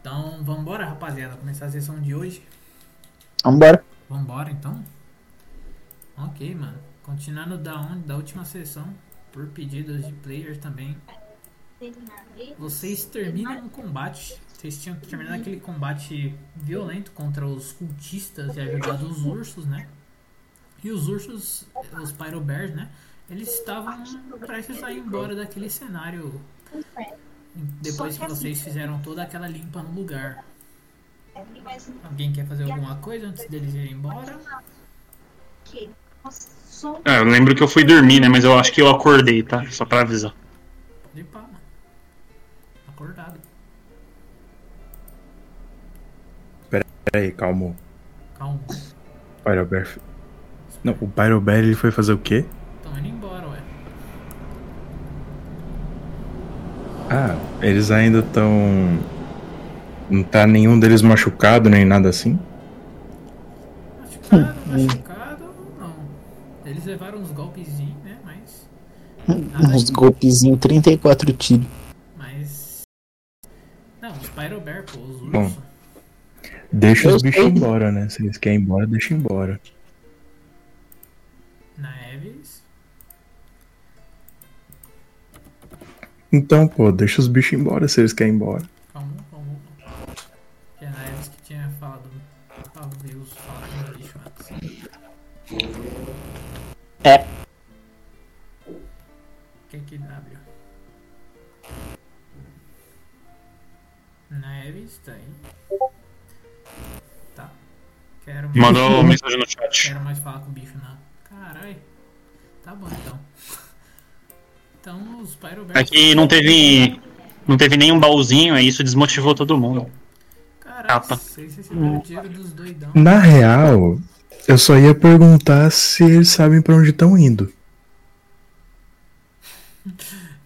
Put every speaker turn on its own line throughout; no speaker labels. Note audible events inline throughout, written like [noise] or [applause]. Então, Vambora, rapaziada, começar a sessão de hoje.
Vambora.
Vambora, então. Ok, mano. Continuando da onde? Da última sessão, por pedidos de players também. Vocês terminam um combate. Vocês tinham que terminar aquele combate violento contra os cultistas e ajudado os ursos, né? E os ursos, os Pyro Bears, né? Eles estavam prestes a ir embora daquele cenário depois que vocês fizeram toda aquela limpa no lugar.
é,
Alguém quer fazer alguma coisa antes deles irem embora?
É, eu lembro que eu fui dormir, né? Mas eu acho que eu acordei, tá? Só pra avisar.
De pá, mano. Acordado.
Pera aí, calmo.
Calma.
O Pyrobear. Não, o Pyrobear ele foi fazer o quê?
Estão indo embora, ué.
Ah, eles ainda estão. Não tá nenhum deles machucado nem nada assim?
Machucado, machucado, não. Eles levaram uns golpezinhos, né? Mas. Nada
Uns golpezinhos, 34 tiros.
Mas. Não, os Pyro Bear, pô, os
Bom.
ursos.
Deixa
Eu
os bichos
sei.
embora, né? Se eles querem ir embora, deixa embora.
Na Eves.
Então, pô, deixa os bichos embora se eles querem ir embora.
Calma, calma. Que é na Eves que tinha falado. Ah, Deus, fala com o lixo né? antes.
É.
Que que W? Neves tá aí. Tá. Quero mais,
Mandou mensagem no chat.
quero mais falar com o bicho, não. Caralho. Tá bom então. Então os
É
Pyroberts.
que não teve. Não teve nenhum baúzinho, aí isso desmotivou todo mundo.
Caralho,
Tapa.
vocês receberam o dinheiro dos doidão.
Na real, eu só ia perguntar se eles sabem pra onde estão indo.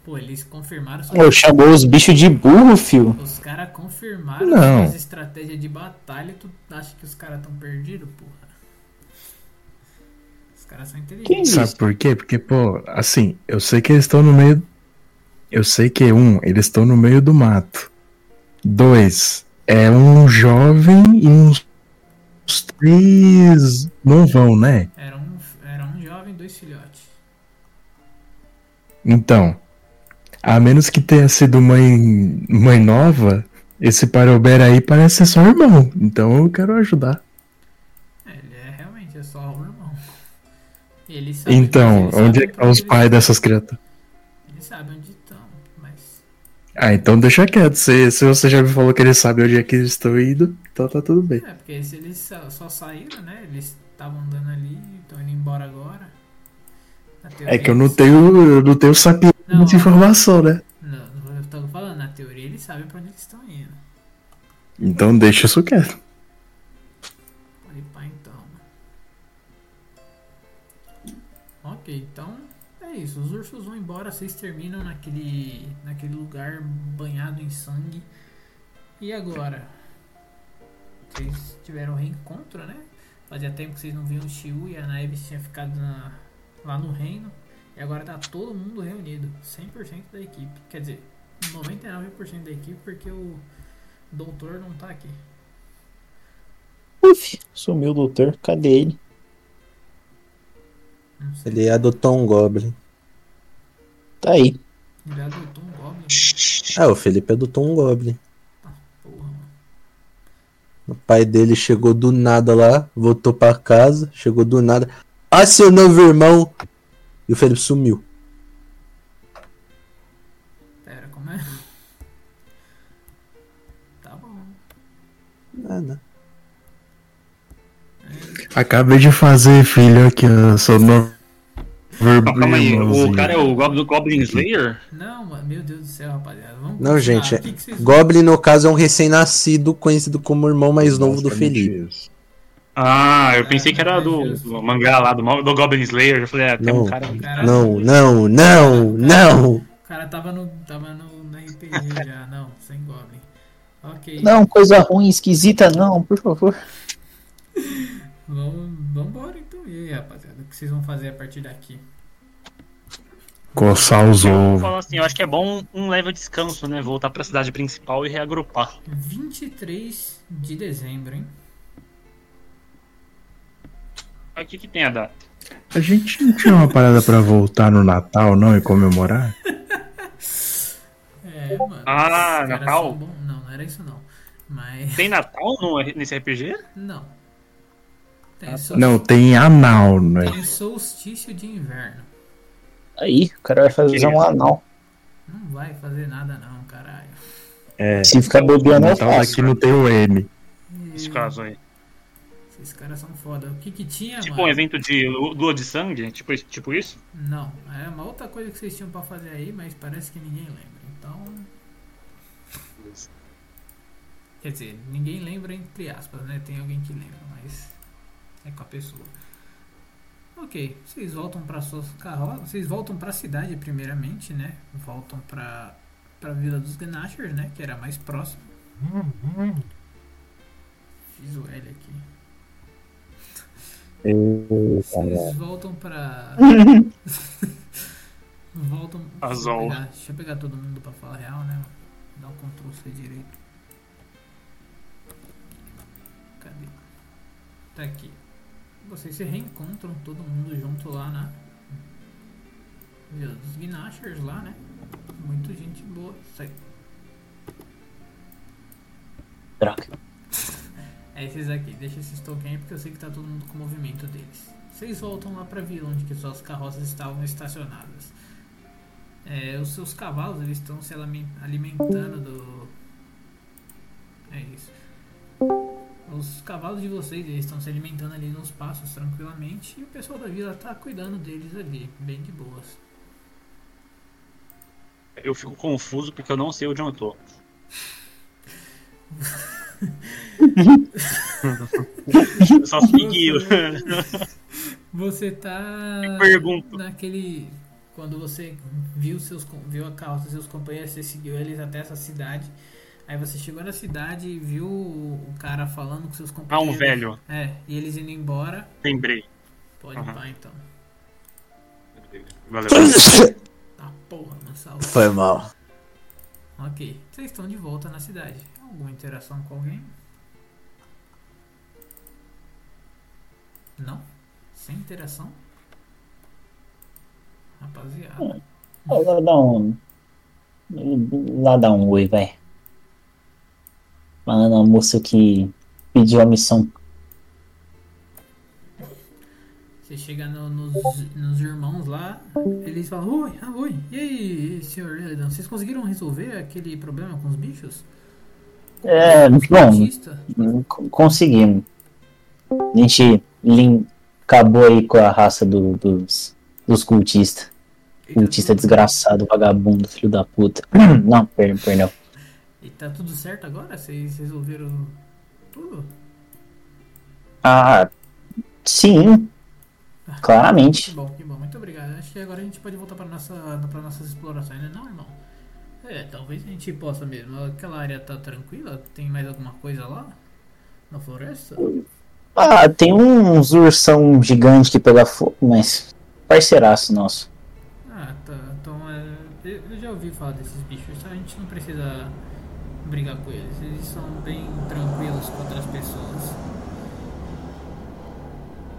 Pô, eles confirmaram os,
Ô, chamou os bichos de burro, fio.
os caras confirmaram
Não.
as estratégias de batalha. Tu acha que os caras tão perdidos, porra? Os caras são inteligentes.
Isso.
Sabe por quê? Porque, pô, assim, eu sei que eles estão no meio. Eu sei que, um, eles estão no meio do mato. Dois, é um jovem e uns. Os três não vão, né?
Era um, era um jovem e dois filhotes.
Então, a menos que tenha sido mãe, mãe nova, esse Parobera aí parece ser só irmão. Então eu quero ajudar.
Tá
É, Ele é realmente é só o irmão. Ele sabe
Então,
ele sabe
onde é que estão os
ele-
pais dessas criaturas?
Ele sabe onde estão, mas.
Ah, então deixa quieto. Se, se você já me falou que ele sabe onde é que eles estão indo, então tá tudo bem.
É, porque se eles só, só saíram, né? Eles estavam andando ali, estão indo embora agora. Na
É
teoria,
que eu não
eles-
tenho, eu não tenho sapiência
Não,
de informação, né?
Não, não, eu tô falando, na teoria eles sabem pra onde eles estão indo.
Então deixa isso quieto.
Olha pá, então. né? Ok, então é isso. Os ursos vão embora, vocês terminam naquele, naquele lugar banhado em sangue. E agora? Vocês tiveram reencontro, né? Fazia tempo que vocês não viam o Shiu e a Naeves tinha ficado na- lá no reino. E agora tá todo mundo reunido. 100% da equipe. Quer dizer, 99% da equipe porque o doutor não tá aqui.
Uf, sumiu o doutor. Cadê ele?
Não sei.
Ele adotou um Goblin.
Tá aí.
Ele adotou um Goblin.
Ah, o Felipe adotou um Goblin.
Porra, mano.
O pai dele chegou do nada lá, voltou pra casa, chegou do nada. Ah, seu novo irmão! E o Felipe sumiu.
Pera, como é? Tá bom.
Ah, não.
Acabei de fazer, filho, aqui, eu sou novo.
Não, calma aí, o cara é o Goblin, Goblin Slayer?
Não, mano, meu Deus do céu, rapaziada. Vamos
Não,
continuar.
gente, é
O que que vocês-
Goblin, no caso, é um recém-nascido conhecido como o irmão mais novo do Felipe.
Ah, eu pensei que era do, do mangá lá, do, mo- do Goblin Slayer. Eu falei, ah, tem um
Não.
cara.
Caralho,
Não, não, não, não!
O cara tava no, tava no, no RPG já, não, sem Goblin. Ok,
Não, coisa ruim, esquisita, não, por favor.
vamos vambora então. E aí, rapaziada, o que vocês vão fazer a partir daqui?
Coçar os
Eu
ovos.
falo assim, eu acho que é bom um leve descanso, né? Voltar pra cidade principal e reagrupar.
23 de dezembro, hein?
Aí O que, que tem a data?
A gente não tinha uma parada pra voltar no Natal, não, e comemorar?
É, mano. esses
Ah,
caras
Natal?
são bons. Não, não era isso não. Mas.
Tem Natal no- nesse RPG?
Não.
Ah, tá.
Tem, sol-
Não, tem anal, né?
tem solstício de inverno.
Aí, o cara vai fazer um anal.
Não vai fazer nada não, caralho.
É.
Se ficar bobeando, eu
Natal tá
faço.
daqui não tem o M.
Hum.
Nesse caso aí.
É, Esses caras são foda. O que que tinha,
Tipo um
É, mano?
evento de lu- lua de sangue? Tipo, isso- tipo isso?
Não, é uma outra coisa que vocês tinham pra fazer aí, mas parece que ninguém lembra. Então. Quer dizer, ninguém lembra entre aspas, né? Tem alguém que lembra, mas é com a pessoa. Ok, vocês voltam para suas carroças, vocês voltam para a cidade primeiramente, né? Voltam para para Vila dos Gnashers, né? Que era mais próximo. Fiz o L aqui. Vocês voltam pra. voltam. Deixa eu,
Azul.
pegar, deixa eu pegar todo mundo pra falar real, né? Dá o Ctrl C direito. Cadê? Tá aqui. Vocês se reencontram todo mundo junto lá na. Vila dos Gnashers lá, né? Muita gente boa. Sai.
Droga.
É esses aqui, deixa esses tokens aí porque eu sei que tá todo mundo com o movimento deles. Vocês voltam lá pra vila onde que suas carroças estavam estacionadas. É, os seus cavalos eles estão se alime- alimentando do. É isso. Os cavalos de vocês eles estão se alimentando ali nos passos tranquilamente e o pessoal da vila tá cuidando deles ali, bem de boas.
Eu fico confuso porque eu não sei onde eu tô. Eu Só segui.
Você tá.
Pergunto.
Naquele. Quando você viu, seus, com- viu a carroça dos seus companheiros, você seguiu eles até essa cidade. Aí você chegou na cidade e viu o o cara falando com seus
Ah,
companheiros.
um velho.
É, e eles indo embora.
[laughs] Lembrei.
Pode ir
Aham.
pá então.
Valeu.
Ah, porra, na sala.
[laughs] Foi mal.
Ok, vocês estão de volta na cidade. Alguma interação com alguém? Não? Sem interação? Rapaziada.
Ó, Lá dá um. Lá dá um oi, vai. Falando a moça que pediu a missão.
Você chega no- nos, nos irmãos lá, eles falam, oi, ah, oi, e aí, senhor Elidan, vocês conseguiram resolver aquele problema com os bichos?
É, bom,
Autista?
c- conseguimos. A gente lim- acabou aí com a raça do- dos, dos cultistas.
E tá
Cultista
tudo-
desgraçado, vagabundo, filho da puta. [clears throat] Não, perdão, perdão.
E tá tudo certo agora? Vocês resolveram tudo?
Ah, sim.
Que
Claramente.
bom, Ah, que bom, muito obrigado. Acho que agora a gente pode voltar para nossa, pra nossas explorações, né não, irmão? É, talvez a gente possa mesmo. Aquela área tá tranquila? Tem mais alguma coisa lá? Na floresta?
Ah, tem uns ursão gigante que pega fogo, mas parceiraço nosso.
Ah, tá. Então é. Eu eu já ouvi falar desses bichos, tá? a gente não precisa brigar com eles. Eles são bem tranquilos contra as pessoas.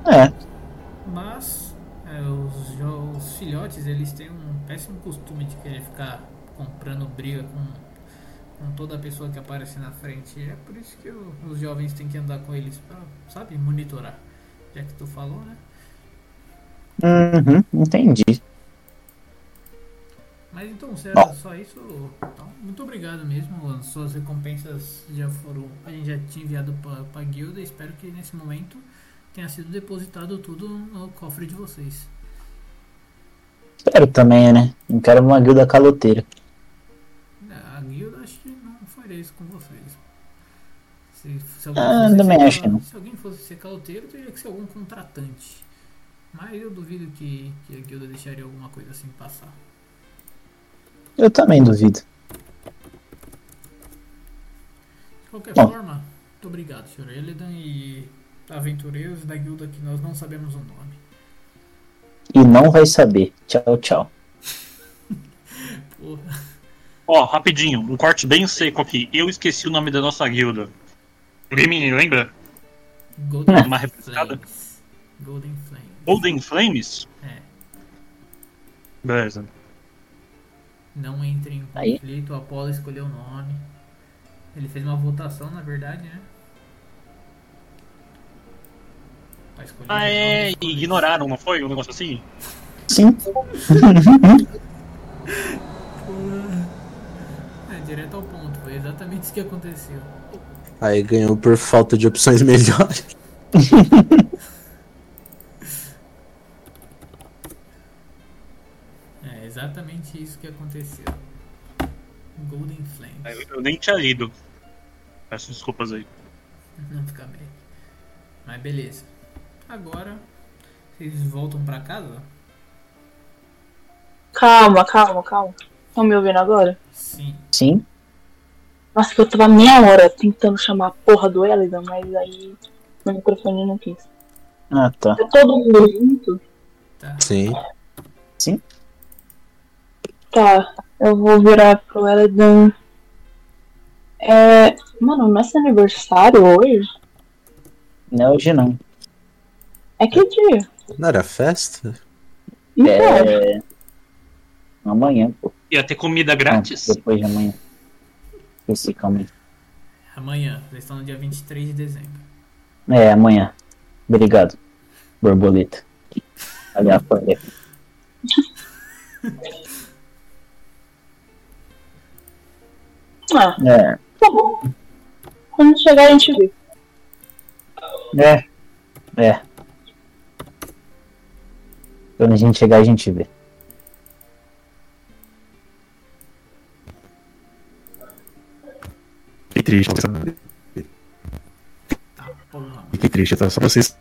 É,
Mas é, os, jo- os filhotes eles têm um péssimo costume de querer ficar comprando briga com, com toda pessoa que aparece na frente. E é por isso que o- os jovens têm que andar com eles pra, sabe, monitorar. Já que tu falou, né?
uhum, entendi.
Mas então, se era só isso, então, muito obrigado mesmo. As suas recompensas já foram. A gente já tinha enviado para a guilda. Espero que nesse momento tenha sido depositado tudo no cofre de vocês.
Espero também, né? Não quero uma guilda caloteira.
A guilda acho que não faria isso com vocês. Se, se
Ah,
fosse
também
ser
acho
cal-
que não.
Se alguém fosse ser caloteiro, teria que ser algum contratante. Mas eu duvido que, que a guilda deixaria alguma coisa assim passar.
Eu também duvido.
De qualquer
Bom.
forma, muito obrigado, Sr. Elidan e aventureiros da guilda que nós não sabemos o nome.
E não vai saber. Tchau, tchau.
[laughs]
porra.
Ó, rapidinho, um corte bem seco aqui. Eu esqueci o nome da nossa guilda. Alguém me lembra?
Golden
Uma refrescada?
Flames. Golden Flames.
Golden Flames?
É.
Beleza.
Não entrem em
Aí.
conflito, o Apolo escolheu o nome. Ele fez uma votação, na verdade, né? Pra escolher
Ah,
o
é.
nome,
e
escolher.
Ignoraram, não foi? Um negócio assim?
Sim. [laughs]
É, direto ao ponto, foi exatamente [laughs] isso que aconteceu.
Aí ganhou por falta de opções melhores.
É exatamente isso que aconteceu. Golden Flames.
Eu, eu nem tinha lido. Peço desculpas aí.
Não fica bem. Mas beleza. Agora, vocês voltam pra casa?
Calma, calma, calma. Estão me ouvindo agora?
Sim.
Sim.
Nossa, que eu tava meia hora tentando chamar a porra do Elida, mas aí meu microfone não quis.
Ah, tá.
Tá todo mundo junto?
Tá.
Sim.
Tá, eu vou virar pro Elida. É. Mano, nosso aniversário hoje?
Não é hoje não.
É que dia?
Não era festa?
Então,
É. Amanhã, pô.
Ia ter comida
Não,
grátis?
depois de amanhã. Esqueci, calma aí.
Amanhã, vocês estão no dia 23 de dezembro.
É, amanhã. Obrigado. Borboleta. Aleatória.
ah,
É.
tá bom. Quando chegar a gente vê.
É. É. Quando a gente chegar, a gente vê.
Fiquei triste, sabe?
Tá, porra.
Fiquei triste, tá? Só pra vocês.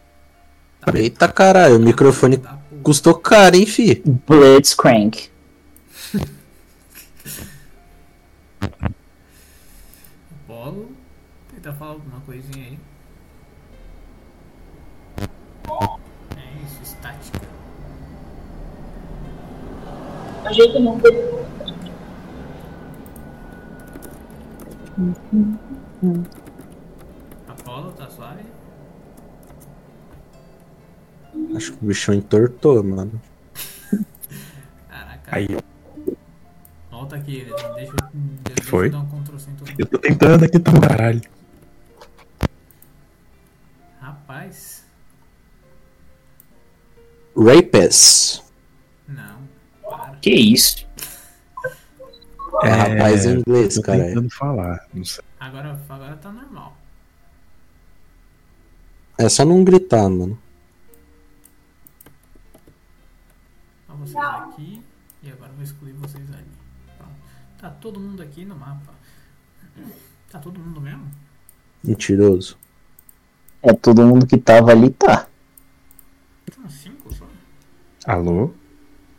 Eita caralho, o microfone
Tá, porra.
custou caro, hein, fi?
Blitzcrank.
Apolo, tentar falar alguma coisinha aí. É isso, estática.
A gente não tem.
Apolo, tá suave?
Acho que o bichão entortou, mano.
Caraca.
Aí, ó.
Volta aqui, Elisa. deixa, eu- deixa
Foi?
eu dar um Ctrl C em todo mundo.
Eu tô tentando aqui, tá? Caralho.
Rapaz,
Rapes.
não. Para.
Que isso?
É, rapaz em inglês,
Tô
caralho.
tentando falar. Não sei.
Agora, agora tá normal.
É só não gritar, mano.
Tá vocês aqui e agora eu vou excluir vocês ali. Pronto. Tá todo mundo aqui no mapa. Tá todo mundo mesmo?
Mentiroso.
É, todo mundo que tava ali tá.
São cinco só?
Alô?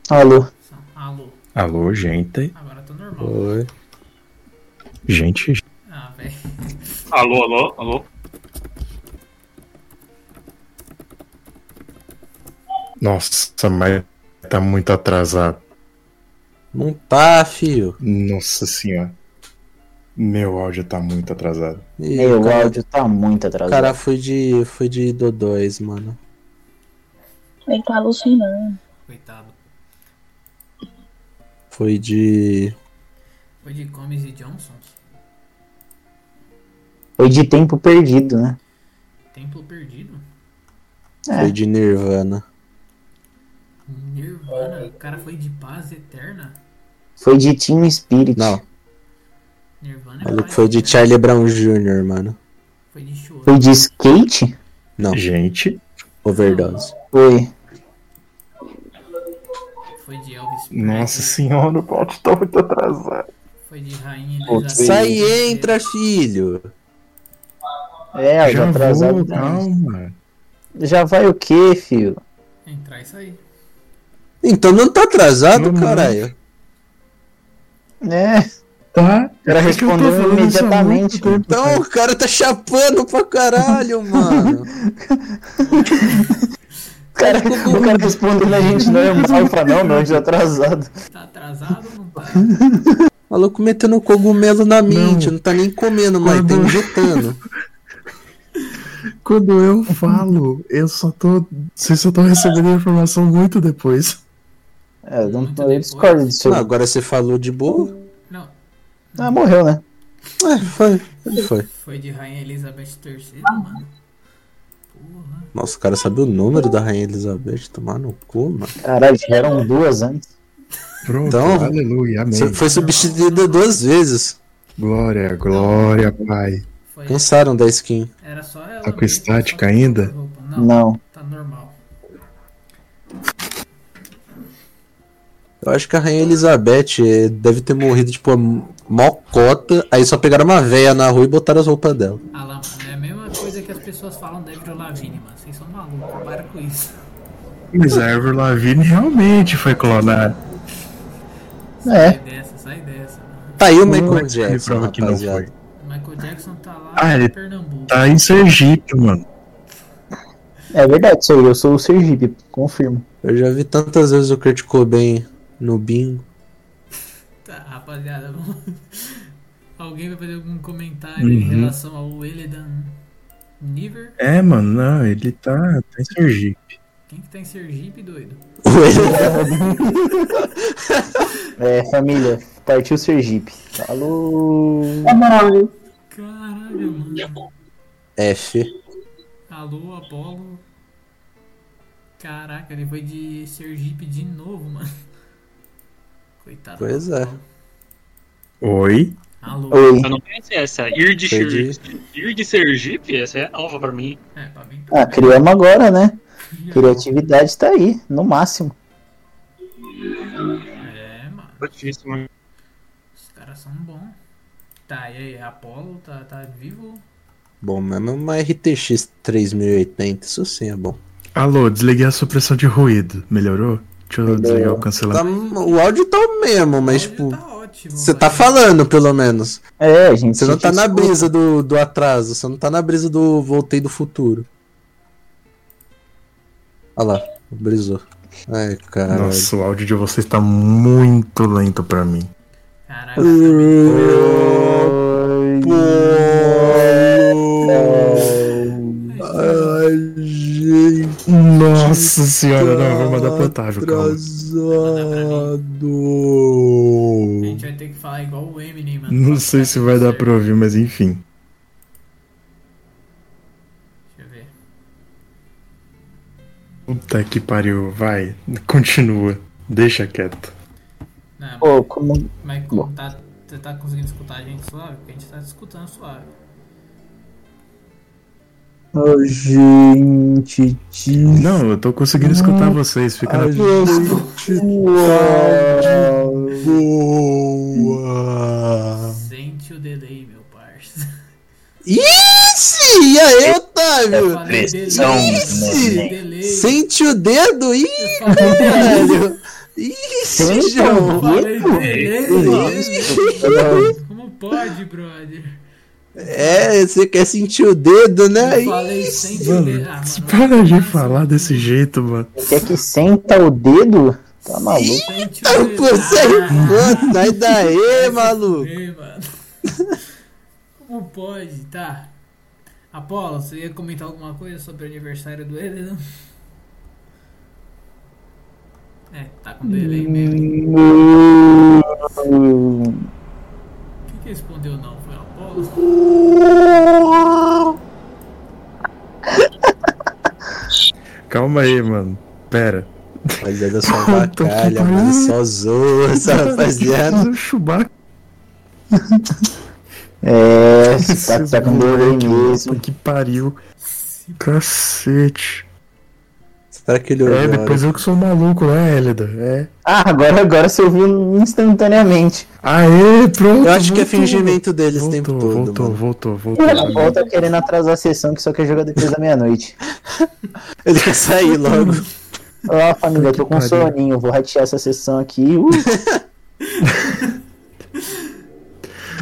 Alô.
São. Alô,
Alô, gente.
agora tá normal.
Oi.
Gente.
Ah, velho.
Alô, alô, alô.
Nossa, mas tá muito atrasado.
Não tá, fio.
Nossa senhora. Meu áudio tá muito atrasado.
Ih,
Meu,
o
o
cara,
áudio tá muito
o
atrasado.
cara foi de. foi de Dodóis, mano.
Ele tá alucinando.
Coitado.
Foi de.
Foi de Comes e Johnsons.
Foi de tempo perdido, né?
Templo Perdido.
É.
Foi de Nirvana.
Nirvana. O cara foi de paz eterna.
Foi de Team Spirit.
Não,
Nirvana é
o maluco
paz
foi de
eterna.
Charlie Brown Jr., mano.
Foi de choro.
Foi de skate?
Não,
Gente.
overdose.
Foi.
Foi de Elvis Presley.
Nossa senhora, o áudio tá muito atrasado.
Foi de Rainha
Pô,
Elizabeth.
Sai e entra, filho.
É, áudio
Já
atrasado.
vou,
né?
calma.
Já vai o quê, filho?
Entrar e sair.
Então não tá atrasado,
Não, não.
caralho.
É.
Tá?
Ela
é que eu tô
respondeu
falando né? isso há
imediatamente.
muito tempo,
Então
cara.
o
[laughs]
cara tá chapando pra caralho, mano.
cara, o cara respondendo a
[laughs]
gente normal, fala, não, meu anjo atrasado.
Tá atrasado ou não
[laughs]
tá?
O maluco metendo cogumelo na mente, não, tá nem comendo mais, tá
Quando-
injetando.
[laughs] Quando eu falo, eu só tô. Vocês só estão recebendo a informação muito depois.
É, eu, não, eu discordo disso.
Não, Ah, agora você falou de boa?
Não,
Ah, morreu, né?
É, foi. Ele foi.
foi de Rainha Elizabeth III, mano. Porra.
Nossa, o cara sabe o número da Rainha Elizabeth, tomar no cu, mano.
Caralho, já eram duas antes.
Pronto,
Então,
aleluia, amém.
Você foi substituída duas vezes.
Glória, glória, pai.
Foi,
Cansaram da skin.
era só ela.
Tá com
mesmo,
estática
só-
ainda?
Opa, Não,
Não.
tá normal.
Eu acho que a Rainha Elizabeth eh, deve ter morrido, tipo, a mocota. Aí só pegaram uma véia na rua e botaram as roupas dela.
Ah lá, mano, é a mesma coisa que as pessoas falam da Avril Lavigne, mano. Vocês são malucos, para com isso.
Mas a Ever Lavigne realmente foi clonada.
É.
Sai dessa, sai dessa. mano.
Tá aí o Michael
Não, me
Jackson,
prova é que não
rapaziada.
O Michael Jackson tá lá
Ah,
em
ele
Pernambuco.
Tá em Sergipe, mano.
É verdade, sou eu, eu sou o Sergipe, confirmo.
Eu já vi tantas vezes o Kurt Cobain no bingo. [laughs]
Tá, rapaziada, [laughs] vamos... Alguém vai fazer algum comentário em
Uhum.
relação ao Eledan Niver?
É, mano, não, ele tá, tá em Sergipe.
Quem que tá em Sergipe, doido?
É, família, partiu Sergipe. Alô.
Na moral, viu?
Caralho, mano.
F.
Alô, Apolo. Caraca, ele foi de Sergipe de novo, [laughs] mano. Coitado. do
Pois é.
Apolo.
Oi?
Alô.
Oi.
Eu não conheço essa. Ir de,
Foi de-
Sergipe. Ir de Sergipe? Essa é nova pra mim.
É, pra mim.
Ah, criamos agora, né? Criatividade tá aí, no máximo.
É, mano.
Tá difícil, mano.
Os caras são bons. Tá, e aí, Apolo tá, tá vivo?
Bom, mesmo é uma RTX 3080, isso sim é bom.
Alô, desliguei a supressão de ruído. Melhorou? Deixa eu desligar o
Tá-
cancelamento.
o áudio tá o mesmo, mas
Hoje
tipo,
tá ótimo.
você
velho.
tá falando pelo menos.
É, gente.
Você não
gente,
tá na
escuta.
brisa do, do atraso, você não tá na brisa do voltei do futuro. Olha lá, brisou. Ai, caralho.
Nossa, o áudio de vocês tá muito lento pra mim.
Caraca, tá
Ai, gente,
Nossa senhora, não, vou mandar pro Otávio, calma.
a
atrasado.
gente vai ter que falar igual o Eminem, mano.
Não sei se vai dar pra ouvir, mas enfim.
Deixa eu ver.
Puta que pariu, vai. Continua. Deixa quieto.
Não,
Pô, como-
mas como tá, você tá conseguindo escutar a gente suave? Porque a gente tá escutando suave.
Ô, gente. tio.
Não, eu tô conseguindo escutar vocês, fica na...
É. Boa.
Sente o delay, meu parça.
Ixi, e aí,
Eu
Otávio?
falei
pressão,
delay,
Ixi!
falei delay.
Sente o dedo, ih,
Eu falei delay.
velho.
Sente
Ixi,
o
Eu
João.
falei delay.
Não,
Como pode, brother?
É, você quer sentir o dedo, né?
Eu
Ih,
falei sente o delay. Ah, mano,
Para de falar desse jeito, mano.
Quer que senta o dedo? Tá maluco?
sente o delay.
Você enquanto, sai daí, maluco.
Ei, mano. Como pode, tá? Apolo, você ia comentar alguma coisa sobre o aniversário do Eden? É, tá com delay
Hum.
mesmo. Quem que respondeu não? Foi o Apolo?
Calma aí, mano. Pera.
Rapaziada, só
Puta que
bacalha, mano,
pariu.
só zoa essa rapaziada.
O Chewbacca.
É, você tá, tá com dor aí mesmo.
Puta que pariu. Cacete.
Será que ele olhou?
É,
a hora?
depois eu que sou maluco, né, Hélida? É.
Ah, agora, agora você ouviu instantaneamente.
Aê, pronto.
Eu acho que é
voltou.
fingimento deles o
Voltou,
tempo todo,
voltou,
mano.
voltou, voltou,
Ela volta querendo atrasar a sessão que só quer jogar depois da meia-noite.
Ele quer sair logo.
Ó, família, tô
que
com um
pariu.
soninho, vou ratear essa sessão aqui. Uh,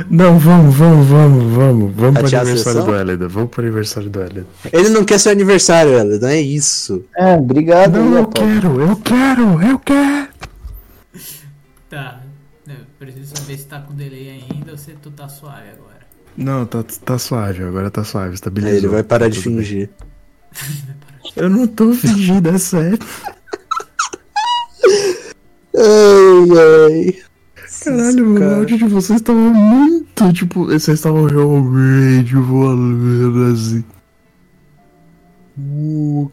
Não, vamos, vamos, vamos, vamos. Vamos pro
Adiar a
aniversário
sessão?
do Hélida. Vamos pro aniversário do Hélida.
Ele não quer seu aniversário, ela, não é isso.
É,
Tá
obrigado.
Não,
aí,
eu
Apolo.
quero, eu quero, eu quero.
Tá. Eu preciso saber se tá com delay ainda ou se tu tá suave agora.
Não, tá, tá suave, agora tá suave, estabilizou. Tá
Aí ele vai parar de
Tudo bem.
fingir.
Eu não tô fingindo, é sério.
Ai, ai.
Caralho, mano, o
cara.
áudio de vocês tava muito, tipo, vocês estavam realmente voando assim.
O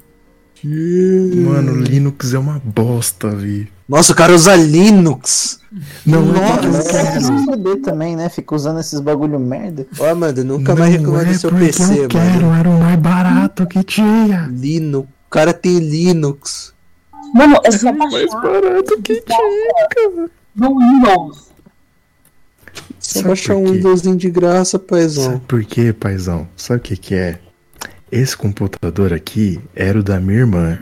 quê?
Mano, Linux é uma bosta, vi.
Nossa, o cara usa Linux.
Não, é porque eu
Nossa.
Mas é pra
quero.
se fuder também, né? Fica usando esses bagulho merda.
Ó, mano, nunca mais
Não
recomendo
é
seu
porque
PC,
eu
mano.
quero, era o mais barato que tinha.
Linux. O cara tem Linux.
Mano, é só
Mais
baixar
barato que tinha, cara.
no Windows.
Você
Sabe
baixa um
por quê?
Windowsinho de graça, paizão.
Sabe por quê, paizão? Sabe o que que é? Esse computador aqui era o da minha irmã.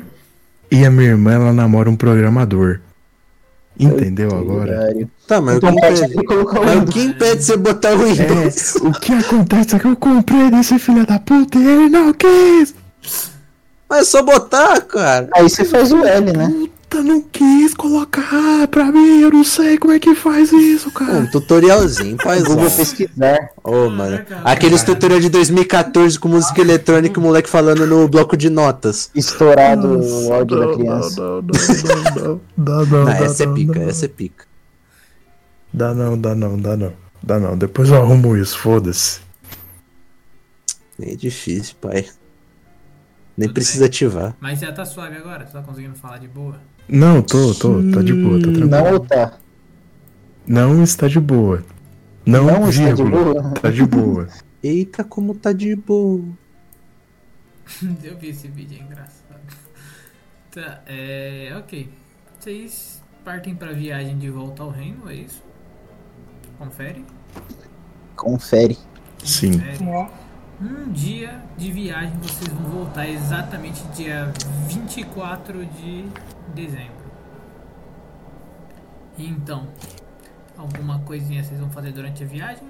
E a minha irmã, ela namora um programador. Entendeu agora?
Horário.
Tá, mas o que
Então pode
impede?
aqui colocar o
Mas o
Windows.
que impede você botar o Windows?
É, o que acontece é que eu comprei desse filho da puta e ele não quis!
Mas é só botar, cara.
Aí você faz o L, né?
Puta, não quis colocar pra mim, eu não sei como é que faz isso, cara.
Um [laughs] tutorialzinho, paizão.
Google pesquisar.
Ô, mano.
cara.
Aqueles tutorial de 2014 com música eletrônica e o moleque falando no bloco de notas.
Estourado o áudio da criança.
Não, não, não, não, não,
[laughs]
não, não,
Ah,
dá
essa é
não,
pica,
não.
essa é pica.
Dá não, dá não, dá não. Dá não, depois eu arrumo isso, foda-se.
É difícil, pai. Nem precisa ativar.
Mas já tá suave agora? Tu tá conseguindo falar de boa? [laughs]
Não, tô, tô, tá de boa, tá tranquilo.
Não ou tá?
Não está de boa. Não,
Não está de
vírgula.
boa?
Tá de boa.
Eita, como tá de boa.
Eu vi esse vídeo, é engraçado. [laughs] Tá, é. Ok. Vocês partem pra viagem de volta ao reino, é isso? Confere?
Confere.
Sim.
Confere.
É.
Um dia de viagem vocês vão voltar exatamente dia 24 de dezembro. E Então, alguma coisinha vocês vão fazer durante a viagem?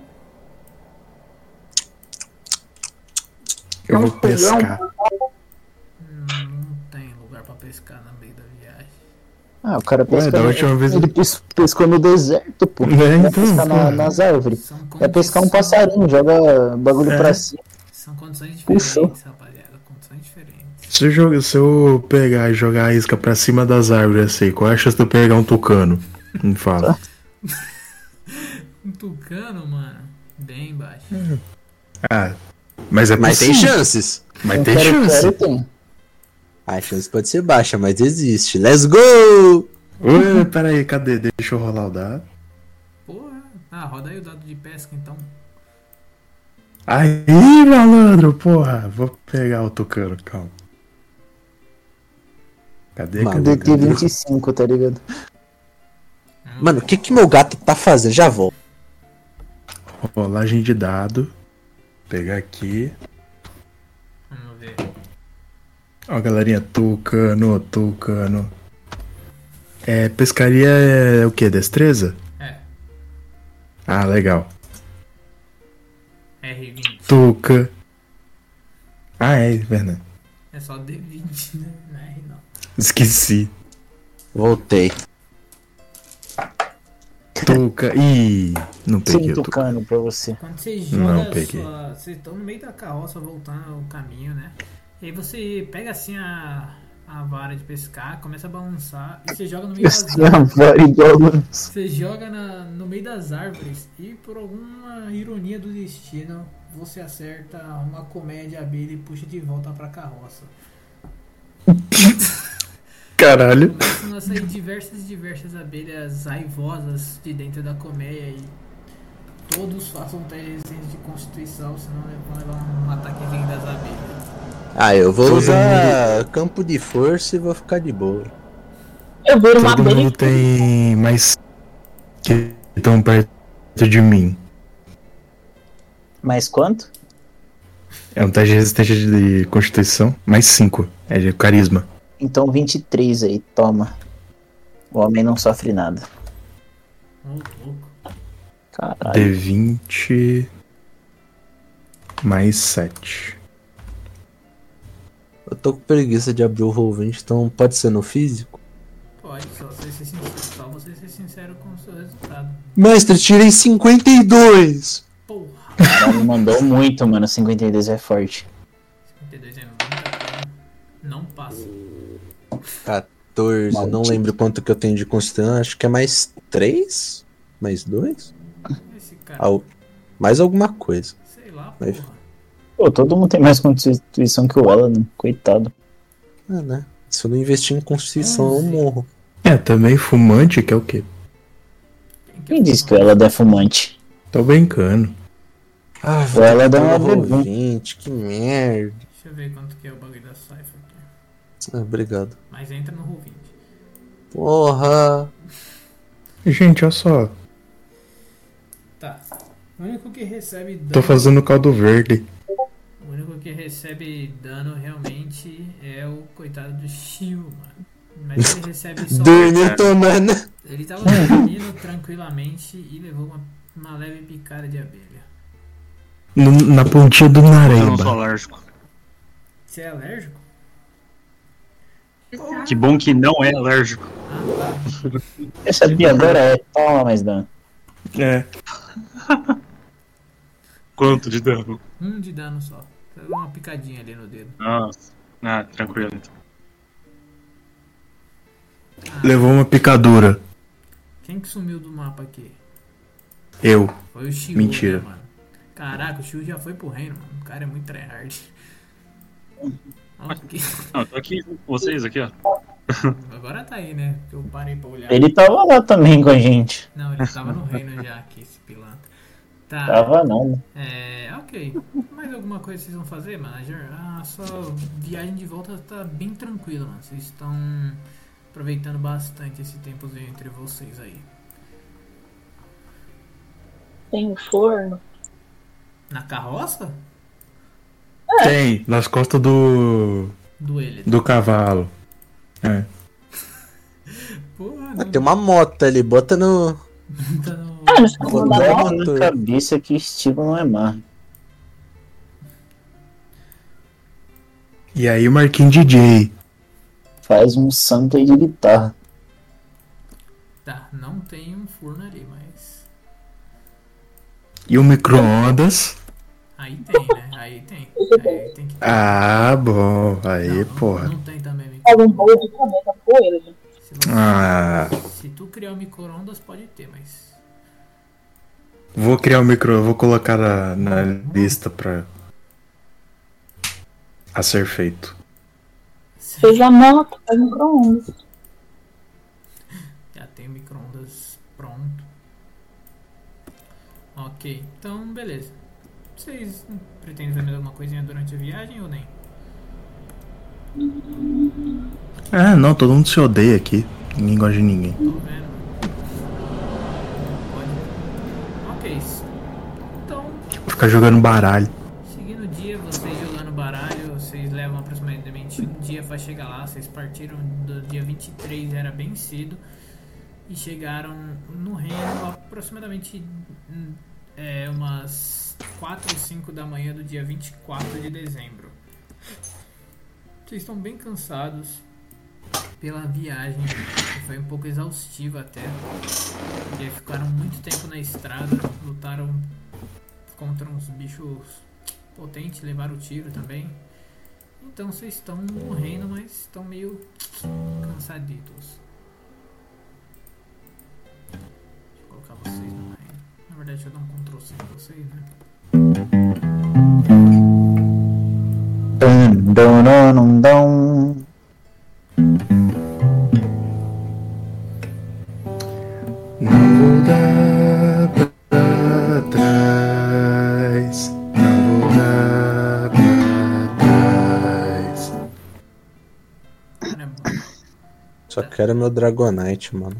Eu vou pescar.
Não tem lugar pra pescar no meio da viagem.
Ah, o cara
Ué,
pesca.
da
no-
última vez.
Ele pes- pescou no deserto, pô.
É,
Vai
então,
pescar na-
cara.
nas árvores.
São
Vai pescar um
condições-
passarinho, joga bagulho
É.
pra cima.
São condições diferentes,
Puxou.
rapaziada. Condições diferentes.
Se eu, jogar- se eu pegar e jogar a isca pra cima das árvores assim, qual é a chance de eu pegar um tucano?
[laughs]
Me fala.
Um tucano, mano, bem baixo.
Ah, mas é
Mas tem
possível.
chances.
Mas
Um
tem
quero,
chance.
quero, tem.
A chance pode ser baixa, mas existe. Let's go!
Ué, peraí, cadê? Deixa eu rolar o dado.
Porra. Ah, roda aí o dado de pesca então.
Aí, malandro, porra. Vou pegar o tucano, calma. Cadê, cadê,
Maluco.
DT
cadê?
25, tá ligado?
Mano, o que que meu gato tá fazendo? Já volto.
Rolagem de dado. Pegar aqui.
Vamos ver.
Ó, galerinha, tucano, tucano. É, pescaria é o quê? Destreza?
É,
Ah, legal.
R20.
Tuca. Ah, é, verdade.
É só D20, [laughs] né? Não é R não.
Esqueci.
Voltei.
Tuca. Ih, não peguei
Sem
o tuca.
tucano pra você.
Quando você
Não,
joga a
peguei.
sua. Vocês estão no meio da carroça voltando o caminho, né? E aí você pega assim a, a vara de pescar, começa a balançar e você joga no meio das árvores. Você joga na- no meio das árvores e por alguma ironia do destino você acerta uma comédia abelha e puxa de volta pra carroça.
Caralho.
Começam a sair diversas e diversas abelhas raivosas de dentro da colmeia e todos façam teste resistente de constituição, senão vão levar um ataquezinho das abelhas.
Ah, eu vou usar campo de força e vou ficar de boa.
Eu viro uma
Todo
abelha
mundo tem mais que estão perto de mim.
Mas quanto?
É um teste de resistência de constituição. Mais 5. É de carisma.
Então 23 aí, toma. O homem não sofre nada.
Ô louco.
Caralho.
D20 mais 7.
Eu tô com preguiça de abrir o roll 20, então pode ser no físico?
Pode, só você ser sincero, só você ser sincero com o seu resultado.
Mestre, tirei 52!
Porra,
O cara mandou muito, mano. 52 é forte.
52 é muita coisa. Não passa.
Hum.
14, não lembro quanto que eu tenho de constituição, acho que é mais 3? Mais 2?
Esse cara,
Al... Mais alguma coisa.
sei lá,
Mas-
porra.
Pô, todo mundo tem mais constituição que o Alan, coitado.
É, né? Se eu não investir em constituição, eu
Onze.
morro.
É, também fumante que é o quê?
Quem disse que o Alan é fumante?
Tô brincando.
Ah,
Ou ela dá uma
roll
vergonha.
20, que merda.
Deixa eu ver quanto que é o bagulho da Cypher aqui.
Ah, obrigado.
Mas entra no roll 20.
Porra!
Gente, olha só.
Tá. O único que recebe
Tô
dano.
fazendo caldo verde.
O único que recebe dano realmente é o coitado do Shio, mano. Mas ele recebe só.
Dormiu tomando.
Ele tava dormindo
[laughs]
tranquilamente e levou uma, uma leve picada de abelha.
No- na pontinha do
Eu não sou
nareba.
alérgico.
Você é alérgico?
Que bom que não é alérgico.
Eu sabia, agora é. Toma mais dano.
É.
Quanto de dano?
Um de dano só. Pegou uma picadinha ali no dedo.
Nossa. Ah, tranquilo. então.
Levou uma picadura.
Quem que sumiu do mapa aqui?
Eu.
Foi o Shio,
Mentira.
né, mano? Caraca, o Shio já foi pro reino, mano. O cara é muito tryhard. Ok.
Não, eu tô aqui junto com vocês aqui, ó.
Agora tá aí, né? Porque eu parei pra olhar.
Ele tava lá também com a gente.
Não, ele tava no reino já aqui, esse pilantra. Tá.
Tava não.
É, ok. Mais alguma coisa vocês vão fazer, manager? A sua viagem de volta tá bem tranquila, mano. Vocês estão aproveitando bastante esse tempozinho entre vocês aí.
Tem um forno.
Na carroça?
Tem, nas costas do.
Do ele.
do cavalo. É.
Porra,
Ah,
não
tem uma moto ali, bota no.
tá no...
Ah, mas como
Vou
dá
dar
lá?
Bola na
motor.
cabeça que estilo não é mar.
E aí o Marquinhos DJ.
Faz um sample de guitarra.
Tá, não tem um forno ali, mas...
E o micro-ondas.
Aí tem, né? Aí tem. Aí tem que...
Ah, bom. Aí,
não,
porra.
Não tem também, Mico.
Faz um bolo de caneta com ele, né?
Se, você-
Ah.
se tu criar um micro-ondas, pode ter, mas...
Vou criar o micro. Vou colocar na, na lista pra. A ser feito.
Fez a moto, faz um bronze.
Já tem o micro-ondas pronto. Ok, então beleza. Vocês pretendem fazer mais alguma coisinha durante a viagem ou nem?
Ah, não, todo mundo se odeia aqui. Ninguém gosta de ninguém.
Tô vendo. Pode. Ok. s- Então,
Ficar Tipo, jogando baralho.
seguindo o dia, vocês jogando baralho, vocês levam aproximadamente um dia pra chegar lá. Vocês partiram do dia 23, era bem cedo. E chegaram no reino aproximadamente hum, é, umas 4 ou 5 da manhã do dia 24 de dezembro. Vocês estão bem cansados pela viagem, que foi um pouco exaustiva até. Porque ficaram muito tempo na estrada, lutaram contra uns bichos potentes, levaram tiro também. Então vocês estão morrendo, mas estão meio cansaditos. Deixa eu colocar vocês no reino. Na verdade, deixa eu dar um Ctrl C em vocês, né?
Dum, dum, dum, dum, dum.
Não vou dar pra trás. Não vou dar pra trás.
Caramba,
Só quero meu Dragonite, mano.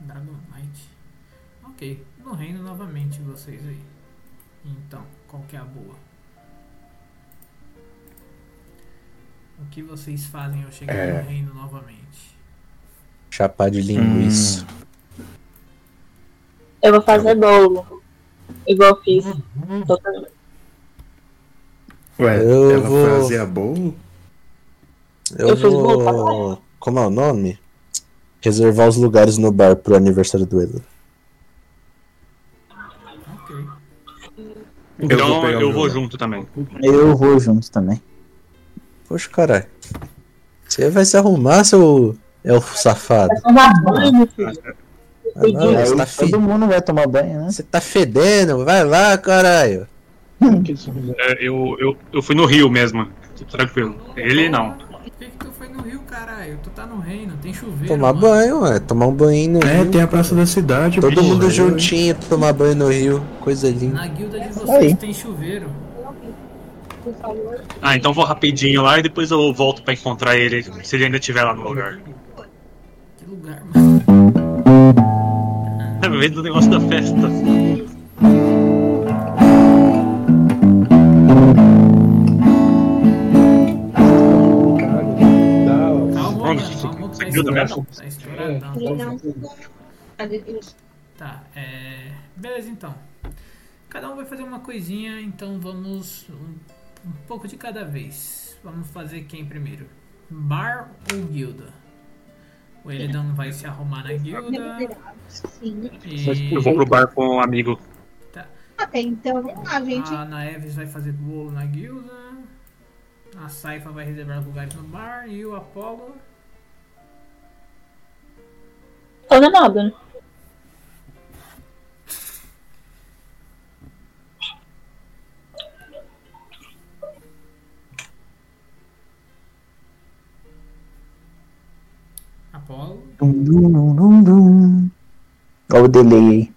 Dragonite. Ok, no reino novamente vocês aí. Então, qual que é a boa? O que vocês fazem ao chegar
É.
no reino novamente?
Chapar de linguiça.
Eu vou Uhum. fazer bolo. Igual eu fiz. Totalmente.
Ué,
Eu
ela
vou-
é
fazia bolo?
Eu,
Eu fiz bolo pra
vou. Como é o nome? Reservar os lugares no bar pro aniversário do Elo.
Ok.
Então
pegar o
eu
meu
vou
lá.
junto também.
Eu vou junto também.
Poxa, caralho. Você vai se arrumar, seu. É o safado.
Vai tomar banho, filho.
Ah, não,
Entendi.
você, tá
Aí
fe...
todo mundo vai tomar banho, né?
você tá fedendo, vai lá, caralho.
É, Eu, eu, eu fui no Rio mesmo. Tô tranquilo. Ele não.
Por que, que tu foi no Rio, caralho? Tu tá no reino, tem chuveiro.
Tomar
mano.
banho, ué. Tomar um banho no
É,
rio.
tem a praça da cidade.
Todo
pô,
mundo
velho.
juntinho, tomar banho no rio. Coisa linda.
Na guilda de vocês
Aí.
tem chuveiro.
Ah, então vou rapidinho lá e depois eu volto pra encontrar ele, se ele ainda estiver lá no lugar. [laughs]
Que lugar, mano.
É vez do negócio da festa.
Calma, mano.
Mano,
Calma,
essa
tá
guilda não é
estourado. Tá estouradão.
né?
Tá, é. Beleza então. Cada um vai fazer uma coisinha, então vamos um, um pouco de cada vez. Vamos fazer quem primeiro? Bar ou guilda? O Elidão vai se arrumar na guilda. E
Eu vou pro bar com um amigo.
Até então, a gente.
a Naeves vai fazer bolo na guilda. A Saifa vai reservar lugares no bar. E o Apollo
Fazer nada, né?
Apollo
Dum, dum, dum, dum, dum. Olha o delay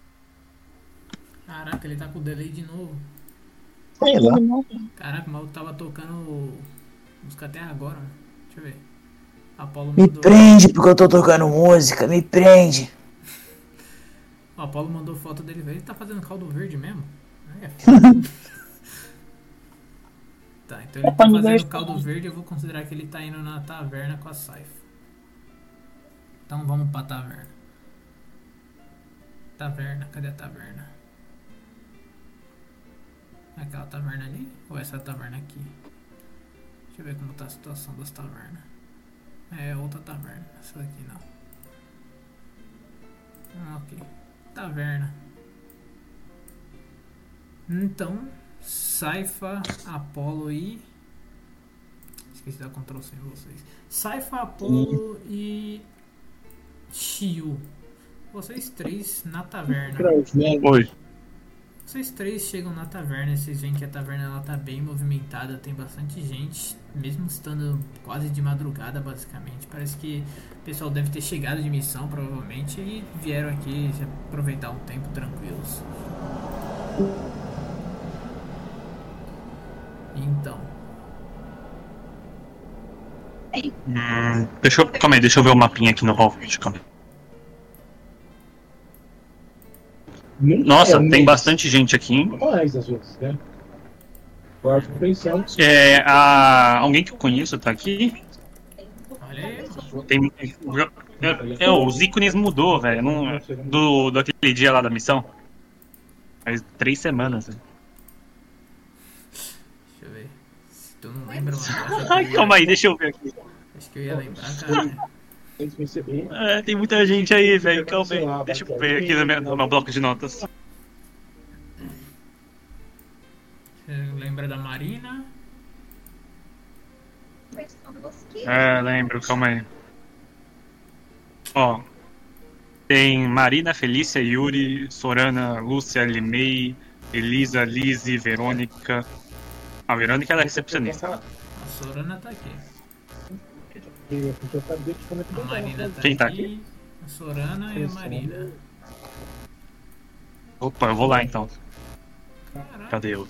Caraca, ele tá com delay de novo.
aí. Sei lá.
Caraca, mas eu tava tocando música até agora. mano. Deixa eu ver. Apolo
Me
mandou,
prende porque eu tô tocando música, me prende.
o Apolo mandou foto dele. Ele tá fazendo caldo verde mesmo? Aí É. foda. tá, então ele tá
Caldo
fazendo
verde.
caldo verde. Eu vou considerar que ele tá indo na taverna com a Saifa. Então vamos pra taverna. Taverna, cadê a taverna? Aquela taverna ali? Ou essa taverna aqui? Deixa eu ver como tá a situação das tavernas. É outra taverna, essa daqui não. Ah, ok. Taverna. Então, Saifa, Apolo e. Esqueci da Ctrl C em vocês. Saifa, Apolo e. Chiu. Vocês três na taverna.
Oi.
Vocês três chegam na taverna, vocês veem que a taverna ela tá bem movimentada, tem bastante gente, mesmo estando quase de madrugada basicamente. Parece que o pessoal deve ter chegado de missão provavelmente e vieram aqui se aproveitar um tempo tranquilos. Então,
Hum, deixa eu. Calma aí, deixa eu ver o mapinha aqui no Hallford. Calma aí. Nossa, tem bastante gente aqui, hein?
Mais às vezes, né? Quarto pensão.
É, a... Alguém que eu conheço tá aqui.
olha aí,
Tem... É, é, os ícones mudou, velho. Não... Do... Daquele dia lá da missão. Faz três semanas. velho.
deixa eu ver. Se tu não lembra,
[laughs]
mano,
Ai, calma aí, deixa eu ver aqui.
acho que eu ia lembrar, cara.
Eles receberam.
É, tem muita gente aí, velho. Calma aí. Deixa eu ver aqui no meu, no meu bloco de notas.
Você Lembra da Marina?
É, lembro, calma aí. Ó. Tem Marina, Felícia, Yuri, Sorana, Lúcia, Limei, Elisa, Lise, Verônica. A Verônica ela é recepcionista.
A Sorana tá aqui. A Marina
Marina.
tá
Quem tá
aqui. A Sorana e a Marina.
Opa, eu vou lá então.
Caraca,
Cadê eu?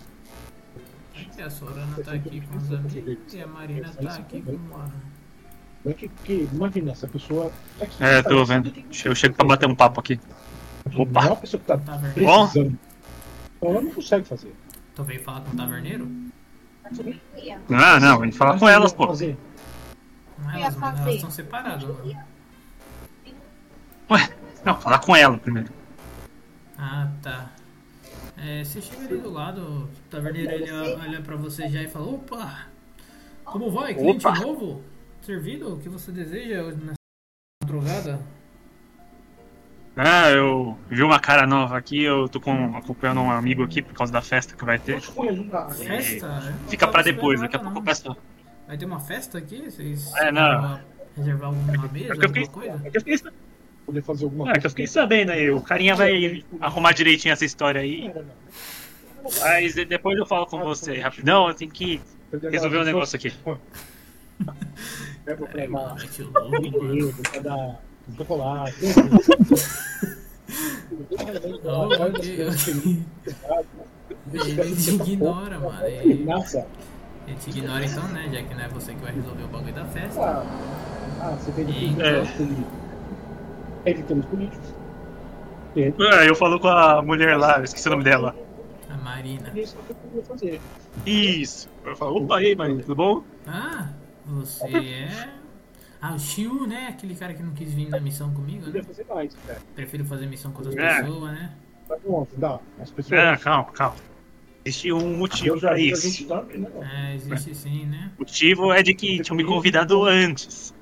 e a Sorana tá aqui com os amigos e a Marina tá aqui com a.
Que, que, imagina, essa pessoa.
É, tô vendo. Eu chego pra bater um papo aqui. Ah.
Opa. Não é uma pessoa que tá
Taverneiro.
precisando. Então ela não consegue fazer.
Tá
Tu veio falar com o taverneiro?
É. Ah, não, vem falar com elas, pô.
Fazer.
Não é,
Eu ia
elas, mano, elas
fazer.
estão separadas, mano.
Ué, não, falar com ela primeiro.
Ah, tá. É, você chega ali do lado, o taverneiro ele olha pra você já e fala: Opa! Como vai? Cliente
Opa!
novo? Servido? O que você deseja hoje nessa madrugada?
Ah, eu vi uma cara nova aqui, eu tô com- acompanhando um amigo aqui por causa da festa que vai ter.
Festa? Eu não
É. Fica
tava
pra
esperando
depois,
nada,
daqui a pouco eu
não.
peço.
Vai ter uma festa aqui? Vocês
É, não.
reservar alguma mesa,
é que eu
alguma
fiz-
coisa?
É que eu fiquei,
Poder fazer alguma
é que eu fiquei sabendo aí, o carinha vai arrumar direitinho essa história aí. Mas de- depois eu falo com você, rapidão, eu tenho que resolver um negócio aqui.
É, mano, é que louco, mano. [laughs]
chocolate.
Não, ok, ok. Ele te ignora, mano. Ele,
Nossa,
ele te ignora então, né? Já que não é você que vai resolver o bagulho da festa.
ah, ah, você tem que
É.
é que temos políticos.
Ah, eu falo com a mulher lá, eu esqueci o nome dela.
A Marina.
Isso é que eu poderia fazer.
Isso. Eu falo, opa, e aí, Marinho, tudo bom?
Ah, você é. Ah, o Shiu, né? Aquele cara que não quis vir na missão comigo, né?
Poderia fazer mais, cara.
Prefiro fazer missão com outras
É.
pessoas, né?
Mas não dá. As pessoas.
Ah, calma, calma. Existe um motivo
Eu já
pra
vi a
isso.
gente dorme, né?
É, existe sim, né?
O motivo é de que tinham me convidado antes.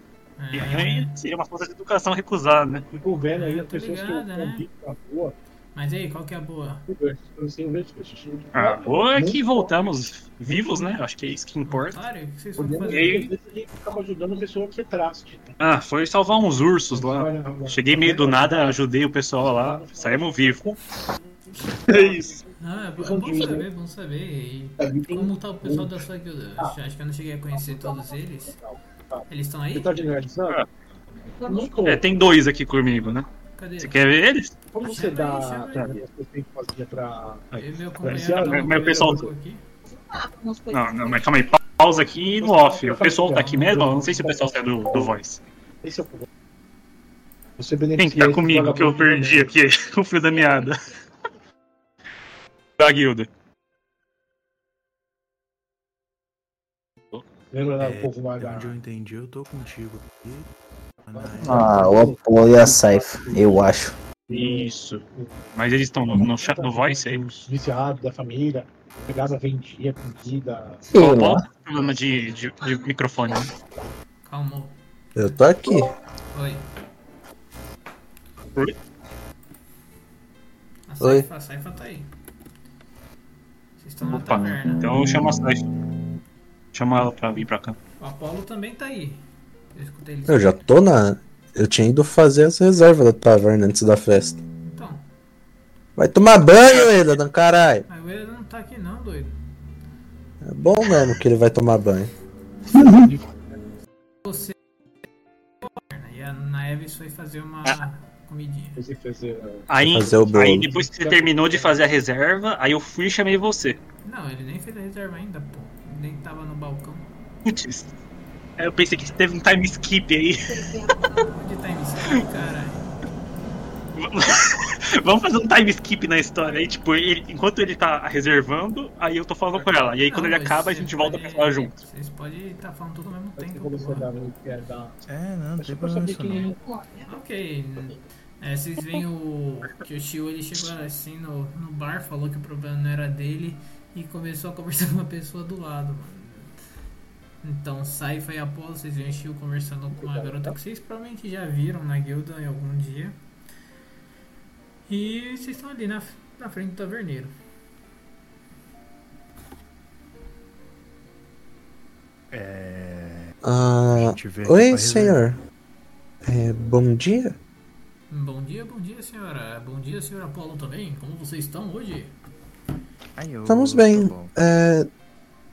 E
É.
aí seria uma falta de educação recusar, né?
Fico vendo aí
Ah,
as
tô
pessoas
ligado,
que
né?
eu convido na rua.
Mas aí, qual que é a boa?
Eu não sei, eu vejo as pessoas.
Ah, boa é que voltamos vivos, né? Acho que é isso que importa.
Claro, o que vocês vão
Podemos às
fazer?
aí?
vezes, a gente ficava ajudando a pessoa que traz. Tipo,
Ah, foi salvar uns ursos lá.
olha, olha.
Cheguei né? meio do nada, ajudei o pessoal lá, saímos vivos. É isso.
Ah, é bom saber, é bom saber. E Ah. como tá o pessoal da sua guilda? Acho acho que eu não cheguei a conhecer todos eles. Eles estão aí?
Você tá generalizando?
Então,
Não tô.
É, tem dois aqui comigo, né?
Cadê?
Você quer ver eles?
Como você
Chama
dá
aí, chama aí.
sabe, as pessoas têm que fazer pra.
Eu e meu
Parecia-
companheiro.
mas- mas o pessoal-
Aqui.
Umas coisas.
Não, não, mas calma aí, pa- pausa aqui no off. O pessoal tá aqui mesmo? Eu não sei se o pessoal tá do, do voice.
Esse é o problema. Você
Quem
beneficia.
que tá comigo que eu
né?
perdi aqui [laughs] o fio da meada? Da guilda.
Lembra lá um
É,
pouco mais
pelo
da.
onde eu entendi, eu tô contigo aqui.
Ah, o Apollo e a Saifa, eu acho.
Isso. Mas eles estão no, no chat do voice é aí.
Os viciados da família. Pegava, vendia comida.
Sei
Qual
lá.
o problema de, de, de microfone? né?
Calmou.
Eu tô aqui.
Oi.
Oi?
A
Oi.
Saifa, a Saifa tá aí. Vocês estão na
Opa,
taverna.
então chama a Saifa. Chama ela pra vir pra cá.
O Apolo também tá aí. Eu escutei ele.
Eu já tô na. Eu tinha ido fazer as reservas da taverna antes da festa.
Então,
Vai tomar banho, Eda, caralho.
mas o Eda não tá aqui não, doido.
É bom mesmo que ele vai tomar banho.
Você e a Naeves foi fazer uma
Ah.
comidinha.
Você fazer.
Aí,
Fazer o bolo.
aí depois que você terminou de fazer a reserva, aí eu fui e chamei você. [laughs]
Não, ele nem fez a reserva ainda, pô. Ele nem tava no balcão.
Putz. Aí eu pensei que teve um time skip aí. [laughs]
Onde tá MC, caralho?
Vamos fazer um time skip na história aí, tipo, ele- enquanto ele tá reservando, aí eu tô falando com ela. E aí quando
Não,
ele
Ah, mas tá
acaba, a
vocês
gente volta
podem-
pra falar junto.
Vocês podem estar falando tudo ao mesmo
Você
tempo.
começou a
porra.
dar. quer
Ah,
dar-
É, não, não
Só
tem
pra
problema
saber
isso não.
quem
Olha,
Ok. É, vocês veem o. Que o Shio ele chegou assim no, no bar, falou que o problema não era dele e começou a conversar [laughs] com uma pessoa do lado, mano. Então, Saifa e Apolo, vocês veem o Shio conversando com uma garota que vocês provavelmente já viram na guilda em algum dia. E vocês estão ali na, na frente do taverneiro.
É. a
Ah,
gente veio aqui
oi,
pra
senhor. É, bom dia?
Bom dia, bom dia, senhora. Bom dia, senhor Apolo também. Como vocês estão hoje?
reserva. Ai, eu-
Estamos
tá
bem.
bom.
É,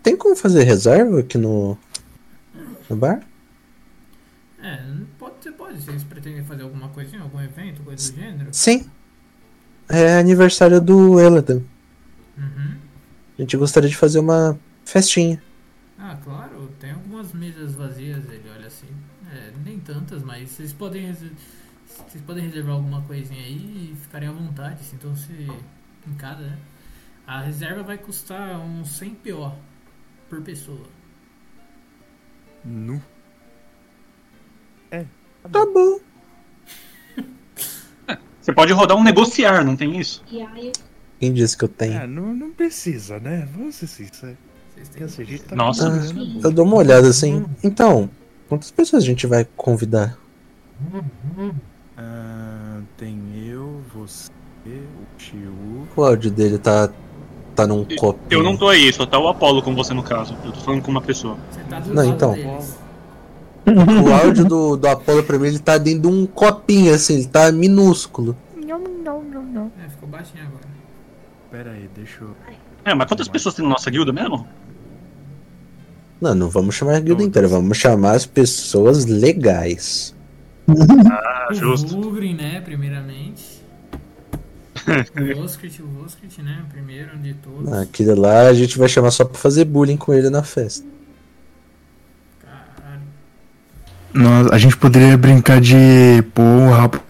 tem como fazer reserva aqui no, no bar?
É, pode ser, pode. Vocês pretendem fazer alguma coisinha, algum evento, coisa do gênero?
Sim. É aniversário do Eladan.
Uhum.
A gente gostaria de fazer uma festinha.
Ah, claro, tem algumas mesas vazias, ele olha assim. É, nem tantas, mas vocês podem reser- vocês podem reservar alguma coisinha aí e ficarem à vontade, sintam-se em casa, né? A reserva vai custar uns 100 PO por pessoa.
Nu.
Tá bom.
Você pode rodar um negociar, não tem isso?
Quem disse que eu tenho?
É.
Ah, não, não precisa, né? Vamos ser sinceros.
Vocês têm
Essa gente tá
Nossa.
cagando a
Eu
boca.
dou uma olhada assim. Então, quantas pessoas a gente vai convidar?
Ah, tem eu, você, o tio.
O áudio dele tá. tá num copo.
Eu não tô aí, só tá o Apollo com você no caso. Eu tô falando com uma pessoa.
Você tá do
Não,
lado
então.
deles.
O áudio do, do Apolo pra mim, ele tá dentro de um copinho, assim, ele tá minúsculo.
É, ficou baixinho agora.
Pera aí, deixa eu.
É, mas quantas pessoas tem na nossa guilda mesmo?
Não, não vamos chamar a guilda inteira, vamos chamar as pessoas legais.
Ah,
o
justo.
Vulgrim, né, primeiramente. o Voskrit, o Voskrit, né, primeiro de todos.
É,
Aquele lá a gente vai chamar só pra fazer bullying com ele na festa.
Caralho.
Nós, a gente poderia brincar de pôr um rabo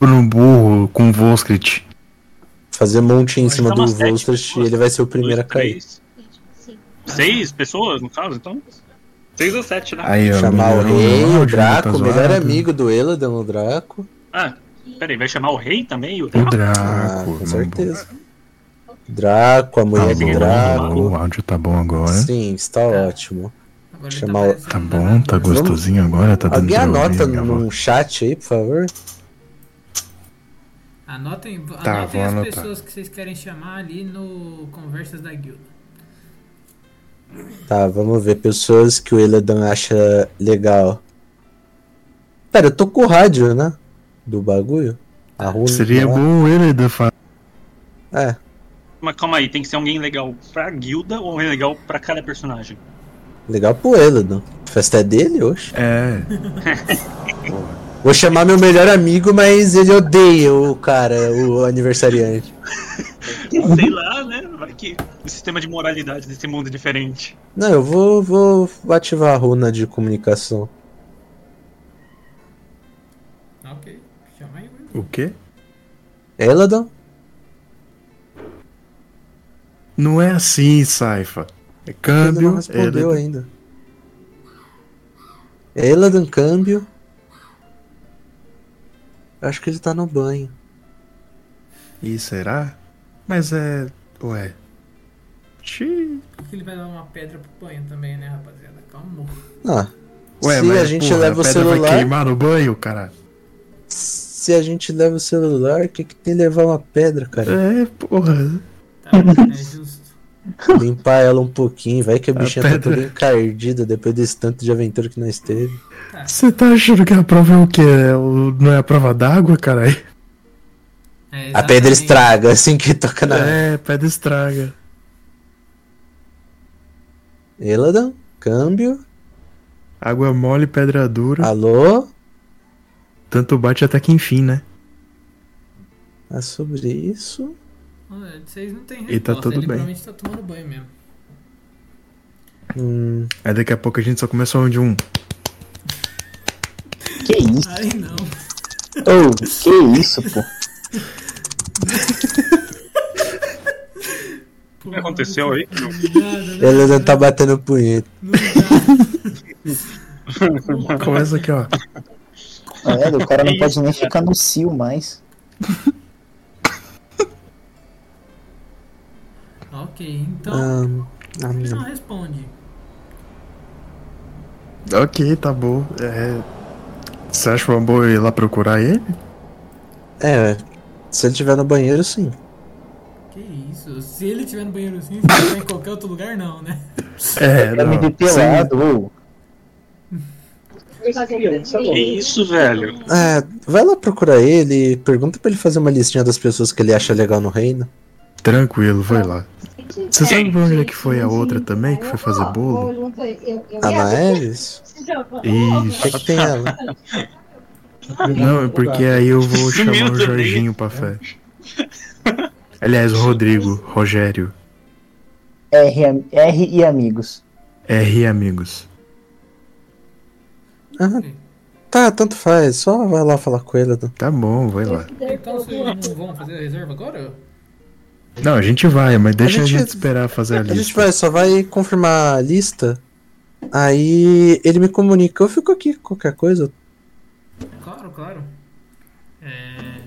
no burro com Voskrit.
Fazer monte em
Pode
cima
dar
do
tá umas sete
Volstrich e
pessoas.
ele vai ser o primeiro a
Dois,
cair.
três.
assim,
Seis pessoas, no caso, então? Seis ou sete, né?
Aí, ó,
Chamar o
melhorou
rei, o
áudio,
Draco,
tá
o melhor
zoado.
amigo do Eladan, o Draco.
Ah, peraí, vai chamar o rei também? e O
O
Draco?
Draco. tá
Ah,
irmão.
com certeza. Draco, a mulher
Tá
do
bom,
Draco.
O áudio tá bom agora.
Sim, está ótimo.
Agora
Chamar o-
ele parecendo
Tá
um
bom, tá
nadador.
gostosinho agora, tá dando
Alguém
pra
anota
ouvir, Gabo?
num chat aí, por favor.
Anotem,
Tá,
anotem
vou
as
anotar.
pessoas que vocês querem chamar ali no Conversas da Guilda.
Tá, vamos ver. Pessoas que o Eladan acha legal. Pera, eu tô com o rádio, né? Do bagulho. A runa,
Seria
lá.
bom ele da fa-
É.
Mas calma aí, tem que ser alguém legal pra guilda ou alguém legal pra cada personagem?
Legal pro Eladan. A Festa é dele hoje.
É,
Vou chamar meu melhor amigo, mas ele odeia o cara, o aniversariante.
Sei lá, né? Vai que o sistema de moralidade desse mundo é diferente.
Não, eu vou, vou ativar a runa de comunicação.
Ah, Ok, chama aí. mano.
o quê?
Eladan?
Não é assim, Saifa. É
Ele não
câmbio.
respondeu
ele-
ainda. Eladan, câmbio. Acho que ele tá no banho.
Ih, será? Mas é. Ué. Xiii.
Porque ele vai dar uma pedra pro banho também, né, rapaziada?
[laughs]
Calma.
Ah,
Ué,
se
mas
a gente
porra,
leva o
a pedra vai
celular,
queimar no banho, cara.
se a gente leva o celular, o que, que tem levar uma
[laughs]
pedra, cara?
É, porra.
Tá, é justo.
Limpar ela um pouquinho, vai que a
A
bichinha tá
pedra.
toda encardida depois desse tanto de aventura que nós teve.
Você tá achando que a prova é o quê? É o- Não é a prova d'água, caralho?
É,
A
exatamente.
pedra estraga assim que toca na.
[laughs] É, pedra estraga.
Eladan, câmbio.
Água mole, pedra dura.
Ah. Alô?
Tanto bate até que enfim, né?
É sobre isso.
Mano, Vocês não têm
E tá
resposta,
tudo
ele
bem.
provavelmente tá tomando banho mesmo.
Hum,
Aí daqui a pouco a gente só começa onde um.
Que isso?
Ai, não.
Ô, que isso, pô?
O que aconteceu aí?
Nada, né?
Eladan tá batendo punheta.
Não dá.
Começa aqui, ó.
É, o
[laughs]
cara não
Que
pode
isso,
nem
cara?
ficar no cio mais.
ok, então
Ah,
ele
ah,
não responde.
Ok, tá bom. É. Você acha uma boa eu ir lá procurar ele?
é, se ele tiver no banheiro, sim.
Que isso? Se ele tiver no banheiro assim, se ele tiver em qualquer outro lugar, não, né?
É,
Tá me
não.
depilado, ô.
Que é isso, velho?
É, vai lá procurar ele, pergunta pra ele fazer uma listinha das pessoas que ele acha legal no reino.
Tranquilo, vai lá. Você sabe pra onde é que foi a outra também, que foi fazer bolo? é?
A Maeves?
É,
O que,
Isso.
que tem ela?
Não, é porque aí eu vou
Sumiu
chamar o
também.
Jorginho pra fé. Aliás, o Rodrigo, Rogério.
R, am- R e amigos.
R amigos.
Tá, tanto faz, só vai lá falar com ele. Adam.
Tá bom, vai lá.
é,
Então vocês não vão fazer a reserva agora?
Não, a gente vai, mas deixa a
gente-
gente, esperar fazer a
A gente
lista.
vai, só vai confirmar a lista. Aí ele me comunica, eu fico aqui, qualquer coisa.
Claro, claro. É...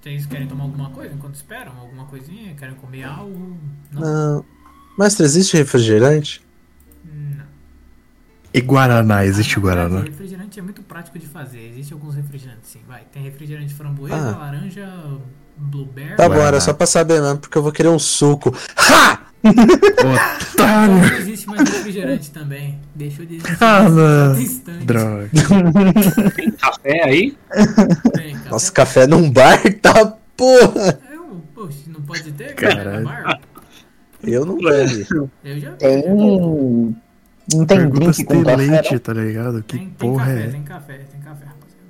Vocês querem tomar alguma coisa enquanto esperam? Alguma coisinha? Querem comer algo?
Não. Ah, Mestre, existe refrigerante?
Não.
E Guaraná, existe
Ah,
Guaraná?
verdade, Refrigerante é muito prático de fazer. Existem alguns refrigerantes, sim. Vai, tem refrigerante framboesa,
Ah.
laranja, blueberry.
Tá bom,
Guaraná.
era só pra saber mesmo, porque eu vou querer um suco. Ha!
Tá,
[laughs] Não
Otário!
existe mais refrigerante também. Deixou de existir.
Ah,
nesse
não.
instante.
Droga.
Tem café aí?
Tem, cara.
Nossa, café num bar, [laughs] tá porra!
Eu, poxa, não pode ter?
Caralho.
Bar?
Eu não bebo.
Eu já
Tem. É, Não tem
Pergunta se
drink
tem
com café. [laughs]
leite, tá ligado? Que
tem, tem
porra
café,
é?
tem café, tem café, rapaziada.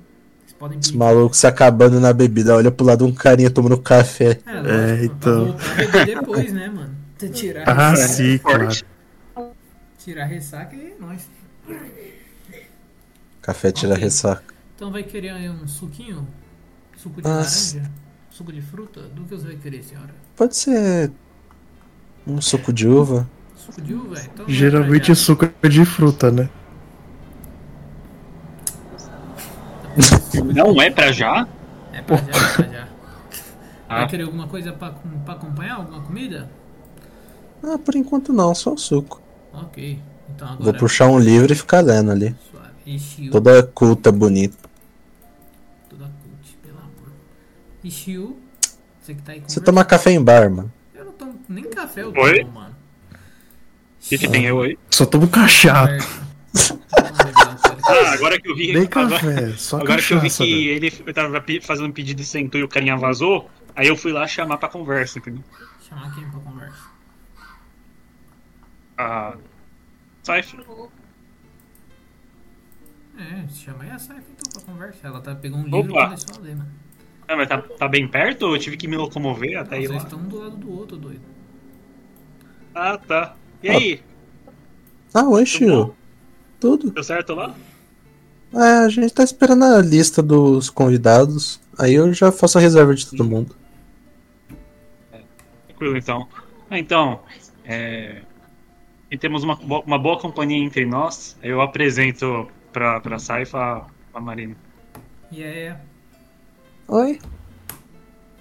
Vocês podem
Os
pedir.
malucos se acabando na bebida, olha pro lado um carinha tomando café.
É, lógico,
É, então.
pra voltar a beber depois, né, [laughs] mano? Tem que Tirar, a
Ah,
ressaca,
sim, claro.
tirar a ressaca e é nóis.
Café tira ressaca.
Então vai querer aí um suquinho? Suco de
Nossa.
laranja? Suco de fruta? Do que você vai querer, senhora?
Pode ser um suco de uva?
Suco de uva? Então,
Geralmente é
vai
suco de fruta, né?
Não é pra
pra
já?
já. É pra já, é pra
[laughs]
já.
Ah.
Vai querer alguma coisa pra, com- pra acompanhar? Alguma comida?
Ah, por enquanto não, só o suco.
Ok. Então agora.
Vou puxar um livro e ficar lendo ali.
Suave. Ishiu.
Toda culta, bonita.
Toda cult, pelo amor. Ishiu. Você que tá aí com
Você toma café em bar, mano.
Eu não tomo nem café, eu
Oi?
tomo, mano.
O que, que tem eu aí?
Só tomo cachaça.
Ah, agora que eu vi.
Nem
agora-
café, só
Agora que eu vi
cachaça.
que
velho.
ele f- tava pe- fazendo um pedido e sentou e o carinha vazou, aí eu fui lá chamar pra conversa, entendeu?
Chamar quem pra conversa?
Ah. Cypher.
É, chama aí a Saifa então pra conversa. Ela tá, pegou um livro e
Opa.
começou a ler, mano.
Ah, mas tá, tá bem perto? Eu tive que me locomover até ir
Vocês
lá.
estão um do lado do outro, doido.
Ah, tá. E aí?
Ah, oi, Shio. Tudo?
Deu certo lá?
É, a gente tá esperando a lista dos convidados. Aí eu já faço a reserva de todo mundo.
Tranquilo, então. Ah, então, é, e temos uma, bo- uma boa companhia entre nós. Eu apresento pra, pra Saifa a Marina.
E é.
Oi.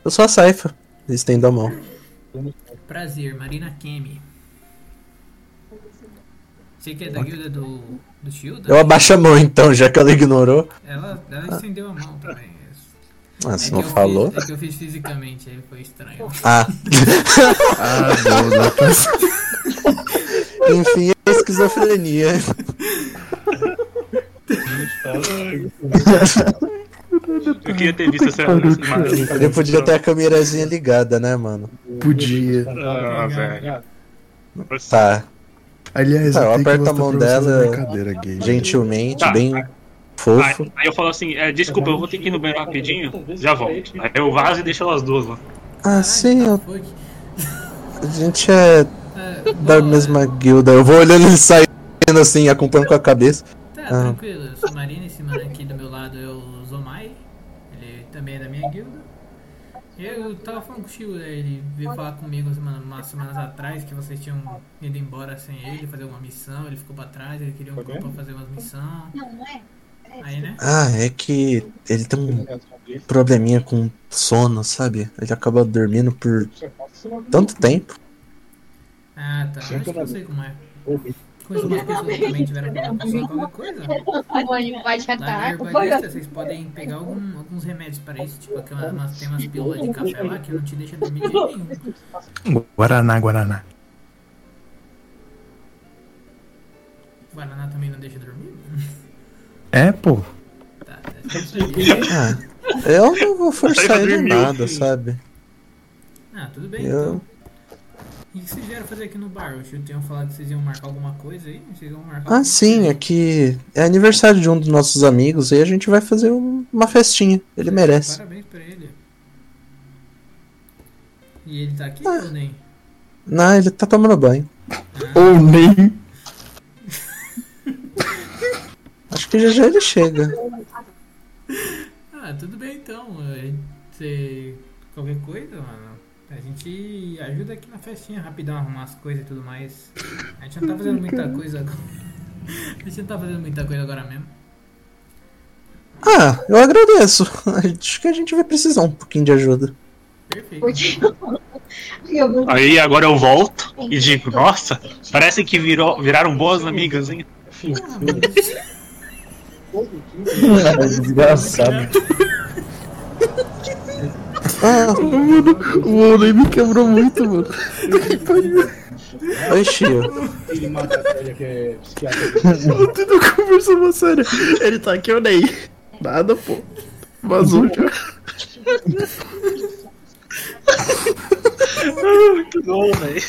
Eu sou a Saifa. Estendo a mão.
Prazer, Marina Kemi. Você que é da guilda do. do Shield?
Eu abaixo a mão então, já que ela ignorou.
Ela, ela estendeu a mão também. É
Ah, se
que
não
eu
falou.
Fiz, é que eu fiz fisicamente, aí foi estranho.
Ah,
Ah, não, não.
[laughs] enfim, é esquizofrenia.
Eu queria ter visto essa. essa imagem.
Ele podia ter a câmerazinha ligada, né, mano?
Podia.
Ah,
né?
velho.
Tá,
Aliás,
Tá, eu
eu tenho que
aperto a
mostrar
mão
pra vocês
dela,
uma brincadeira gay.
gentilmente,
Tá.
bem
Aí,
fofo.
aí eu falo assim: é, desculpa, eu vou ter que ir no banheiro rapidinho, já volto. Aí eu vazo e deixo elas duas lá.
Ah, sim, eu-
Foi que-
a gente é
é,
da
bom,
mesma guilda. Eu vou olhando ele saindo assim, acompanhando com a cabeça.
Tá,
Ah.
tranquilo. Eu sou Marina, esse mano aqui do meu lado é o Zomai. Ele também é da minha guilda. Eu tava falando com o Chiu, né, ele veio falar comigo semana- umas semanas atrás que vocês tinham ido embora sem ele, fazer uma missão, ele ficou pra trás, ele queria um grupo pra fazer umas missão.
Não, não é?
Aí, né?
Ah, é que ele tem um probleminha com sono, sabe? Ele acaba dormindo por tanto tempo.
Ah, tá. Acho que eu sei como é. Conheço umas pessoas que também tiveram problema com sono, qualquer coisa.
Vai, vai
Lá
jantar.
na né? herbalista, vocês podem pegar algum- alguns remédios para isso. Tipo, aquela- umas- tem umas pílulas de café lá que não te deixa dormir de jeito nenhum.
Guaraná, Guaraná.
Guaraná também não deixa dormir?
É, pô.
Tá, tá. certo.
Ah, eu não vou forçar ele em
dormiu.
nada, sabe?
Ah, tudo bem.
Eu.
E o que vocês vieram fazer aqui no bar? O Chiu tinha falado que vocês iam marcar alguma coisa aí? Vocês iam marcar
Ah,
alguma
sim,
coisa?
é que é aniversário de um dos nossos amigos e a gente vai fazer um- uma festinha. Ele merece.
Parabéns pra ele. E ele tá
Ah.
aqui ou nem?
Não, ele tá tomando banho.
Ou nem.
Acho que já já ele chega.
Ah, tudo bem então. É, Você... Qualquer coisa, mano. A gente ajuda aqui na festinha rapidão, arrumar as coisas e tudo mais. A gente não [laughs] tá fazendo muita coisa agora. A gente não tá fazendo muita coisa agora mesmo.
Ah, eu agradeço. [laughs] Acho que a gente vai precisar um pouquinho de ajuda.
Perfeito.
Porque assim, eu não
Aí agora eu volto e digo, nossa, parece que virou, viraram boas amigas, hein?
Ah, mas
É Desgraçado.
Ah,
O Oldey me quebrou muito, mano.
oi, Shio.
Ele mata a velha que é psiquiatra.
Eu tento conversar uma sério. Ele tá aqui, eu nem. Nada, pô. Vazou já.
Muito bom, velho.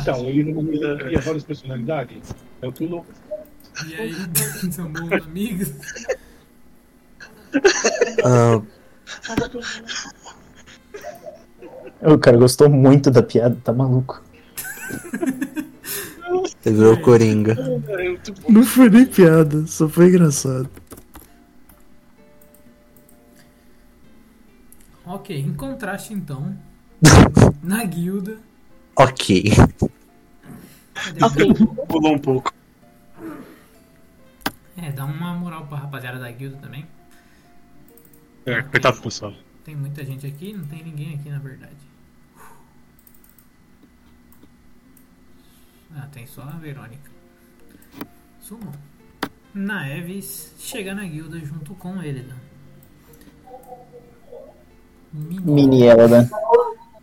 Então, ele não cria várias personalidades. É o que o louco.
E aí, [laughs] são bons amigos.
Ah,
O cara gostou muito da piada, tá maluco.
ele virou Coringa.
Não foi nem piada, só foi engraçado.
Ok, em contraste então, na guilda.
Ok.
cadê
Ok.
Pulou um pouco.
o- É, dá uma moral pra rapaziada da guilda também.
É, coitado do pessoal.
Tem muita gente aqui, não tem ninguém aqui na verdade. Ah, tem só a Verônica. Sumou. Naeves chega na guilda junto com ele. Né? Menino.
Mini Elda,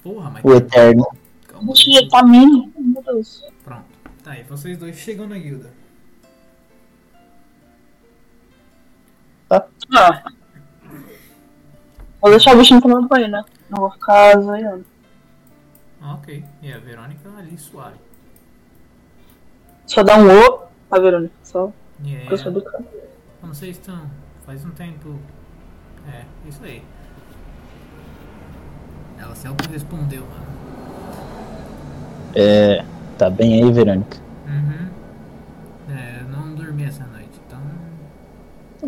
Porra, mas
o Eterno.
calma.
Deixa eu tá mini. Meu Deus.
Pronto. Tá, e vocês dois chegam na guilda.
Ah. Vou deixar o bichinho tomando banho, né? Não vou ficar zoando.
Ah, ok. E a Verônica ali suave.
Só dá um ô pra Verônica. Só
E é,
porque eu sou do cara.
como vocês estão? Faz um tempo. É, isso aí. É, Ela se autorrespondeu, mano.
É. Tá bem aí, Verônica?
Uhum. É, eu não dormi essa noite, então.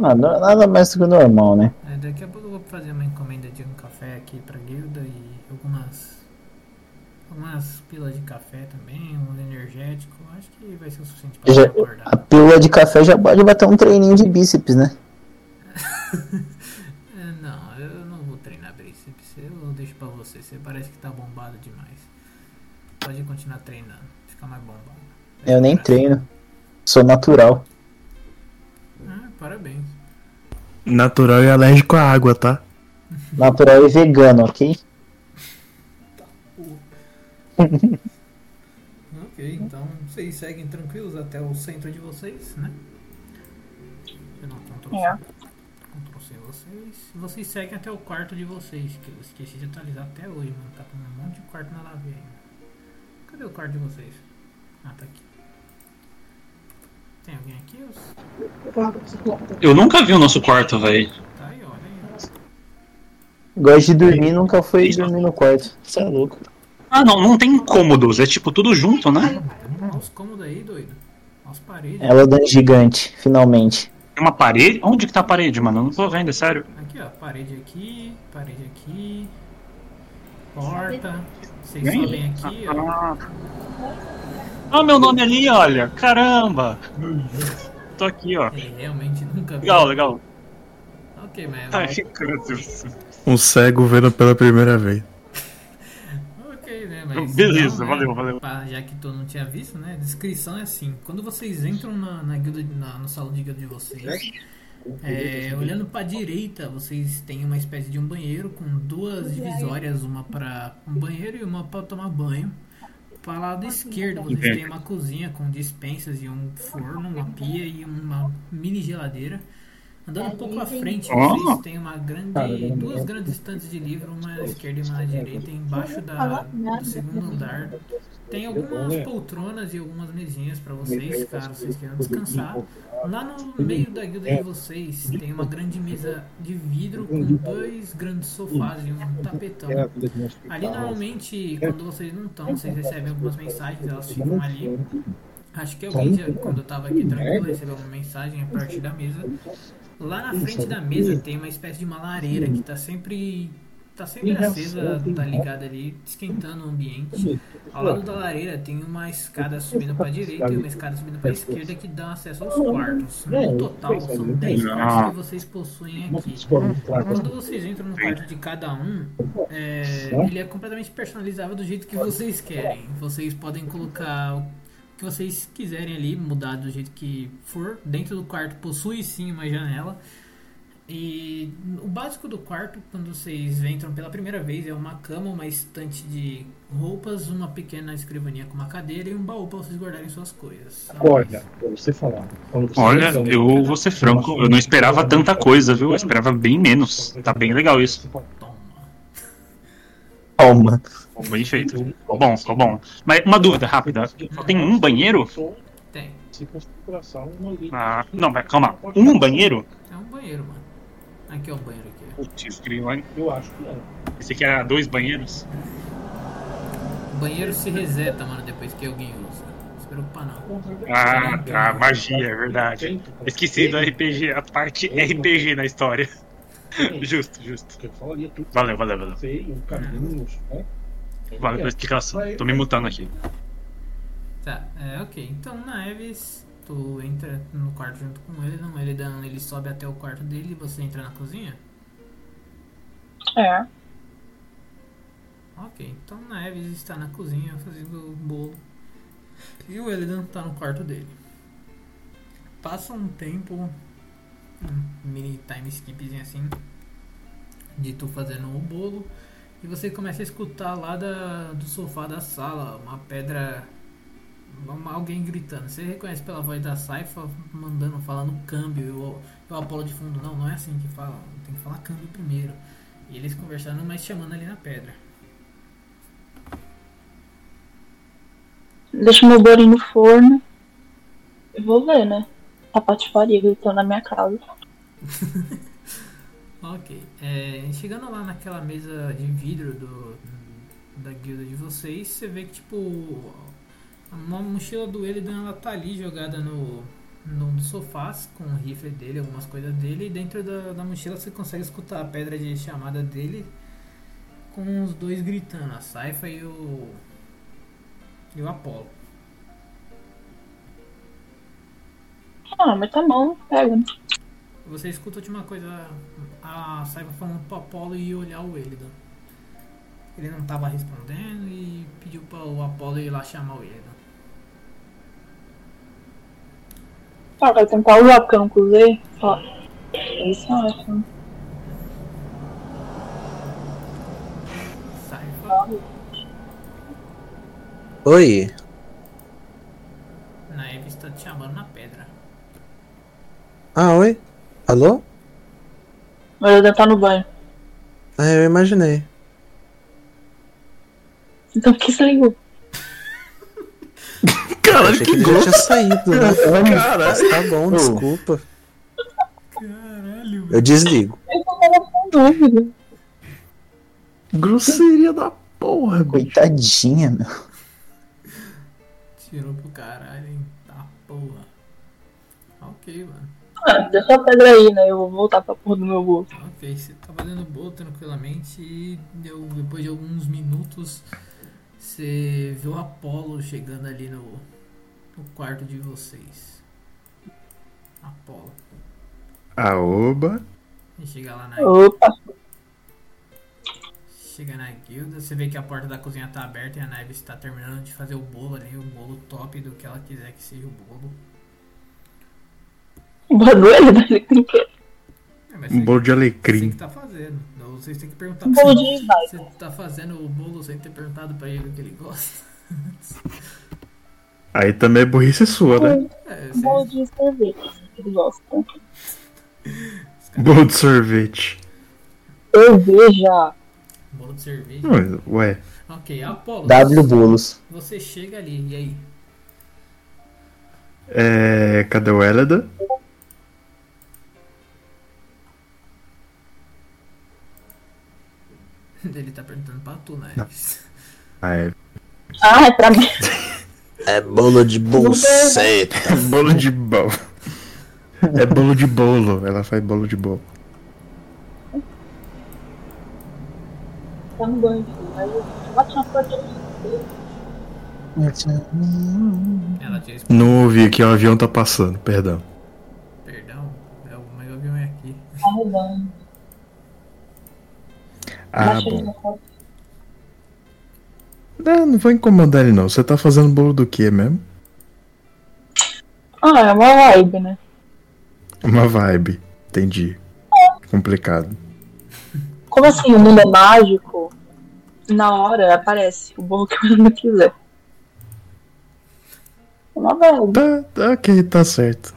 Ah, na- nada mais do que o normal, né?
é, daqui a pouco eu vou fazer uma encomenda de um café aqui pra guilda e algumas. Algumas pilas de café também, um energético. Acho que vai ser o suficiente pra
Já-
eu acordar.
a pílula de café já pode bater um treininho de bíceps, né?
É, Não, eu não vou treinar bíceps. Eu deixo pra você. Você parece que tá bombado demais. Pode continuar treinando. Fica mais bombado.
Eu nem treino. Sou natural.
Ah, parabéns.
Natural e alérgico à água, tá?
Natural e vegano, ok?
Ok, então vocês seguem tranquilos até o centro de vocês, né? Eu não controlei.
É.
Controlei vocês. Vocês seguem até o quarto de vocês, que eu esqueci de atualizar até hoje, mano. Tá com um monte de quarto na laveira ainda. Cadê o quarto de vocês? Ah, tá aqui. Tem alguém aqui? Os-
concordo com esse ponto.
Eu nunca vi o nosso quarto, velho.
Tá aí, olha aí.
Gosto de dormir, nunca foi dormir no quarto. Você é louco.
Ah, não, não tem cômodos, é tipo tudo junto, né?
Olha os cômodos aí, doido. Olha as paredes.
Ela é gigante, finalmente.
Tem uma parede? Onde que tá a parede, mano? Eu não tô vendo, é sério.
Aqui, ó. Parede aqui, parede aqui. Porta. Vocês
Vem.
sobem aqui, ó.
Ah, Ah, meu nome ali, olha. Caramba. Tô aqui, ó.
Ele É, realmente nunca viu.
Legal, Tá, legal.
Ok, mas.
Ai, meu Deus.
Um cego vendo pela primeira vez.
Ok, né? Mas.
[laughs] Beleza,
né,
valeu, valeu.
pá, Já que tu não tinha visto, né? Descrição é assim. Quando vocês entram na, na guilda, na, no salão de guilda de vocês, é, olhando pra direita, vocês têm uma espécie de um banheiro com duas divisórias, uma pra um banheiro e uma pra tomar banho. Pra lado esquerdo, vocês têm uma cozinha com dispensas e um forno, uma pia e uma mini geladeira. Andando um pouco à frente, vocês têm uma grande, duas grandes estantes de livro, uma à esquerda e uma à direita, embaixo da, Ah, do segundo andar. Tem algumas poltronas e algumas mesinhas para vocês,
né?
caso vocês queiram descansar. Lá no meio da guilda de vocês tem uma grande mesa de vidro com dois grandes sofás e um tapetão.
É.
Ali normalmente, quando vocês não estão, vocês recebem algumas mensagens, elas ficam ali. Acho que alguém já, quando eu tava aqui tranquilo, recebeu uma mensagem a partir da mesa. Lá na frente da mesa tem uma espécie de uma lareira que tá sempre tá sempre acesa, tá ligada ali, esquentando o ambiente. Ao lado da lareira tem uma escada subindo pra direita e uma escada subindo pra esquerda que dá acesso aos quartos. No total, são 10 quartos que vocês possuem aqui.
Tá
Quando vocês entram no quarto de cada um, é, ele é completamente personalizável do jeito que vocês querem. Vocês podem colocar o que vocês quiserem ali, mudar do jeito que for. Dentro do quarto possui sim uma janela. E o básico do quarto, quando vocês entram pela primeira vez, é uma cama, uma estante de roupas, uma pequena escrivaninha com uma cadeira e um baú para vocês guardarem suas coisas.
Olha, pra você falar. quando você
Olha,
entra no-
eu vou ser franco, eu não esperava tanta coisa, viu? Eu esperava bem menos. Tá bem legal isso.
Toma.
Calma.
Ficou Bem feito. Ficou bom, ficou bom. Mas uma dúvida rápida. Só Tá tem um banheiro?
Tem.
Ah, não, mas calma. Um banheiro?
É um banheiro, mano. Aqui é o banheiro aqui.
Putz, grilo, hein?
Eu acho que é.
Esse aqui era dois banheiros?
O banheiro se reseta, mano, depois que alguém usa. Não se preocupa não.
Ah, tá. Magia, é verdade. Esqueci do RPG, a parte RPG na história. Justo, justo.
Eu falaria tudo.
Valeu, valeu, valeu.
Feio, caminhos, né?
Valeu pela explicação. Tô me mutando aqui.
Tá, é ok. Então, Naves, tu entra no quarto junto com ele, não? Ele, dá, ele sobe até o quarto dele e você entra na cozinha?
É.
Ok, então Neves está na cozinha fazendo o bolo e o Elidan está no quarto dele. Passa um tempo, um mini time skipzinho assim, de tu fazendo o bolo e você começa a escutar lá da, do sofá da sala uma pedra, uma- alguém gritando. Você reconhece pela voz da Saifa mandando, falando câmbio e o, e o Apolo de fundo: Não, não é assim que fala, tem que falar câmbio primeiro. E eles conversando, mas chamando ali na pedra.
Deixo meu bolinho no forno. Eu vou ver, né? A patifaria gritando na minha casa.
Ok. É, chegando lá naquela mesa de vidro do, da guilda de vocês, você vê que tipo uma mochila do Elidan ela tá ali jogada no num sofá com o rifle dele, algumas coisas dele, e dentro da, da mochila você consegue escutar a pedra de chamada dele com os dois gritando, a Saifa e o e o Apolo.
Ah, mas tá bom, pega.
Você escuta a última coisa, a Saiba falando pro Apolo e olhar o Elidan. Ele não tava respondendo e pediu para o Apolo ir lá chamar o Elidan.
Ah, vai tentar usar porque eu não usei. Ó. Isso é ótimo.
Saiba,
Oi.
na Eve está te chamando na pedra.
Ah, oi. Alô?
Mas eu devo estar no banho.
Ah, eu imaginei.
Então por que você ligou?
Achei que ele já tinha saído, né? Mas tá bom, desculpa.
Caralho,
Eu desligo.
Eu tava com dúvida.
Grosseria da porra, bicho.
Coitadinha, meu.
tirou pro caralho, hein? Tá porra. Ok, mano.
Ah, deixa a pedra aí, né? Eu vou voltar pra porra do meu bolo.
Ok, você tá fazendo bolo tranquilamente e deu- depois de alguns minutos você vê o Apolo chegando ali no, no quarto de vocês. Apolo.
Aoba.
E chega lá na,
Opa,
chega na guilda, você vê que a porta da cozinha tá aberta e a Neve está terminando de fazer o bolo ali, o bolo top do que ela quiser que seja o bolo.
bagulho ele vai ter que
É, mas
Um
você-
bolo de
você que
alecrim.
tá fazendo. Não, Vocês têm que perguntar
Um
pra
bolo
você.
de vai.
Você tá fazendo o bolo sem ter perguntado pra ele o que ele gosta. [laughs]
Aí também é burrice sua, né?
É,
Um
você-
bolo de sorvete. que Ele gosta.
Bolo de sorvete.
Eu veja.
bolo de cerveja.
Hum.
Não, mas, Ué.
Ok, Apolo,
W Bolos.
você chega ali, e aí? [laughs]
É. Cadê o Eleda?
Ele tá perguntando pra tu, né? Elvis?
Ah,
[laughs]
é.
Ah, é pra mim.
É bolo de
né?
buceta.
Bolo de bolo. É bolo de bolo. Ela faz bolo de bolo.
tá no banho, filho. Aí eu bate na porta
Ela diz,
Não ouvi que o avião tá passando, perdão.
perdão, é o meu avião é aqui.
tá roubando.
Ah,
Baixa ele
bom.
na porta.
Não, não vou incomodar ele não. Você tá fazendo bolo do que mesmo?
Ah, é uma vibe, né?
Uma vibe. Entendi. Complicado.
Como assim, o mundo é mágico? Na hora aparece o bolo que eu não quiser. É uma vibe.
Tá, tá, ok, tá certo.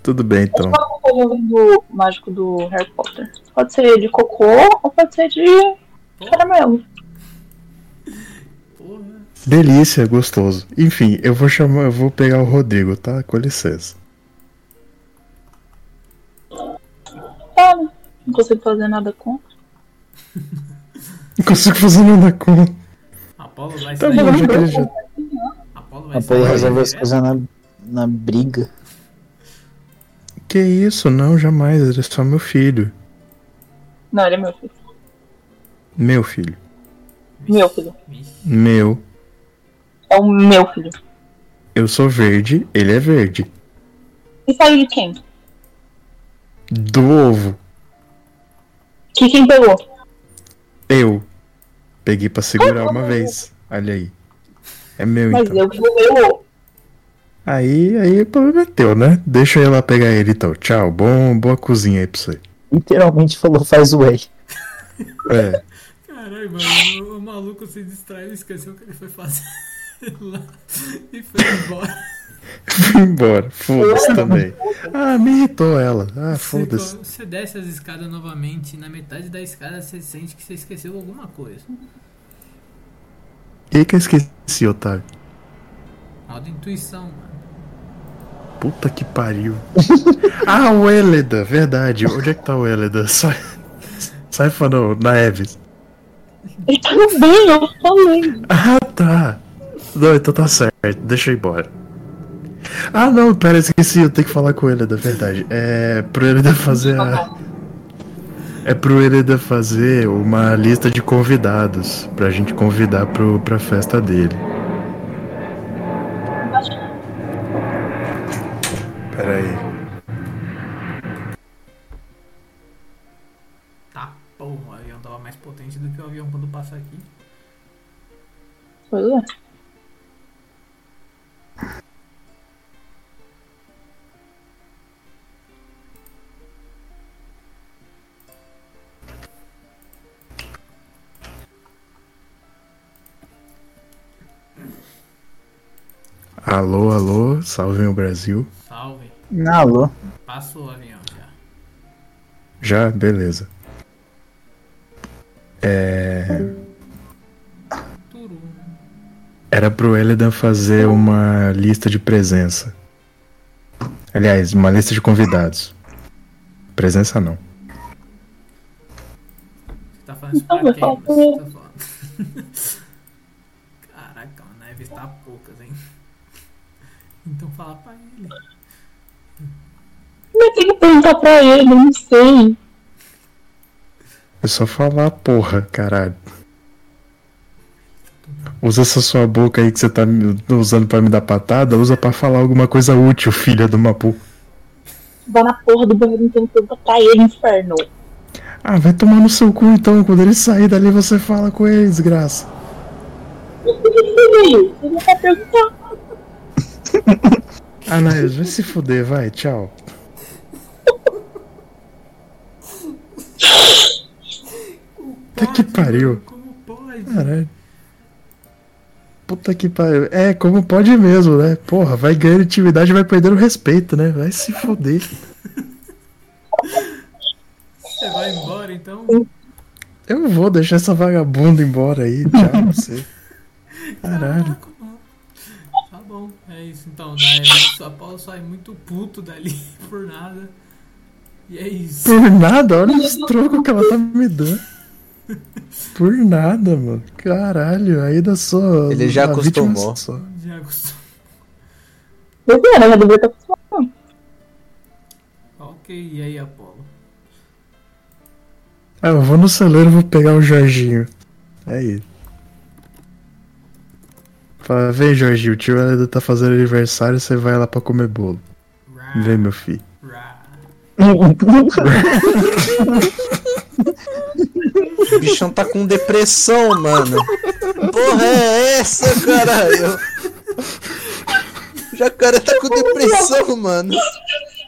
Tudo bem
É
então.
tipo a propaganda do mágico do Harry Potter. Pode ser de cocô ou pode ser de caramelo.
Porra.
Delícia, gostoso. Enfim, eu vou chamar, eu vou pegar o Rodrigo, tá? Com licença.
Tá, né? não consigo fazer nada com.
Não consigo fazer nada com.
Apolo vai
Tá
sair.
bom, já que ele já
Apolo vai
Apolo
sair.
é.
resolveu as
direto?
coisas na, na briga.
Que isso? Não, jamais. Ele é só meu filho.
Não, ele é meu filho.
Meu filho.
Meu filho.
Vixe,
Meu.
É o meu filho.
Eu sou verde, ele é verde.
E saiu de quem?
Do ovo,
Que quem pegou?
eu. Peguei pra segurar uma vez. Olha aí. É meu
Mas
então.
eu que levei o ovo.
Aí, aí o problema é teu, né? Deixa eu ir lá pegar ele então. Tchau. Bom, boa cozinha aí pra você.
Literalmente falou faz o E.
É. [laughs]
Caralho, mano, o, o maluco se distraiu, esqueceu o que ele foi fazer [laughs] lá e foi embora.
Fui embora. Foda-se também. Ah, me irritou ela. Ah,
Você,
foda-se.
você desce as escadas novamente, na metade da escada você sente que você esqueceu alguma coisa.
O que que eu esqueci, Otávio?
Roda intuição, mano.
Puta que pariu. [laughs] ah, o Eleda, verdade. Onde é que tá o Eleda? Sai. [laughs] Sai falando na Eves.
Ele tá no banho, eu falei.
Ah, tá. Não, então tá certo. Deixa eu ir embora. Ah, não, pera, esqueci. Eu tenho que falar com o Eleda, verdade. É pro Eleda fazer a. É pro Eleda fazer uma lista de convidados pra gente convidar pro, pra festa dele. Pera aí.
Tá, porra, o avião tava mais potente do que o avião quando passa aqui.
Pois é.
Alô, alô, salvem o Brasil.
Salve,
Alô.
passa o avião já.
Já? Beleza. É,
Turu.
era pro Eledan fazer uma lista de presença. Aliás, uma lista de convidados. Presença não.
Você tá falando isso pra
Então, mas
quem? mano? Você tá falando. [laughs] Caraca, a neve tá poucas, hein? Então fala pra ele.
Eu tenho é que perguntar pra ele, eu não sei.
É só falar porra, caralho. Usa essa sua boca aí que você tá me- usando pra me dar patada, usa pra falar alguma coisa útil, filha do Mapu.
Vai na porra do banheiro, então pergunta pra ele, inferno.
Ah, vai tomar no seu cu então, quando ele sair dali você fala com ele, desgraça.
Por que você veio? Você não quer perguntar.
Ah, Nails, vai se fuder, vai, tchau. Puta que pariu.
Como pode?
Caralho. Puta que pariu. É, como pode mesmo, né? Porra, vai ganhando intimidade e vai perdendo respeito, né? Vai se fuder.
Você vai embora então?
Eu vou deixar essa vagabunda embora aí. Tchau, pra você. Caralho.
Caraca, mano. Tá bom, é isso então. Né? O Paulo sai muito puto dali [laughs] por nada. E é isso.
Por nada, olha os trocos que ela tá me dando. Por nada, mano. Caralho, ainda sou.
Ele já
a vítima
acostumou.
só.
Já gostou.
Eu sei, ela já deveria estar acostumada.
[laughs] Ok, e aí, Apolo?
Ah, eu vou no celeiro e vou pegar o Jorginho. É isso. Fala, vem Jorginho, o tio ainda tá fazendo aniversário, você vai lá pra comer bolo.
Rá,
Vem, meu filho.
rá.
O bichão tá com depressão, mano. Porra, é essa, caralho? O jacaré tá com depressão, mano.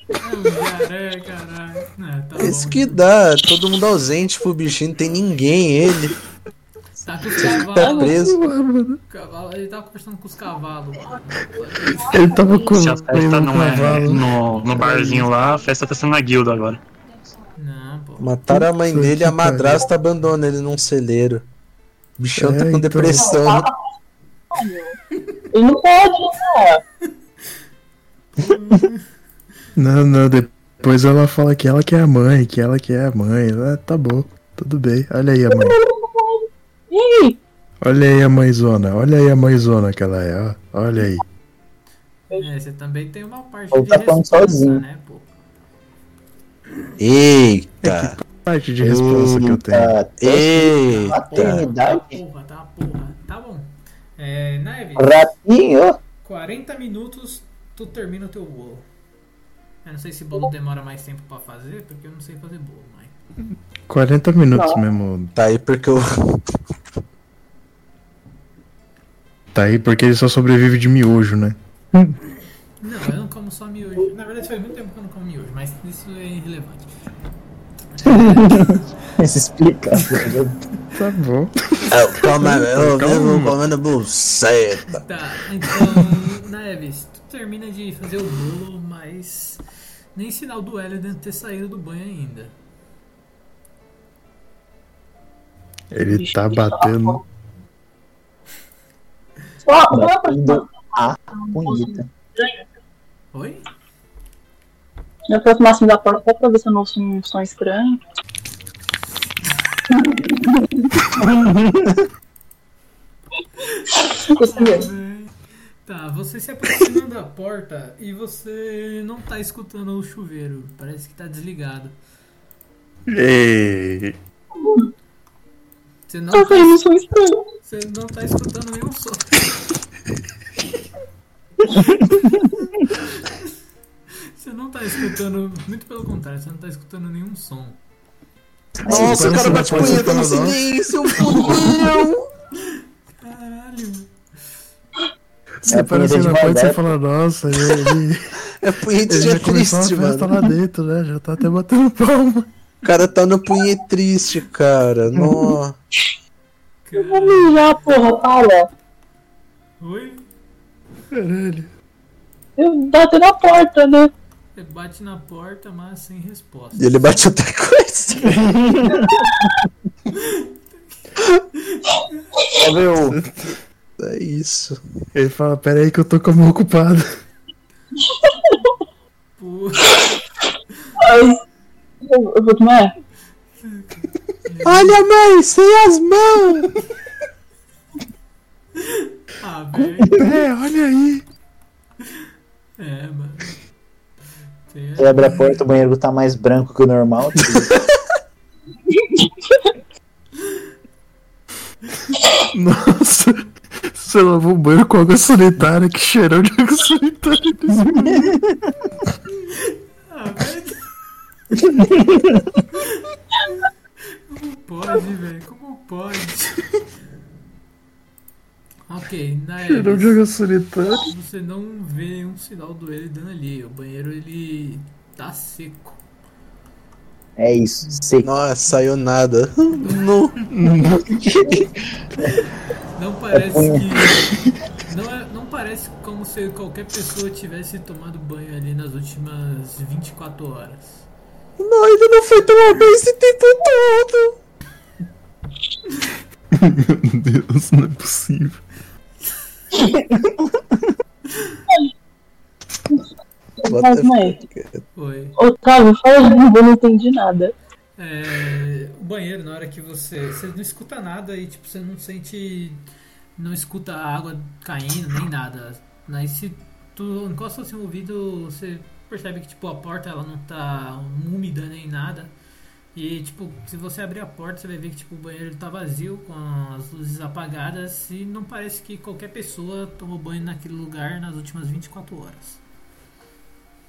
Jacaré, caralho. Ah, tá
É Isso
bom.
que dá, todo mundo ausente pro bichinho, não tem ninguém ele.
Tá com
Tá
os
preso.
cavalos. Ele tava conversando com os cavalos.
Ele tava
Hum,
com.
Se a festa
com um
não é
cavalo.
no, no barzinho lá, a festa tá sendo na guilda agora.
Não, pô.
Mataram a mãe
Puta
dele e a
que pariu.
madrasta abandona ele num celeiro. O bichão
É,
tá com
então.
depressão.
Ele não pode, né?
Não, não, depois ela fala que ela que é a mãe, que ela que é a mãe. Ah, tá bom, tudo bem. Olha aí a mãe.
E aí?
Olha aí a mãezona, olha aí a mãezona que ela é, ó. Olha aí.
É, você também tem uma parte
Ou
de
tá falando
responsa,
sozinho.
né, pô?
Eita!
Parte de resposta que eu tenho.
Eita!
Tá uma
Paternidade.
porra, tá uma porra. Tá bom. É, Neve,
Ratinho. [laughs]
40 minutos tu termina o teu bolo. Eu não sei se bolo demora mais tempo pra fazer, porque eu não sei fazer bolo, mas.
40 minutos mesmo.
Tá aí porque eu.
Tá aí porque ele só sobrevive de miojo, né?
Não, eu não como só miojo. Na verdade, faz muito tempo que eu não como miojo, mas isso é irrelevante.
Se explica.
Tá bom.
Eu, calma, eu
Calma.
mesmo comendo buceta.
Tá, então, Neves, tu termina de fazer o bolo, mas nem sinal do Hélio deve ter saído do banho ainda.
Ele tá batendo.
Só uma
Batendo a punheta.
Oi?
Eu aproximo assim da porta só pra ver se eu não ouço um som estranho. Isso mesmo.
Tá, você se aproxima da porta e você não tá escutando o chuveiro. Parece que tá desligado.
Ei!
Você não,
Tá
tá,
fazendo um som estranho.
você não tá escutando nenhum som. [laughs] Você não tá escutando, muito pelo contrário, você não tá escutando nenhum som.
Nossa, o cara bate punheta no
né?
seguinte, seu fudão!
Caralho.
Você
É,
aparece
comida
na
de
porta e você
maldade.
fala, nossa, ele, ele-
É punheta
ele
de
já começou uma
triste,
festa
mano.
lá dentro, né? Já tá até batendo palma. [laughs]
O cara tá no punheta triste, [laughs] cara. Nó.
Eu vou mijar, porra, para.
Oi?
Caralho.
Eu bato na porta, né?
Você bate na porta, mas sem resposta.
E ele bate outra coisa.
Quer ver o
[laughs]
É isso.
Ele fala, pera aí que eu tô com a mão ocupada.
Pô, [laughs]
Eu, eu vou é? tomar.
Olha, mãe, sem as mãos!
ah, velho.
É, olha aí.
É, mano. Tem-
Você abre a porta, o banheiro tá mais branco que o normal.
Nossa. Você lavou o banheiro com água sanitária, que cheirão de água sanitária.
Ah, velho. né? Como pode, velho? Como pode? Ok, na
Cheirão de
época
água sanitária.
você não vê um sinal do ele dando ali. O banheiro ele tá seco.
É isso, seco.
Nossa, saiu nada. Não.
Não parece que. Não, é- não parece como se qualquer pessoa tivesse tomado banho ali nas últimas 24 horas.
Não, ele não foi tomar banho esse tempo todo.
Meu Deus, não é possível.
What the
Mas, mãe,
Foi.
é? Otávio, fala [laughs] de novo, eu não entendi nada.
É, o banheiro, na hora que você. Você não escuta nada e tipo, você não sente. Não escuta a água caindo nem nada. Aí se tu encosta assim o ouvido, você percebe que tipo, a porta ela não tá úmida nem nada. E, tipo, se você abrir a porta, você vai ver que tipo, o banheiro ele tá vazio, com as luzes apagadas, e não parece que qualquer pessoa tomou banho naquele lugar nas últimas 24 horas.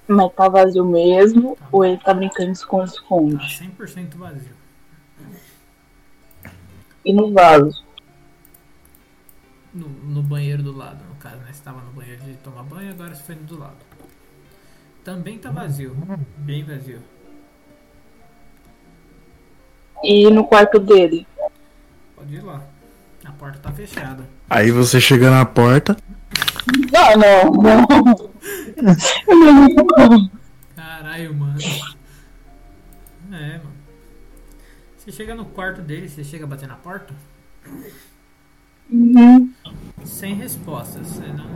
Mas tá vazio mesmo
Tá.
ou ele tá brincando de
Tá
esconde-esconde?
100% vazio.
E no vaso?
No, no banheiro do lado, no caso, né? Você tava no banheiro de tomar banho, agora você foi no do lado. Também tá vazio, bem vazio.
E no quarto dele?
Pode ir lá. A porta tá fechada.
Aí você chega na porta,
Não, não, não. [laughs] Não.
Caralho, mano. É, mano. Você chega no quarto dele, você chega a bater na porta?
Uhum.
Sem respostas. Você não.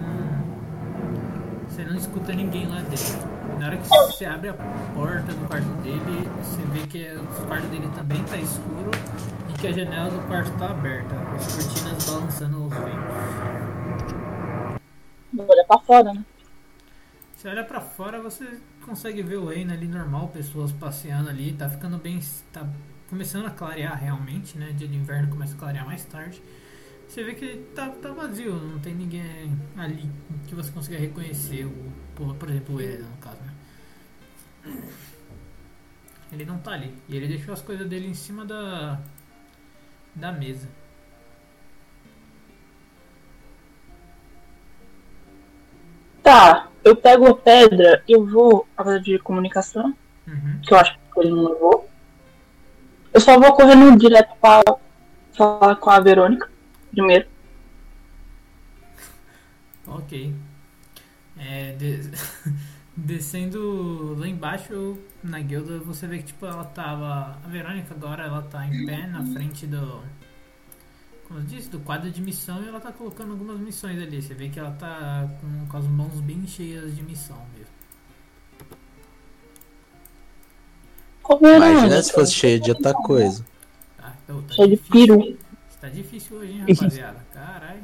Você não escuta ninguém lá dentro. Na hora que você abre a porta do quarto dele, você vê que é, o quarto dele também tá escuro e que a janela do quarto tá aberta. As cortinas balançando os ventos.
Vou olhar pra fora, né?
Você olha pra fora, você consegue ver o reino ali normal, pessoas passeando ali, tá ficando bem. tá começando a clarear realmente, né? Dia de inverno começa a clarear mais tarde. Você vê que tá, tá vazio, não tem ninguém ali que você consiga reconhecer, o, por, por exemplo, ele no caso, né? Ele não tá ali. E ele deixou as coisas dele em cima da. da mesa.
Tá, eu pego a pedra e eu vou. A pedra de comunicação,
Uhum.
que eu acho que ele não levou. Eu só vou correndo direto pra falar com a Verônica primeiro.
Ok. É, de- [laughs] Descendo lá embaixo na guilda, você vê que tipo ela tava. A Verônica agora ela tá em pé na frente do. Como eu disse, do quadro de missão e ela tá colocando algumas missões ali. Você vê que ela tá com, com as mãos bem cheias de missão mesmo.
Ô, Verônica,
Imagina se fosse cheio de outra coisa.
Tá, então, tá
Cheio de
difícil.
peru.
Tá difícil hoje, hein, rapaziada?
[laughs]
Caralho.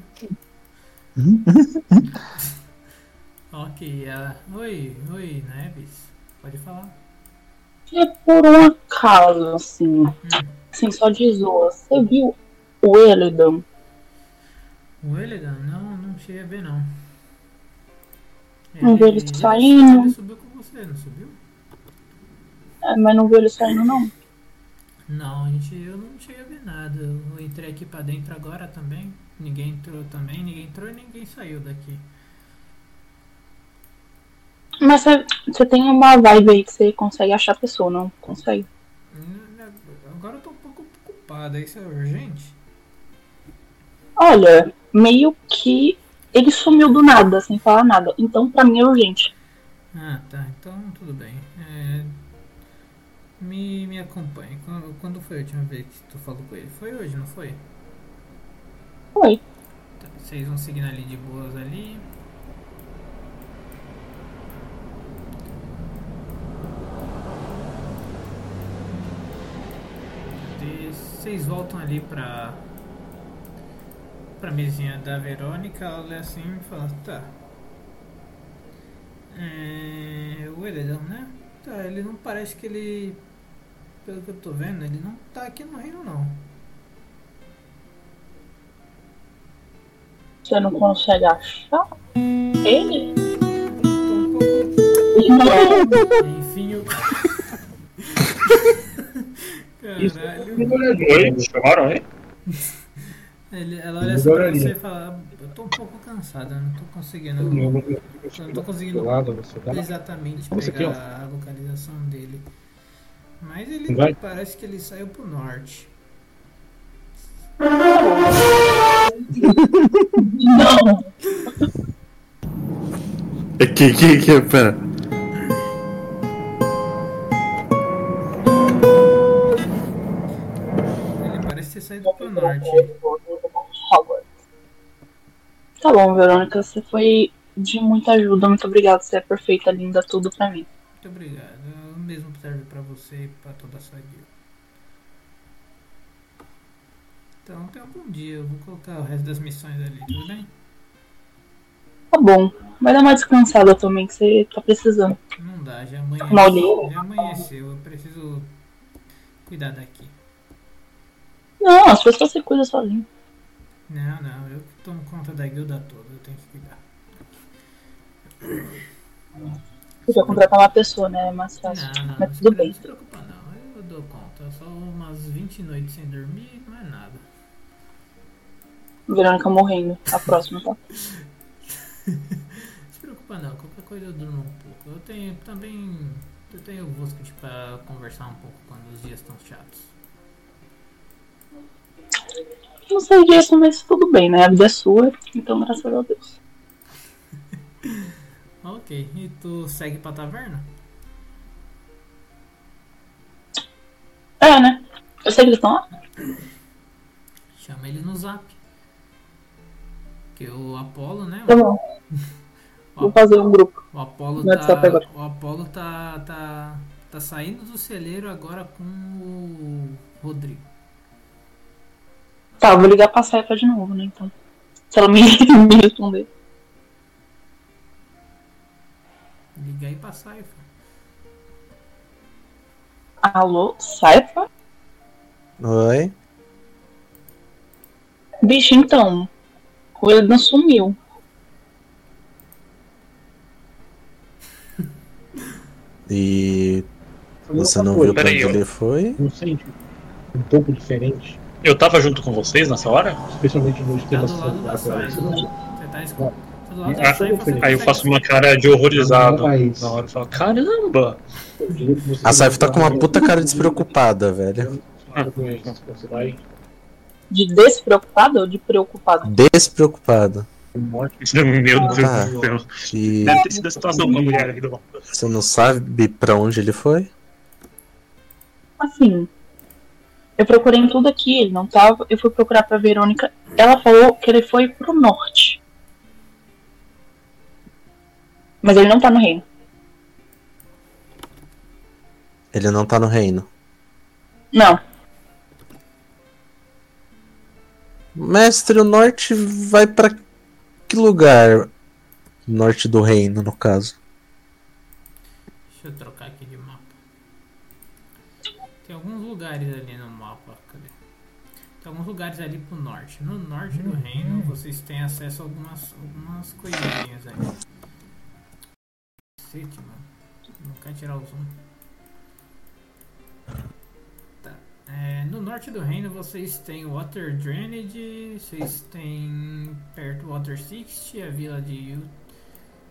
ok, ela. Oi, oi, Neves. Pode falar.
E por um acaso, assim, assim, só de zoa, você viu o Eledon?
O Elegan? Não, não cheguei a ver não.
Não vi ele saindo.
Ele subiu com você, não subiu?
É, mas não viu ele saindo, não.
Não, a gente, eu não cheguei a ver nada. Eu entrei aqui pra dentro agora também. Ninguém entrou também, ninguém entrou e ninguém saiu daqui.
Mas você, você tem uma vibe aí que você consegue achar a pessoa, não? Consegue.
Hum, Agora eu tô um pouco preocupado, isso é urgente?
Olha, meio que ele sumiu do nada, sem falar nada. Então, pra mim, é urgente.
Ah, tá. Então tudo bem. É, Me, me acompanhe. Quando, quando foi a última vez que tu falou com ele? Foi hoje, não foi?
Foi.
Tá, Vocês vão seguindo ali de boas ali. E Vocês voltam ali pra. pra mesinha da Verônica, ela olha assim e fala, tá. É, o Eredão, né? Tá, ele não parece que ele. Pelo que eu tô vendo, ele não tá aqui no reino não.
Você não consegue achar ele?
Tô um pouco
Não.
Enfim, eu. [laughs]
é um
Caralho.
Chamaram, hein?
Ele- ela olha assim pra você e fala: Eu tô um pouco cansada, não tô conseguindo. Não tô
tá
conseguindo exatamente
Vamos aqui,
pegar a localização dele. Mas ele
Vai.
parece que ele saiu pro norte.
não.
que que que pera.
Ele parece ter saído pro
é
norte.
um Tá bom, Verônica, você foi de muita ajuda. Muito obrigada, você é perfeita, linda, tudo pra mim.
Muito obrigado. O mesmo serve pra você e pra toda a sua guilda. Então, tenha um bom dia. Eu vou colocar o resto das missões ali, tudo bem?
Tá bom. Vai dar uma descansada também, que você tá precisando.
Não dá, já amanheceu.
Maulinho.
Já amanheceu, eu preciso cuidar daqui.
Não, as pessoas se cuidam sozinho.
Não, não, eu que tomo conta da guilda toda, eu tenho que cuidar.
Podia contratar uma pessoa, né? É mais fácil.
Não, não, não,
Mas tudo
se- não
bem.
se preocupa não, eu dou conta. Só umas 20 noites sem dormir não é nada.
Verônica morrendo. A próxima, tá?
Não se preocupa não, qualquer coisa eu durmo um pouco. Eu tenho também. Eu tenho Voskit pra conversar um pouco quando os dias estão chatos.
Não sei disso, mas tudo bem, né? A vida é sua, então graças a Deus.
Ok, e tu segue pra taverna?
É, né? Eu sei que eles estão lá.
Chama ele no zap. Que o Apolo, né?
Tá bom. Vou fazer um grupo.
O Apolo
No WhatsApp agora.
tá. O Apolo tá, tá. tá saindo do celeiro agora com o Rodrigo.
Tá, eu vou ligar pra Saifa de novo, né? Então. Se ela me, [laughs] me responder.
Liga aí pra Saifa.
Alô, Saifa?
Oi?
Bicho, então. O Elidan sumiu.
E você não
Outra
viu
coisa,
pra
peraí,
onde
eu-
ele foi?
Não sente um pouco diferente,
Eu tava junto com vocês nessa hora?
especialmente no né?
Tá
esquema
do lado da
agora.
Saifa. Você tá escutando. Tá do lado
Ah,
da Saifa. você
Aí eu
consegue-
faço uma cara de horrorizado
Não, mas-
na hora e falo, caramba! [laughs]
Eu diria que você-
A Saif tá com uma puta cara despreocupada, velho.
né? Você vai
De despreocupado ou de preocupado?
Despreocupada.
Meu Deus
Ah.
do céu.
E
Deve ter sido a situação com a mulher aqui do lado.
você não sabe pra onde ele foi?
Assim. Eu procurei em tudo aqui, ele não tava. Eu fui procurar pra Verônica. Ela falou que ele foi pro norte. Mas ele não tá no reino.
Ele não tá no reino.
Não.
Mestre, o norte vai pra que lugar? Norte do reino, no caso.
Deixa eu trocar aqui de mapa. Tem alguns lugares ali no mapa. Cadê? Tem alguns lugares ali pro norte. No norte do reino vocês têm acesso a algumas, algumas coisinhas aí. Cacete, mano. Não quero tirar o zoom. Tá. É, no norte do reino vocês têm Water Drainage, vocês têm perto Water Sixty, a vila de Ut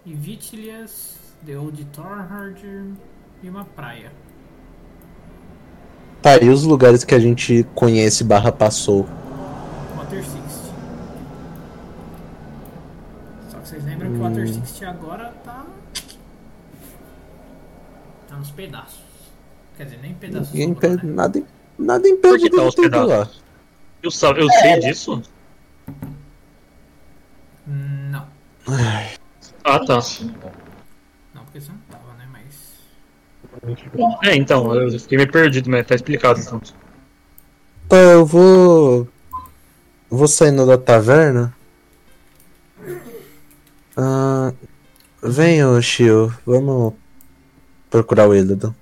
e Vitilias, The Old Thorhard e uma praia.
Tá, e os lugares que a gente conhece barra passou?
Water 60. Só que vocês lembram que o
Hum.
Water 60 agora tá. tá nos pedaços. Quer dizer, nem pedaços.
Ninguém
sobrou,
impede-
né?
nada, nada
Por
impede
que tá
dele ter ido
hospedado?
lá.
Eu, sa- eu sei disso?
Não,
Ah, tá.
não porque você não tava, né? Mas.
É, então, eu fiquei meio perdido, mas tá explicado. Então.
Tá, eu vou. eu Vou saindo da taverna. Ah, vem, ô Shio, vamos procurar o Illidan.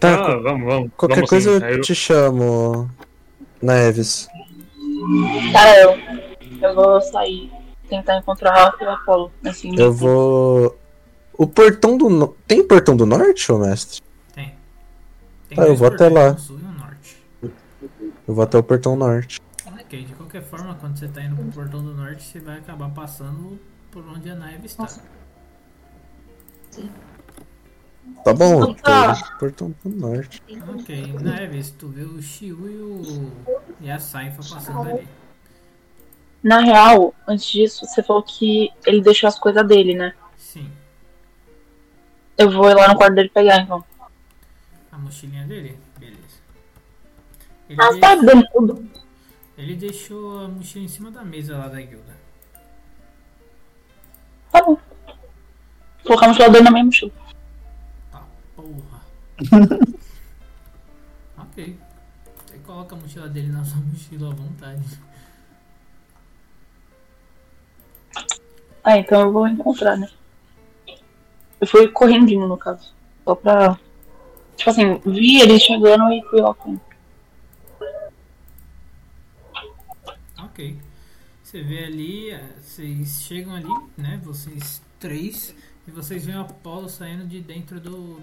Tá,
ah, vamos, vamos.
qualquer
vamos
coisa
sim. Aí
eu
eu-
te chamo, Neves.
Cara, eu, eu vou sair tentar encontrar o Apolo. Assim,
Eu vou. O portão do. no- Tem portão do norte, ô mestre?
Tem. Tem
Tá, eu
dois
vou até
portões,
lá.
Um sul e um norte.
Eu vou até o portão norte.
Ok, de qualquer forma, quando você tá indo pro portão do norte, você vai acabar passando por onde a neve está.
Tá bom, eu
Tá.
tô no portão do norte.
Ok, Neves, tu vê o Shiu e, o... e a Saifa passando ali.
Na real, antes disso, você falou que ele deixou as coisas dele, né?
Sim,
Eu vou ir lá no quarto dele pegar, então.
a mochilinha dele? Beleza. Ele,
Ah,
de-
tá dando tudo.
ele deixou a mochila em cima da mesa lá da guilda.
Tá bom. Vou Colocar a mochila dele na minha mochila.
Tá, porra.
[laughs]
ok. Você coloca a mochila dele na sua mochila à vontade.
Ah, então eu vou encontrar, né? Eu fui correndinho, no caso. Só pra Tipo assim, vi ele chegando e fui lá com.
Tá Ok. Você vê ali, eh, vocês chegam ali, né? Vocês três, e vocês veem o Apolo saindo de dentro do,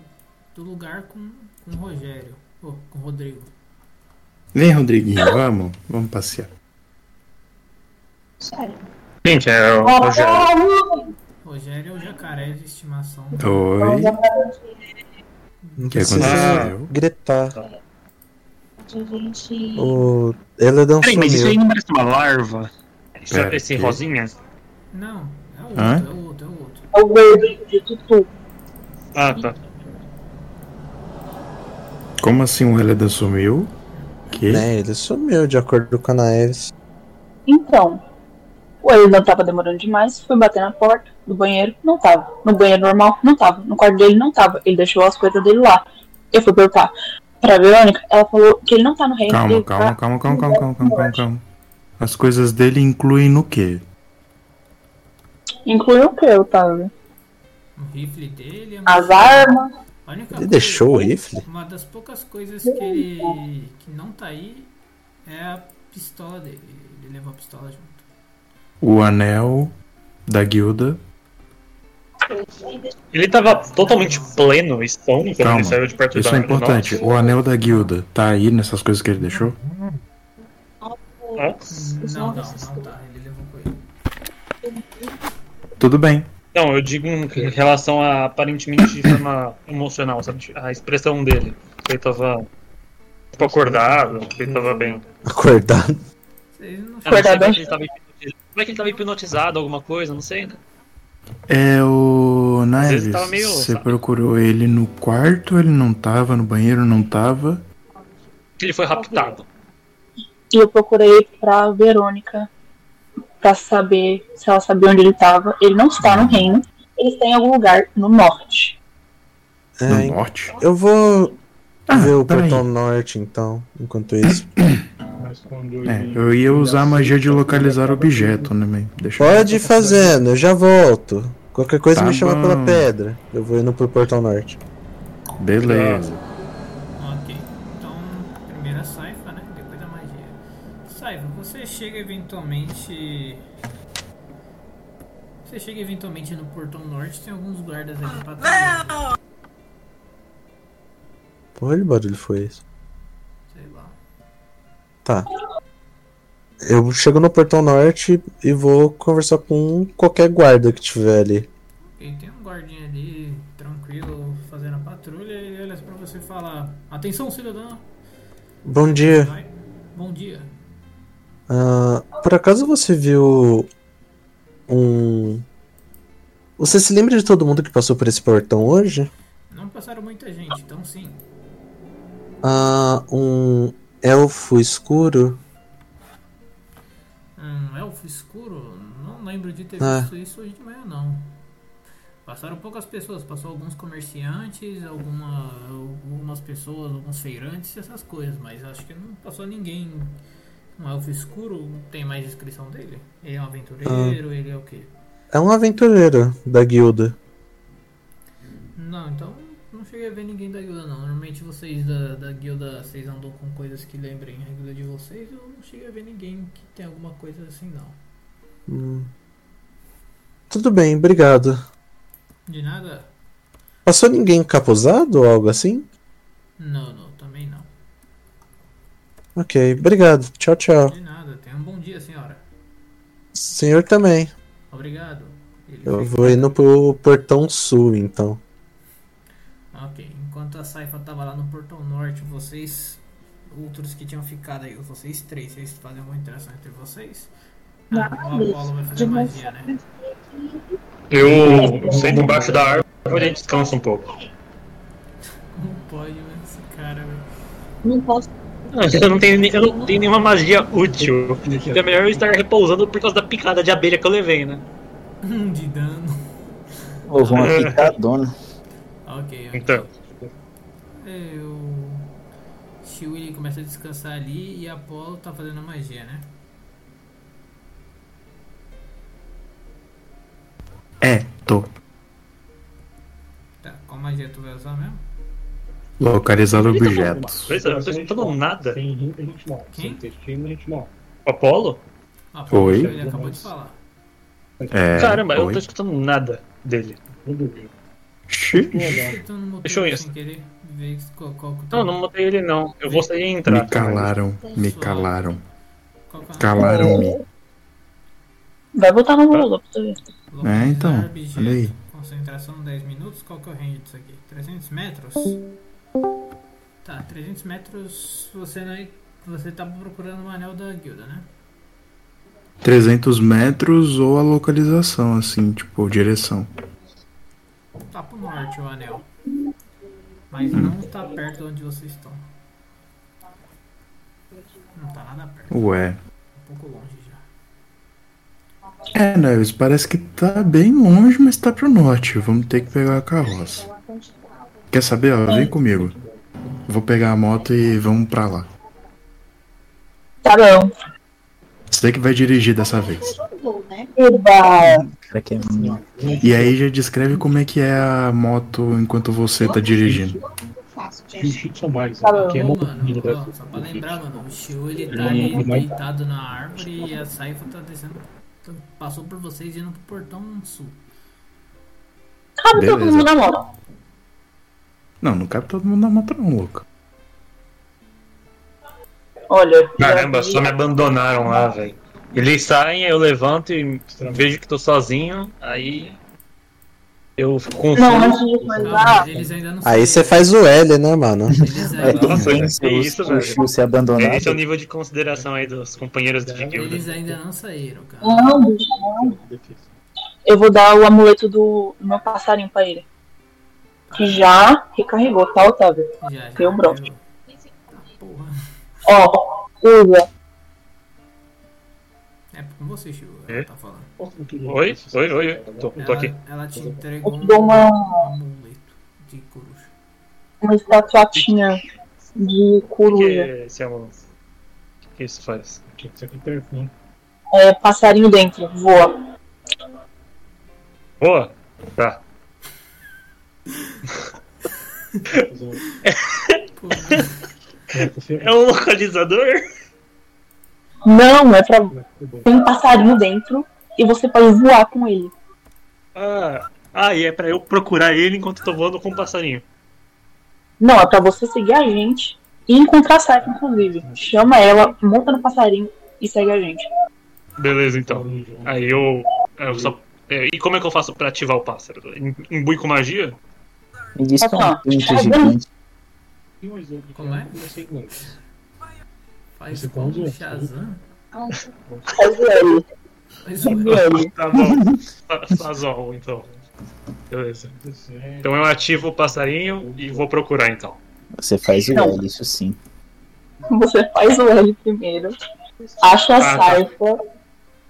do lugar com, com o Rogério. Ô, com o Rodrigo.
Vem, Rodriguinho, vamos. Vamos passear.
Sério.
Gente, é o
Ah,
Rogério.
Rogério é o jacaré de estimação.
Oi. O que aconteceu?
Grepar.
Gente.
O Eledon
Peraí, mas isso aí
é
sumiu.
não parece uma larva? Esse,
Pera,
é esse
quê?
rosinha?
Não, é o outro,
Hã?
é o outro, é o outro.
É o verde de tutu.
Ah, tá.
Como assim o Heleda sumiu? Que?
Né, ele sumiu de acordo com a Naeves.
Então, o ele não tava demorando demais, foi bater na porta do banheiro, não tava. No banheiro normal, não tava. No quarto dele, não tava. Ele deixou as coisas dele lá. Eu fui perguntar pra Verônica, ela falou que ele não tá no reino
Calma,
dele,
calma,
tá?
calma, calma, calma, calma, calma, calma, calma. As coisas dele incluem no quê?
Incluiu o que, Otávio?
O rifle dele é
As armas.
A única
Ele deixou o rifle? [laughs]
Uma das poucas coisas que ele que não tá aí é a pistola dele. Ele levou a pistola junto.
O anel da guilda.
Ele tava totalmente pleno, estômago, quando
Calma,
ele saiu de perto
tá
Isso
da
é importante. O anel da guilda tá aí nessas coisas que ele deixou?
Nossa.
Não, não, não tá. Ele levou com ele.
Tudo bem.
Não, eu digo em em relação a aparentemente de forma [coughs] emocional, sabe? A expressão dele. Ele tava tipo, acordado, ele tava bem.
Acordado.
Vocês não
Ah, não sei,
Acordado.
vai que ele tava hipnotizado. Vai que ele tava hipnotizado, alguma coisa, não sei, né?
É o Naves.
vezes tava meio-
Você procurou ele no quarto? Ele não tava no banheiro? Não tava?
Ele foi raptado.
E eu procurei pra Verônica pra saber se ela sabia onde ele tava. Ele não está no reino. Ele está em algum lugar no norte.
É,
no norte?
eu vou
Ah,
ver o
peraí.
portão norte então, enquanto isso.
Mas quando
É,
ele-
eu ia usar a magia de
ele
localizar
acaba
objeto, né, man? Deixa eu-
Pode ir fazendo, eu já volto. Qualquer coisa
Tá
me chama
bom.
pela pedra. Eu vou indo pro portão norte.
Beleza.
Ok. Então, primeiro a Saifa, né? Depois a magia. Saifa, você chega eventualmente. Você chega eventualmente no portão norte, tem alguns guardas ali pra trás.
Pô, olha o barulho foi esse.
Sei lá.
Tá. Eu chego no portão norte e vou conversar com qualquer guarda que tiver ali.
Ok, tem um guardinha ali, tranquilo, fazendo a patrulha, e ele olha pra você e fala: Atenção, cidadão!
Bom dia.
Vai. Bom dia.
Ah, por acaso você viu um. Você se lembra de todo mundo que passou por esse portão hoje?
Não passaram muita gente, então sim.
Ah, um elfo escuro?
Um elfo escuro? Não lembro de ter
É.
visto isso hoje de manhã, não. Passaram poucas pessoas, passou alguns comerciantes, alguma, algumas pessoas, alguns feirantes, essas coisas, mas acho que não passou ninguém. Um elfo escuro tem mais descrição dele? Ele é um aventureiro, ele é o quê?
É um aventureiro da guilda.
Não, então não cheguei a ver ninguém da guilda, não. Normalmente vocês da, da guilda, vocês andam com coisas que lembrem a guilda de vocês, eu não cheguei a ver ninguém que tem alguma coisa assim, não.
Hum. Tudo bem, obrigado.
De nada?
Passou ninguém encapuzado ou algo assim?
Não, não, também não.
Ok, obrigado. Tchau, tchau.
De nada, tenha um bom dia, senhora.
Senhor também.
Obrigado. Ele
Eu
fica-
vou indo pro portão sul, então.
Ok, enquanto a Saifa tava lá no Portão Norte, vocês, outros que tinham ficado aí, vocês três, vocês fazem alguma interação entre vocês? Ah, o Apolo vai fazer magia, né?
Eu sento embaixo da árvore e descanso um pouco.
Como pode esse cara, [laughs] velho?
Não posso.
Eu não tenho, ni- eu não tenho nenhuma magia útil. Então é melhor eu estar repousando por causa da picada de abelha que eu levei, né?
Um de dano.
Houve
[laughs]
uma picadona.
Ok, ok.
Então,
É, o Shiu ele começa a descansar ali e Apolo tá fazendo a magia, né?
É, tô. É,
Tá, qual magia tu vai usar mesmo?
Localizar
Ele tá falando
objetos.
alguma Coisa? Vocês não estão falando nada.
Sem rim, a gente morre. Sem intestino, a gente morre.
Apolo?
Oi?
Ele acabou de falar.
É,
Caramba, eu não
oi.
tô escutando nada dele.
Então não mudou
Deixa eu ir.
sem querer. Vê qual, qual, que tá
Não, não matei ele não. Eu vou sair e entrar.
Me calaram, me calaram.
qual que é o nome?
Calaram-me.
Vai botar no Google pra tu ver.
É, então,
Localizar objeto.
olha aí.
Concentração 10 minutos. Qual que é o range disso aqui? 300 metros? Tá, 300 metros você não você tá procurando o anel da guilda, né?
300 metros ou a localização, assim, tipo, direção.
Tá pro norte o anel. Mas
Hum.
não tá perto de onde vocês estão. Não tá nada perto,
Ué.
um pouco longe já.
É, Neves, parece que tá bem longe, mas tá pro norte. Vamos ter que pegar a carroça. Quer saber? Ó, vem comigo. Vou pegar a moto e vamos pra lá.
Tá bom.
Você que vai dirigir dessa vez.
né?
Eba.
Será que é um-
E aí já descreve como é que é a moto enquanto você tá dirigindo.
São mais.
Tá bom. Hum,
Aqui é
Ô,
uma
mano,
comida.
ó, só pra lembrar, mano, o Shio ele tá ali deitado na árvore e a Saifa tá descendo. tá- Passou por vocês indo pro portão sul.
Cabe todo
Beleza.
mundo na moto.
Não, não cabe todo mundo na moto não, [laughs] louco.
Olha.
Caramba,
já-
só me abandonaram lá, velho. Eles saem, aí eu levanto e vejo que tô sozinho, aí eu fico confuso.
Não, antes de coisar.
Mas eles ainda não
Aí você
saíram.
faz o L, né, mano?
Eles ainda,
Nossa,
Tem
que
seus
isso, velho.
puxos um se abandonaram.
Esse é o nível de consideração aí dos companheiros de guilda.
É.
eles ainda não saíram, cara.
Não, bicho, não. Eu vou dar o amuleto do do meu passarinho pra ele. Que já recarregou, tá, Otávio?
Já, já.
Tem um bronze.
viu? Tá, porra.
Ó, usa.
É com você, Shio,
É?
ela tá falando.
é
Oi? Oi, oi, oi. Tô, tô
Ela,
aqui.
ela te entregou
Eu te dou
um
uma,
amuleto de coruja.
uma estatuatinha de
O que
coruja.
é esse amor? O que isso faz?
Isso aqui é perfume.
É, passarinho dentro, voa.
Boa? Tá.
Pô,
É um localizador?
Não, é pra. Tem um passarinho dentro e você pode voar com ele.
Ah, ah, e é pra eu procurar ele enquanto eu tô voando com o passarinho.
Não, é pra você seguir a gente e encontrar a Saifa, inclusive. Chama ela, monta no passarinho e segue a gente.
Beleza, então. Aí eu. eu só- é, e como é que eu faço pra ativar o pássaro? Em- Imbui com magia?
Me diz que é um
Opa.
[laughs]
pinto
né?
gigante.
Como é? Faz
Você
como o
pode-
Shazam?
um
Faz o L,
Faz um- o
é.
[laughs] Tá bom. Sa- Sazol, então. Beleza. Então eu ativo o passarinho e vou procurar, então.
Você faz o
Não.
L, isso sim.
Você faz o L primeiro, acha a
Ah, tá.
Saifa,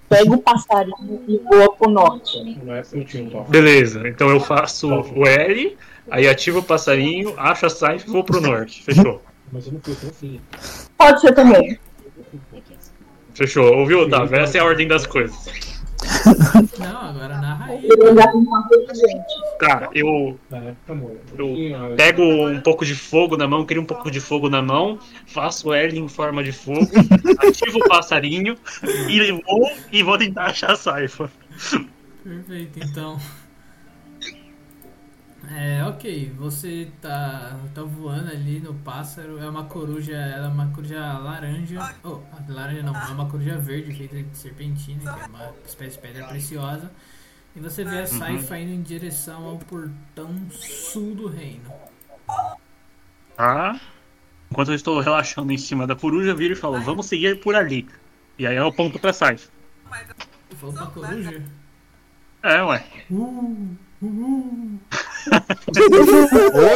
pega o passarinho e voa pro norte.
Não é frutinho, tá?
Beleza, então eu faço o L, aí ativo o passarinho, acho a safe e vou pro norte. Fechou.
Mas eu não fui tão fino.
Pode ser também.
Fechou. Ouviu, Otávio?
então.
Essa é a ordem das coisas.
Não, agora narra aí.
Ele já tem uma coisa, gente.
Tá, eu
É, tá bom.
Eu pego um pouco de fogo na mão, crio um pouco de fogo na mão, faço L em forma de
[laughs]
fogo, ativo o passarinho e vou, e vou tentar achar a saifa.
Perfeito, então. [laughs] É, ok, você tá, tá voando ali no pássaro, é uma coruja, ela é uma coruja laranja, oh, laranja não, é uma coruja verde feita de serpentina, que é uma espécie de pedra preciosa, e você vê a Saifa indo em direção ao portão sul do reino.
Tá? Enquanto eu estou relaxando em cima da coruja, vira e fala, vamos seguir por ali. E aí eu aponto pra saifa.
Tu falou pra coruja?
É, ué.
Uh, uh,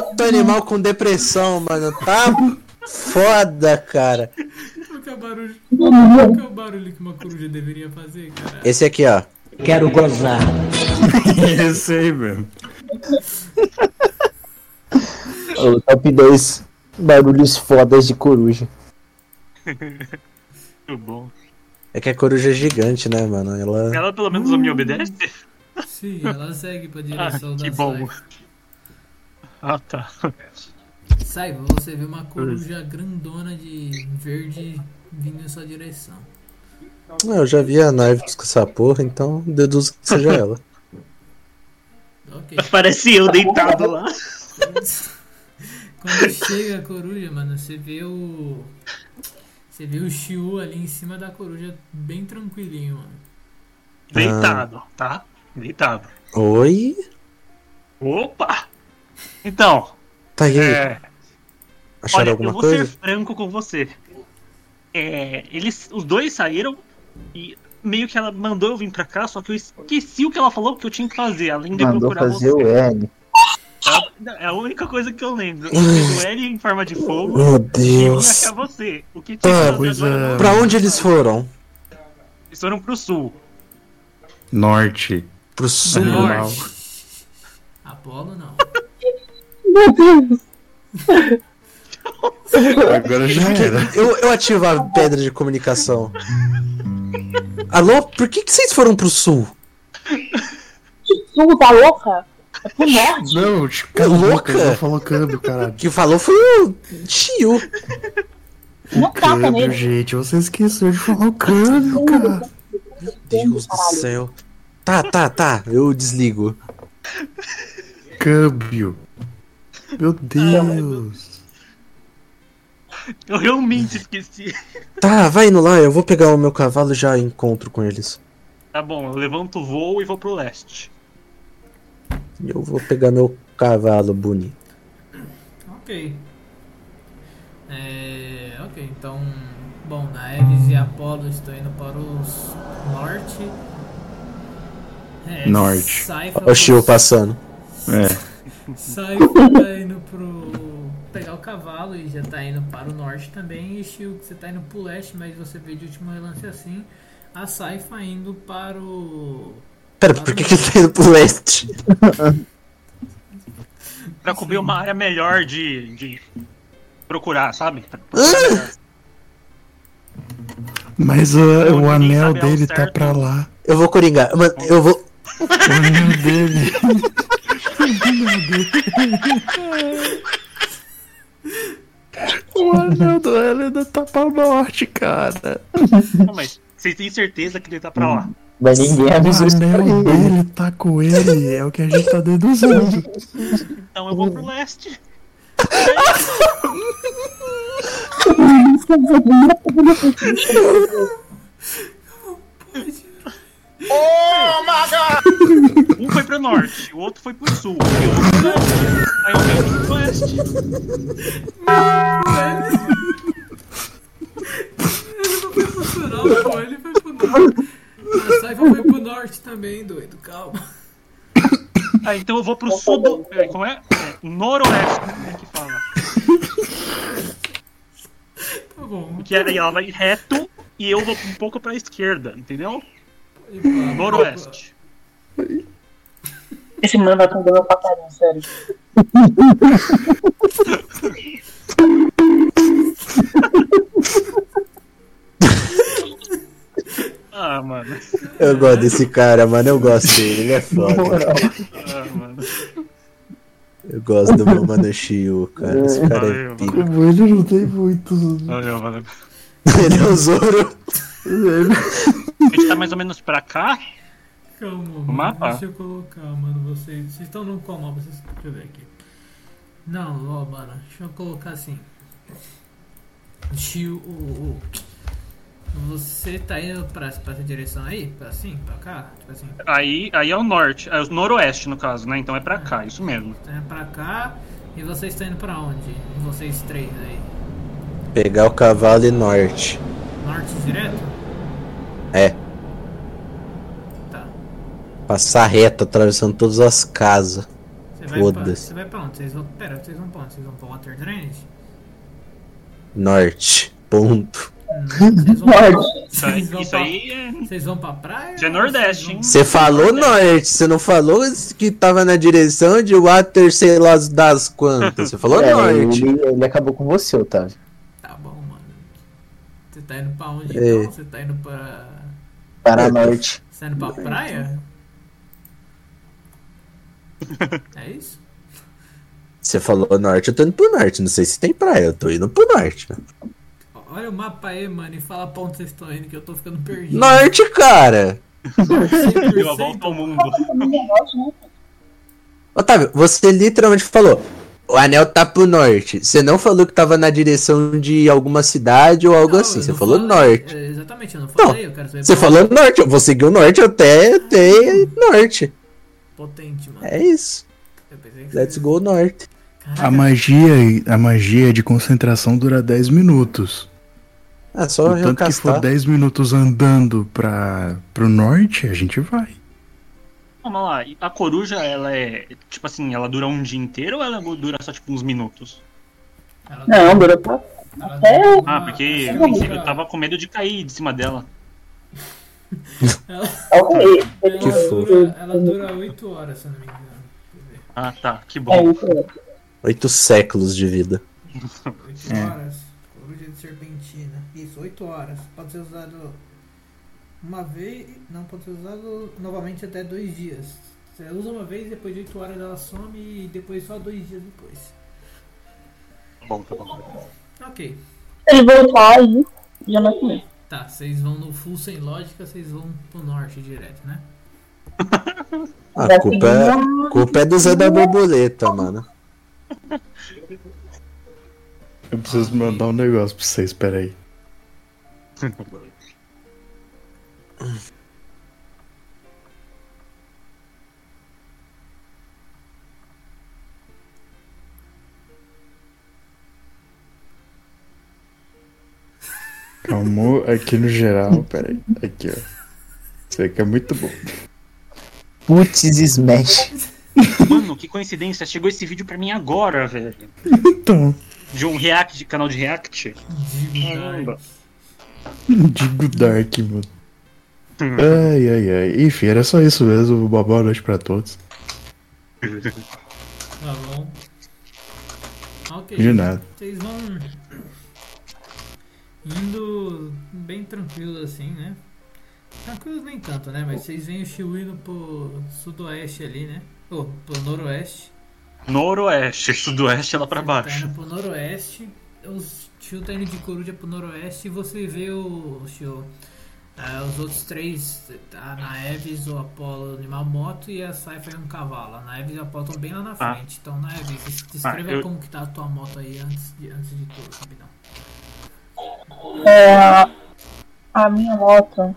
Outro animal com depressão, mano. Tá foda, cara.
qual que é o barulho, qual que é o barulho que uma coruja deveria fazer, cara?
Esse aqui, ó.
Quero gozar.
Esse É aí mesmo.
O top 10 barulhos fodas de coruja.
Muito bom.
É que a coruja é gigante, né, mano? Ela.
Ela pelo menos me obedece?
Sim, ela segue pra
Ah,
direção da
que bom.
Saifa.
Ah, tá.
Sai, você vê uma coruja grandona de verde vindo em sua direção.
Não, Ah, eu já vi a Narvis com essa porra, então deduzo que seja ela.
Ok.
Parece eu deitado lá.
Quando chega a coruja, mano, você vê o. Você vê o Shiu ali em cima da coruja, bem tranquilinho, mano.
Deitado, tá? Deitado.
Oi?
Opa! Então,
Tá aí.
é,
Acharam
olha,
alguma
eu vou
coisa?
ser franco com você. É, eles, os dois saíram e meio que ela mandou eu vir pra cá, só que eu esqueci o que ela falou que eu tinha que fazer, além de eu
Mandou
procurar
fazer
você.
o L.
tá? Não, É a única coisa que eu lembro. Eu fiz o L em forma de fogo.
Meu
E eu vim
Deus.
[laughs] achar você. O que tinha que
Tá,
fazer agora?
é.
pra onde eles foram?
Eles foram pro sul.
Norte.
Pro
Uhum.
sul.
Apolo não.
Meu Deus.
Agora já era.
Eu, eu ativo a pedra de comunicação. Alô, por que, que vocês foram pro sul?
Sul da louca? É pro norte?
Não, tipo, cala a boca,
louca?
eu tô falando, caralho.
Que falou foi o Chiu.
Não tá tapa
Câmbio,
nele.
gente, você esqueceu de falar o câmbio, cara.
Deus do céu. Tá, tá, tá, eu desligo.
Câmbio. Meu Deus.
Eu realmente esqueci. [laughs]
Tá, vai indo lá, eu vou pegar o meu cavalo e já encontro com eles.
Tá bom, eu levanto o voo e vou pro leste.
Eu vou pegar meu cavalo bonito.
Ok. É, ok, então. Bom, Naeves e Apolo estão indo para o s- norte. É,
Norte.
Saifa,
Ó o Chiu passando.
É.
Saifa tá indo pro. pegar o cavalo e já tá indo para o norte também. E Shiu, que você tá indo pro leste, mas você vê de último relance assim. A Saifa indo para o.
Pera, por que, que ele tá indo pro leste?
Pra cobrir uma área melhor de, de procurar, sabe?
Mas uh, o
ninguém
anel
sabe ao
dele tá
certo.
pra lá.
Eu vou coringar. Mano, eu vou.
O anel dele. O anel dele. O anel do L ainda tá pra norte, cara.
Não, mas vocês têm certeza que ele tá pra lá?
Mas ninguém
O
avisou isso pra
anel
ele.
dele tá com ele, é o que a gente tá deduzindo.
Então eu vou pro leste. Um foi pro norte, o outro foi pro sul. Aí eu fui pro leste. Aí eu fui pro oeste.
Ele foi pro norte, pô, ele foi pro norte. A Saifa foi pro norte também, doido, calma.
Ah, então eu vou pro sul do. é, Como é? É, Noroeste, né, que fala.
Tá bom.
Que aí ela vai reto e eu vou um pouco pra esquerda, entendeu?
E pra-
Noroeste.
Esse mano vai tomar meu passarinho, sério.
Ah, mano.
Eu gosto desse cara, mano. Eu gosto dele, ele é foda.
Ah, mano.
Eu gosto do meu mano Chiu, cara. Esse cara é
Valeu.
pica.
Como ele não tem muitos.
Valeu, valeu.
[laughs] Ele é o Zoro.
A gente tá mais ou menos pra cá.
Calma, mano.
mapa?
Deixa eu colocar, mano. Vocês. Vocês estão no qual mapa? Vocês... Deixa eu ver aqui. Não, ó, mano. Deixa eu colocar assim. Tio. o- o- Você tá indo pra, pra essa direção aí? Pra assim? Pra cá? Tipo assim.
Aí, aí é o norte, é o noroeste no caso, né? Então é pra cá, isso [laughs] mesmo.
Tá indo pra cá. E vocês estão indo pra onde? Vocês três aí.
Pegar o cavalo e norte.
Norte direto?
É.
Tá.
Passar reto, atravessando todas as casas.
Você vai, pra,
Foda-se.
você vai pra onde? Vocês vão. Pera, vocês vão pra onde? Vocês vão pra Water
[laughs]
Drainage?
Norte. Ponto.
Vocês vão pra.
Isso aí,
Vocês vão
isso
pra-
aí é.
Vocês vão pra praia?
Já é Nordeste, hein?
Você falou norte, você não falou que tava na direção de Water, sei lá das quantas. Você [laughs] falou
É,
norte.
ele, ele acabou com você, Otávio.
Tá bom, mano. Você tá indo pra onde
É.
então? Você tá indo pra.
É.
Para a norte.
Você tá indo pra
[laughs]
praia? É isso?
Você falou norte, eu tô indo pro norte. Não sei se tem praia, eu tô indo pro norte. né?
Olha o mapa aí, mano, e fala pra onde vocês estão indo, que eu tô ficando
Hum.
perdido.
Norte, cara!
Deu a volta ao mundo.
Otávio, você literalmente falou: o anel tá pro norte. Você não falou que tava na direção de alguma cidade ou algo assim. Você falou norte.
É, exatamente, eu não falei, eu quero saber
Você
pra
falou norte, eu vou seguir o norte até, até norte.
onde. Potente, mano.
É isso.
Eu pensei que
Let's go norte.
A magia, a magia de concentração dura 10 minutos.
Ah, só
No
eu
tanto que for
castar.
10 minutos andando pra, pro norte, a gente vai.
Vamos lá, e a coruja, ela é. Tipo assim, ela dura um dia inteiro ou ela dura só tipo uns minutos?
Não, dura pra. Até.
Ah, porque tá
ela
eu, pensei-
dura-
eu tava com medo de cair de cima dela.
É Ok.
Ela,
Que
dura, ela dura 8 horas, se eu não me engano.
Ah, tá, que bom.
É isso. é.
Oito séculos de vida.
8
É.
horas. Coruja de serpentina. Isso, 8 horas. Pode ser usado uma vez. Não, pode ser usado novamente até 2 dias. Você usa uma vez, depois de 8 horas ela some e depois só 2 dias depois.
Tá bom, tá bom.
Ok.
Se ele voltar aí, já não é comigo.
Tá, vocês vão no full sem lógica, vocês vão pro norte direto, né?
Ah, a culpa
um
é, culpa é do Zé da Borboleta, mano.
Eu preciso mandar um negócio pra vocês, peraí. Calmou aqui no geral, peraí. Aqui, ó. Isso aqui é muito bom.
Putz, smash.
Mano, que coincidência, chegou esse vídeo pra mim agora, velho.
Então,
De um react, de canal de react. Caramba.
digo Dark, mano. Ai, ai, ai. Enfim, era só isso mesmo. Uma boa noite pra todos.
Tá bom. Ok.
De nada.
Vocês vão indo bem tranquilos assim, né? Tranquilos nem tanto, né? Mas vocês veem o Chiu indo pro sudoeste ali, né? Ou pro noroeste.
Noroeste, sudoeste lá pra
Tá
baixo.
indo pro noroeste. Os Chiu tá indo de coruja pro noroeste e você vê o Chiu. ah, os outros três, a Naeves, o Apolo de uma moto e a Saifa em um cavalo. A Naeves e o Apolo estão bem lá na
Tá.
frente. Então, Naeves, des- descreva
eu-
como que tá a tua moto aí antes de, antes de tudo, rapidão.
É, a minha moto,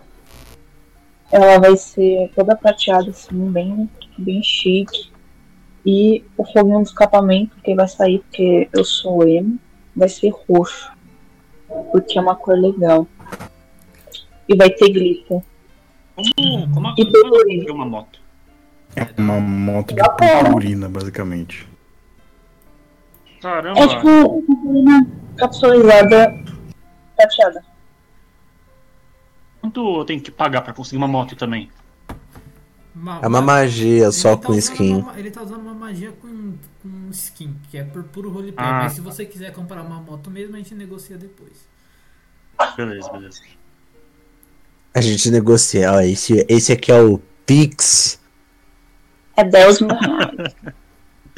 ela vai ser toda prateada, assim, bem, bem chique. E o foguinho do escapamento que vai sair, porque eu sou emo, vai ser roxo. Porque é uma cor legal. E vai ter glitter.
Como, como,
E
como
colorido.
é uma moto?
É uma moto de purpurina, basicamente.
Caramba.
É tipo uma capsulizada prateada.
Quanto eu tenho que pagar pra conseguir uma moto também?
Ma-
É uma magia só
Ele tá
com
usando
skin.
uma- ele tá usando uma magia com, com skin, que é por puro roleplay.
Ah.
Mas se você quiser comprar uma moto mesmo, a gente negocia depois.
Beleza, beleza.
A gente negocia. Ó, esse, esse aqui é o Pix.
É 10 mil reais.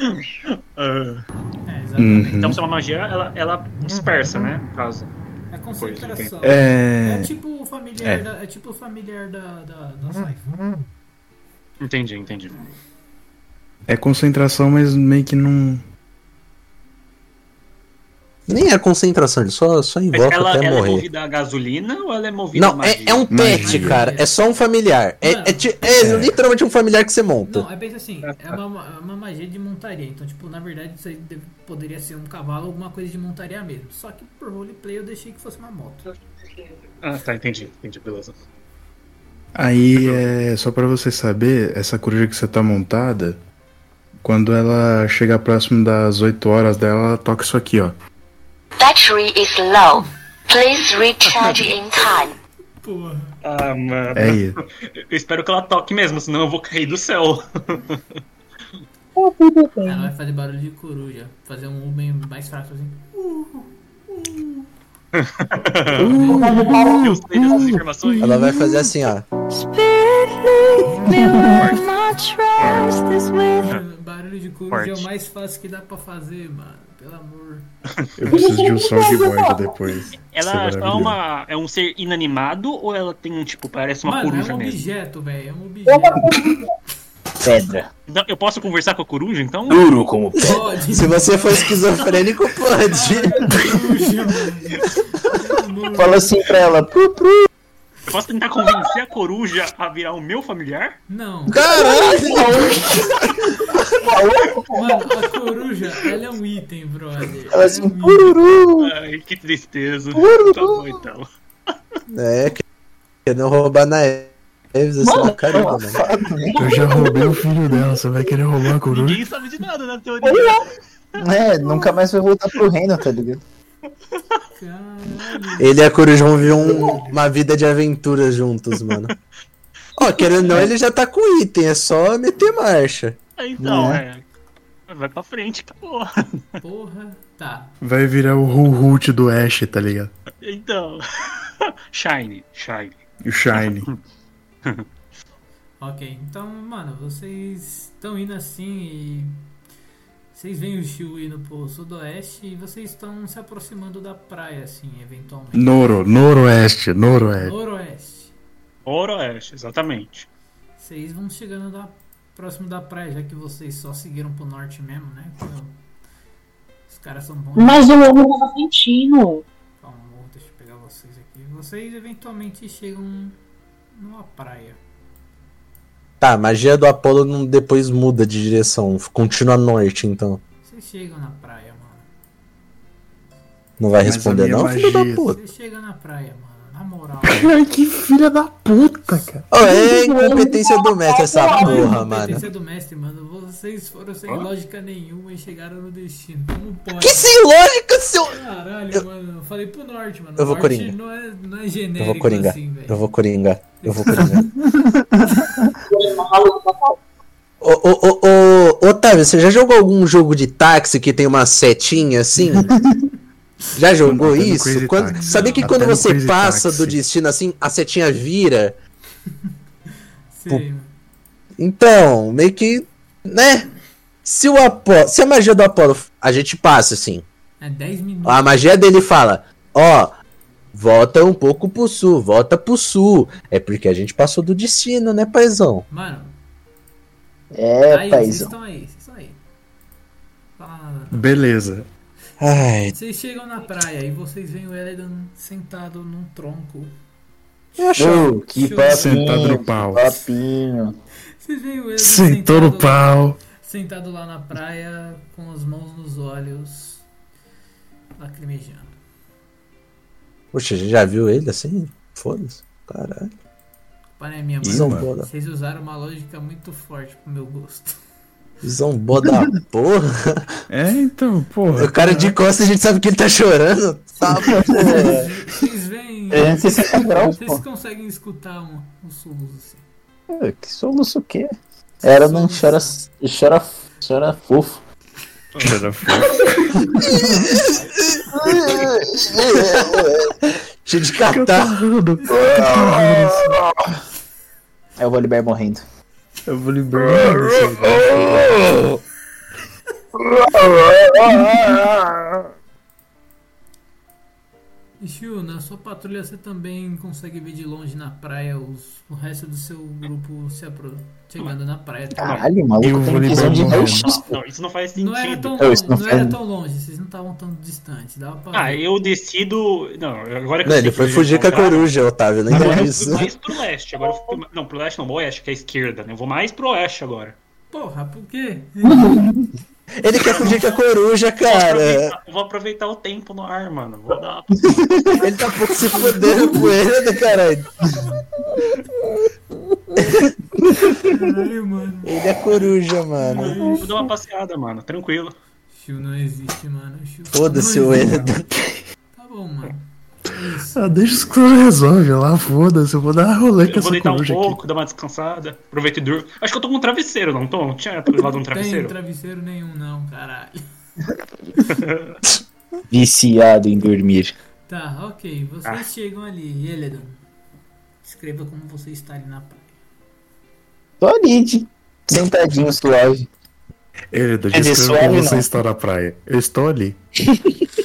É,
Ah,
Hum.
Uhum.
exatamente.
então, se é uma magia, ela, ela dispersa, né? No caso.
É concentração.
É.
É tipo o familiar
É.
da, é tipo o familiar da, da, da Saifa.
Entendi, entendi.
É concentração, mas meio que não.
Nem é concentração, ele só, só
Mas
invoca
ela,
até
ela é
morrer.
movida a gasolina ou ela é movida a
Não,
magia?
é, é um pet,
Magia.
cara. É só um familiar. É,
Não.
é ti- é
É.
literalmente um familiar que você monta.
Não, é bem assim, é uma, é uma magia de montaria. Então, tipo, na verdade, isso aí deve- poderia ser um cavalo, alguma coisa de montaria mesmo. Só que por roleplay eu deixei que fosse uma moto.
Ah, tá, entendi, entendi, beleza.
Aí é. Só pra você saber, essa coruja que você tá montada, quando ela chegar próximo das 8 horas dela, ela toca isso aqui, ó.
Battery is low. Please recharge in time.
Porra.
Ah, mano.
É aí.
Eu espero que ela toque mesmo, senão eu vou cair
[laughs]
do céu.
Tá tudo bem.
Ela Ah, vai fazer barulho de coruja. Fazer um homem mais fraco assim.
Eu sei dessas informações.
Ela vai fazer assim, ó.
Spirit
Ah.
Barulho de coros é o mais fácil que dá pra fazer, mano. Pelo amor.
Eu preciso de um soundboard depois.
Ela é, uma, é um ser inanimado ou ela tem um tipo, parece uma
Mano, é
coruja
um
mesmo?
objeto, velho. É um objeto.
Pedra.
Não, Então, eu posso conversar com a coruja então?
Duro como pedra.
Pode.
Se você for esquizofrênico,
[laughs]
pode.
Fala assim pra ela. Pru, pru.
Posso tentar convencer a coruja a virar o meu familiar?
Não.
Caralho!
Mano, a coruja, ela é um item, brother.
é
Ela assim, pururu!
Ai, que tristeza.
Pururu.
Tá bom então.
É, que- que não roubar na Eves, assim,
Mano,
na cara, mano.
Eu já roubei o filho dela, você vai querer roubar a coruja?
Ninguém sabe de
né,
nada na teoria.
É, nunca mais vai voltar pro reino, tá ligado?
Ele e a Coruja vão viver um- uma vida de aventuras juntos, mano. Ó, querendo ou não, ele já tá com item, é só meter marcha.
Ah, Então,
Né?
é. Vai pra frente, tá, acabou.
Porra. Tá.
Vai virar o Hulhut do Ash, tá ligado?
Então. [laughs] Shine, shine.
E o Shine.
Ok, então, mano, vocês estão indo assim e. Vocês veem o Chiu indo pro sudoeste e vocês estão se aproximando da praia, assim, eventualmente.
Noro, Noroeste, Noroeste.
Noroeste.
Oroeste, exatamente.
Vocês vão chegando da- próximo da praia, já que vocês só seguiram pro norte mesmo, né? Então, Os caras são bons.
Mas o lobo tava sentindo.
Calma, amor, deixa Então, eu pegar vocês aqui. Vocês eventualmente chegam numa praia.
Tá, a magia do Apolo não depois muda de direção, continua norte, então.
Vocês chegam na praia, mano.
Não vai
Mas a
responder,
minha
não, filho da
magia-
puta.
Vocês chegam na praia, mano. Na moral.
que filha da puta, cara.
Ó, é incompetência do mestre essa porra, mano.
Competência do mestre, mano. Vocês foram sem lógica nenhuma e chegaram no destino. Como pode?
Que sem lógica, seu.
Caralho, mano. Eu falei pro norte, mano.
Eu vou
norte
coringa.
Não é, não é
Eu
genérico
vou coringar,
assim, velho.
eu vou coringar, eu vou coringar.
é
Ô, ô, ô, ô, Otávio, você já jogou algum jogo de táxi que tem uma setinha
[laughs]
assim? Já jogou
Até no
isso?
Crazy
Quando-
Taxi.
sabia que
Até
quando
no
você
Crazy
passa
Taxi.
do destino assim, a setinha vira?
Sei, mano.
Então, meio que. né? Se o Apolo. Se a magia do Apolo. A gente passa assim.
É 10 minutos.
A magia dele fala: ó, volta um pouco pro sul, volta pro sul. É porque a gente passou do destino, né, paizão?
Mano,
É,
aí, vocês
paizão.
estão aí, vocês estão aí. Fala nada.
Beleza.
Ai,
Vocês chegam na praia e vocês veem o Eledan sentado num tronco.
eu acho.
Ô, que
Show.
Sentado
papinho,
no
que
pau.
papinho.
Vocês veem o Eledan
Sentou no
sentado, lá-
pau.
sentado lá na praia, com as mãos nos olhos, lacrimejando.
Poxa, a gente já viu ele assim? Foda-se. Caralho.
Para minha
Visão
mãe.
boa, da-
Vocês usaram uma lógica muito forte pro meu gosto.
[laughs]
visão boa da porra.
É, então, porra.
O cara de costas a gente sabe que ele tá chorando. Tá, porra.
Vocês veem.
É,
É, 360 graus, pô.
Vocês conseguem escutar um, um soluço assim.
Ah, Que soluço o quê? Era não chora. chora. chora fofo.
Cheira foda.
Cheio de catar.
Aí eu vou liberar morrendo.
Eu vou né, liberar isso.
E Shio, na sua patrulha você também consegue ver de longe na praia os, o resto do seu grupo se apro chegando na praia. também.
Caralho, o maluco
Eu vou
tem visão
liberar
de
morrendo.
10x, pô.
Não, isso não faz sentido.
Não era
É,
tão,
Eu, isso não
não era
faz-
tão longe, vocês não estavam tão distantes. Dava pra
Ah,
ver.
eu decido. Não, agora que
Não,
eu
ele
sei
foi
que
fugir com a
eu vou encontrar-
coruja, Otávio. Não
Agora
entendi
eu
isso.
fui mais pro leste. Agora eu fui... Não, pro leste não, pro oeste, que é a esquerda, né? Eu vou mais pro oeste agora.
Porra, por quê?
Ele quer fugir com a coruja,
Eu vou
cara. é-
aproveitar- eu vou aproveitar o tempo no ar, mano. Vou dar.
Ele tá pouco se fudendo com ele, né, caralho?
Caralho, mano.
Ele é coruja, mano.
Vou dar uma passeada, mano. Tranquilo.
Shio não existe, mano. Shio-
Foda-se
não
o
existe.
Edo.
Tá bom, mano. É isso.
Ah, deixa os caras resolve lá, foda-se. Eu vou dar rolê com
Eu vou
essa
deitar um
coruja aqui.
pouco, dar uma descansada. Aproveito e durmo. Acho que eu tô com um travesseiro, não tô? Não tinha levado um
Tem
travesseiro?
travesseiro nenhum, não, caralho.
Viciado em dormir.
Tá,
Ah.
ok. Vocês chegam ali. Eledon, escreva como você está ali na praia.
Só Lid, sentadinho, suave.
Ele ainda
Quer dizer,
disse
suave
que você
não.
está na praia. Eu estou ali. [laughs]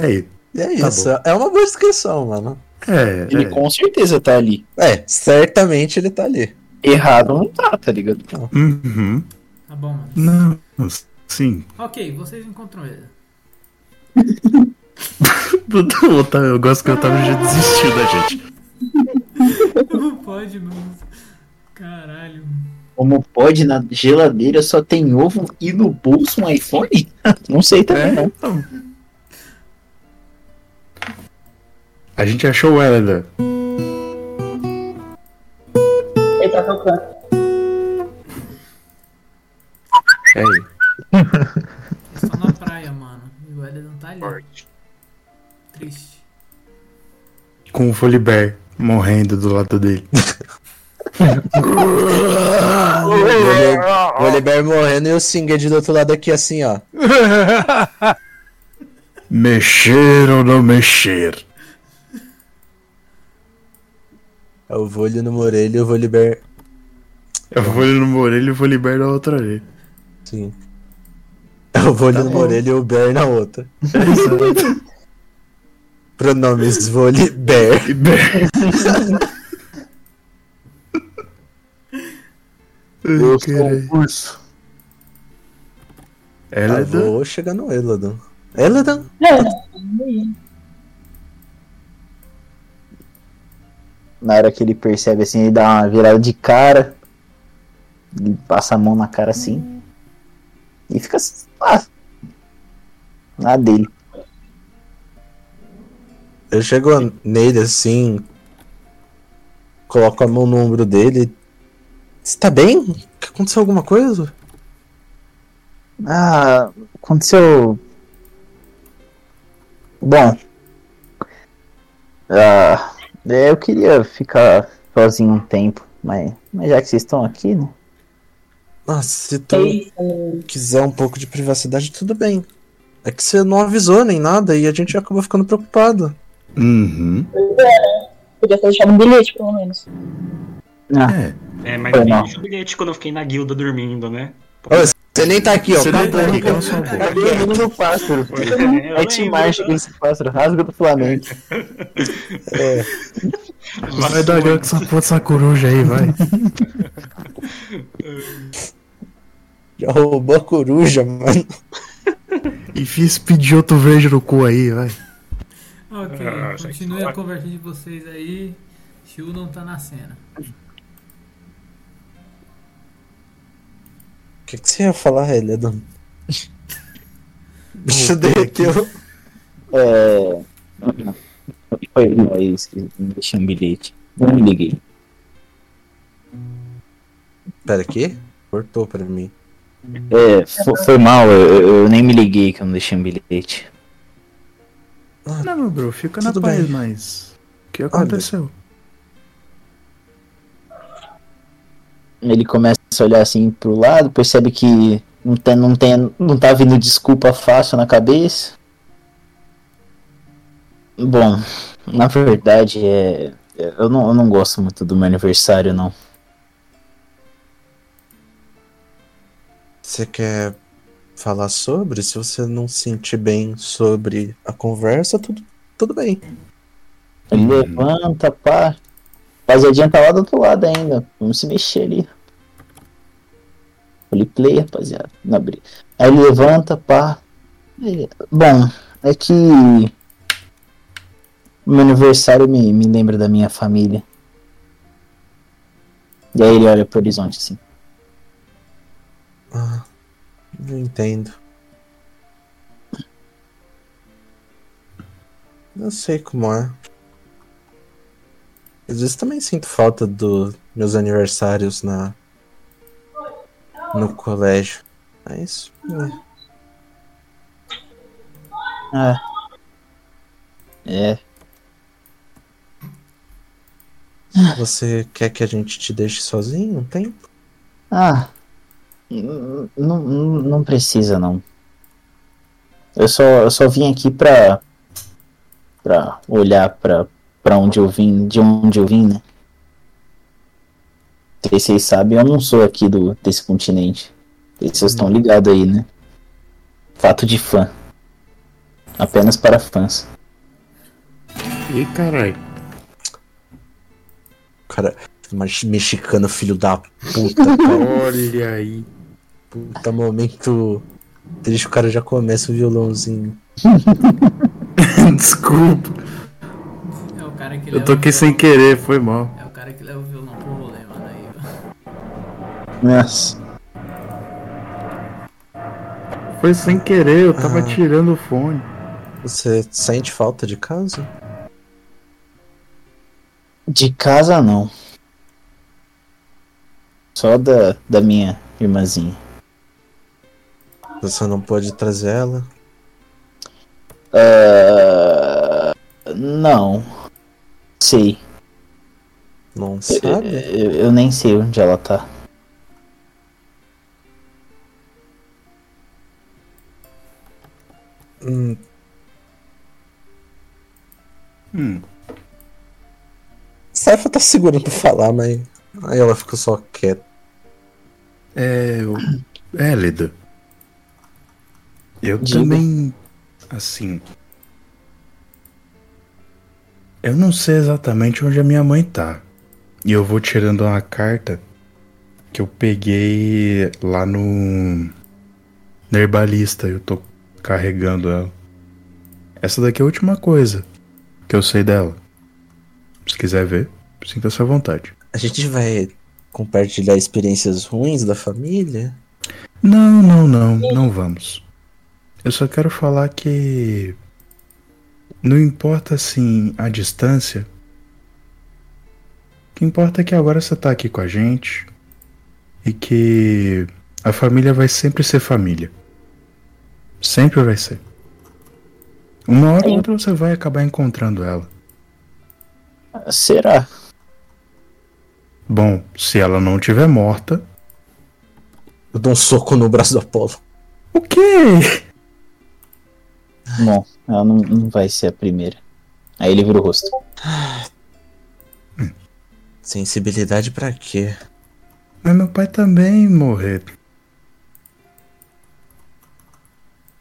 Aí.
É isso, é uma boa descrição, mano.
É,
Ele com certeza tá ali.
É, certamente ele tá ali.
Errado não tá, tá ligado?
Uhum.
Tá bom, mano.
Não, sim.
Ok, vocês encontram ele.
O Otávio- Eu gosto que o Otávio já desistiu da gente.
Não pode, mano. Caralho.
Como pode, na geladeira só tem ovo e no bolso um iPhone? [laughs] Não sei
É,
também, não.
A gente achou ela, né?
Ele tá tocando.
É aí.
Estão É na praia, mano. E o Elida não tá ali. Triste.
Com o Folibert morrendo do lado [laughs] dele.
O Oliver morrendo e o Singed do outro lado aqui assim, ó.
mexer ou não mexer?
É o vôlei no orelha e o Volibear.
Eu vou ali numa orelha e vou liberar a outra ali.
[laughs] Sim. É o vôlei numa orelha e o Bear na [laughs] outra. Pronomes vôlei Bear.
[laughs] Eu sou urso. é Tá
Ah, vou chegar no Eladon. Eladon?
É,
Na hora que ele percebe assim, ele dá uma virada de cara. Ele passa a mão na cara assim. E fica assim, ah, na dele.
Eu chego nele assim. Coloco a mão no ombro dele. Você tá bem? Que Aconteceu alguma coisa?
Ah, aconteceu. Bom. Ah, é, eu queria ficar sozinho um tempo, mas, mas já que vocês estão aqui, né?
Nossa, se tu quiser um pouco de privacidade, tudo bem. É que você não avisou nem nada e a gente acabou ficando preocupado.
Uhum.
Podia ter deixado um bilhete, pelo menos.
É, mas
Foi
eu
mal.
deixa o bilhete quando eu fiquei na guilda dormindo, né?
Você nem tá aqui, ó.
Você nem tá aqui, calma
só um pouco.
Cadê o menino pássaro?
É, eu
Aí te
lembro,
marcha com esse pássaro, rasga do Flamengo.
Vai dar gol com essa porra dessa coruja aí, vai.
Já roubou a coruja, mano.
E fiz pedir outro verde no cu aí, vai.
Ok,
Ah, gente,
continue a conversa de vocês aí. Shiu não tá na cena.
O que, que você ia falar, É Eladon? Bicho derreteu.
É. Foi foi isso que me deixou um bilhete. Não me liguei.
Pera aqui? Cortou pra mim.
É, fo- foi mal, eu, eu nem me liguei que eu não deixei um bilhete.
Não, meu bro, fica na
Tudo
paz,
bem.
mas. O que aconteceu?
Ele começa a olhar assim pro lado, percebe que não, tem, não, tem, não tá vindo desculpa fácil na cabeça. Bom, na verdade é. Eu não, eu não gosto muito do meu aniversário, não.
Você quer falar sobre? Se você não se sentir bem sobre a conversa, tudo, tudo bem.
Ele levanta, pá. Rapaziadinha tá lá do outro lado ainda. Vamos se mexer ali. Ele play, rapaziada. Na briga. Aí ele levanta, pá. Ele- Bom, é que. Meu aniversário me, me lembra da minha família. E aí ele olha pro horizonte assim.
Ah, eu entendo. Eu sei como é. Às vezes também sinto falta dos meus aniversários na no colégio. Mas né,
Ah. É.
você quer que a gente te deixe sozinho um tempo?
Ah. N- Não, não, não precisa, não. Eu só, eu só vim aqui pra. pra olhar pra, pra onde eu vim, de onde eu vim, né? sei se vocês sabem, eu não sou aqui do, desse continente. Vocês estão ligados aí, né? Fato de fã. Apenas para fãs.
Ih, caralho.
Cara, mas mexicano, filho da puta, cara.
Olha aí.
Puta, É um momento triste, o cara já começa o violãozinho.
Desculpa.
É o cara que
Eu
leva
toquei
o
sem
violão-
querer, foi mal.
É o cara que leva o violão pro rolê, mano. Aí, ó.
Nossa.
Foi sem querer, eu tava
Ah.
tirando o fone.
Você sente falta de casa?
De casa não. Só da, da minha irmãzinha.
Você não pode trazer ela?
Ah, não. Sei.
Não
Eu,
sabe?
eu- eu nem sei onde ela tá.
Hum,
Hum.
Saifa tá segurando pra falar, mas. Aí ela fica só quieta.
É. eu- É, Leda. Eu
Diga.
também. Assim. Eu não sei exatamente onde a minha mãe tá. E eu vou tirando uma carta que eu peguei lá no. no herbalista. Eu tô carregando ela. Essa daqui é a última coisa que eu sei dela. Se quiser ver, sinta-se à vontade.
A gente vai compartilhar experiências ruins da família?
Não, não, não, não vamos. Eu só quero falar que não importa assim a distância. O que importa é que agora você tá aqui com a gente e que a família vai sempre ser família. Sempre vai ser. Uma hora ou outra você vai acabar encontrando ela.
Será?
Bom, se ela não tiver morta,
Eu dou um soco no braço do Apolo.
o quê?
Bom, ela não, não vai ser a primeira. Aí ele vira o rosto.
Sensibilidade pra quê?
Mas meu pai também morreu.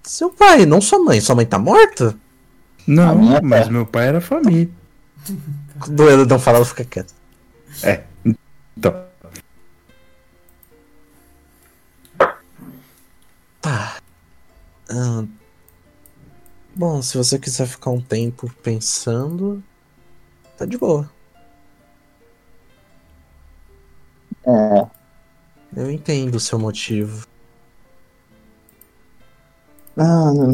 Seu pai, não sua mãe. Sua mãe tá morta?
Não,
minha
mas
tá.
meu pai era família.
Do ela não um fala, ela fica quieta.
É, então.
Tá. Ah, bom, se você quiser ficar um tempo pensando, tá de boa.
É,
Eu entendo o seu motivo.
Não, Ah, não,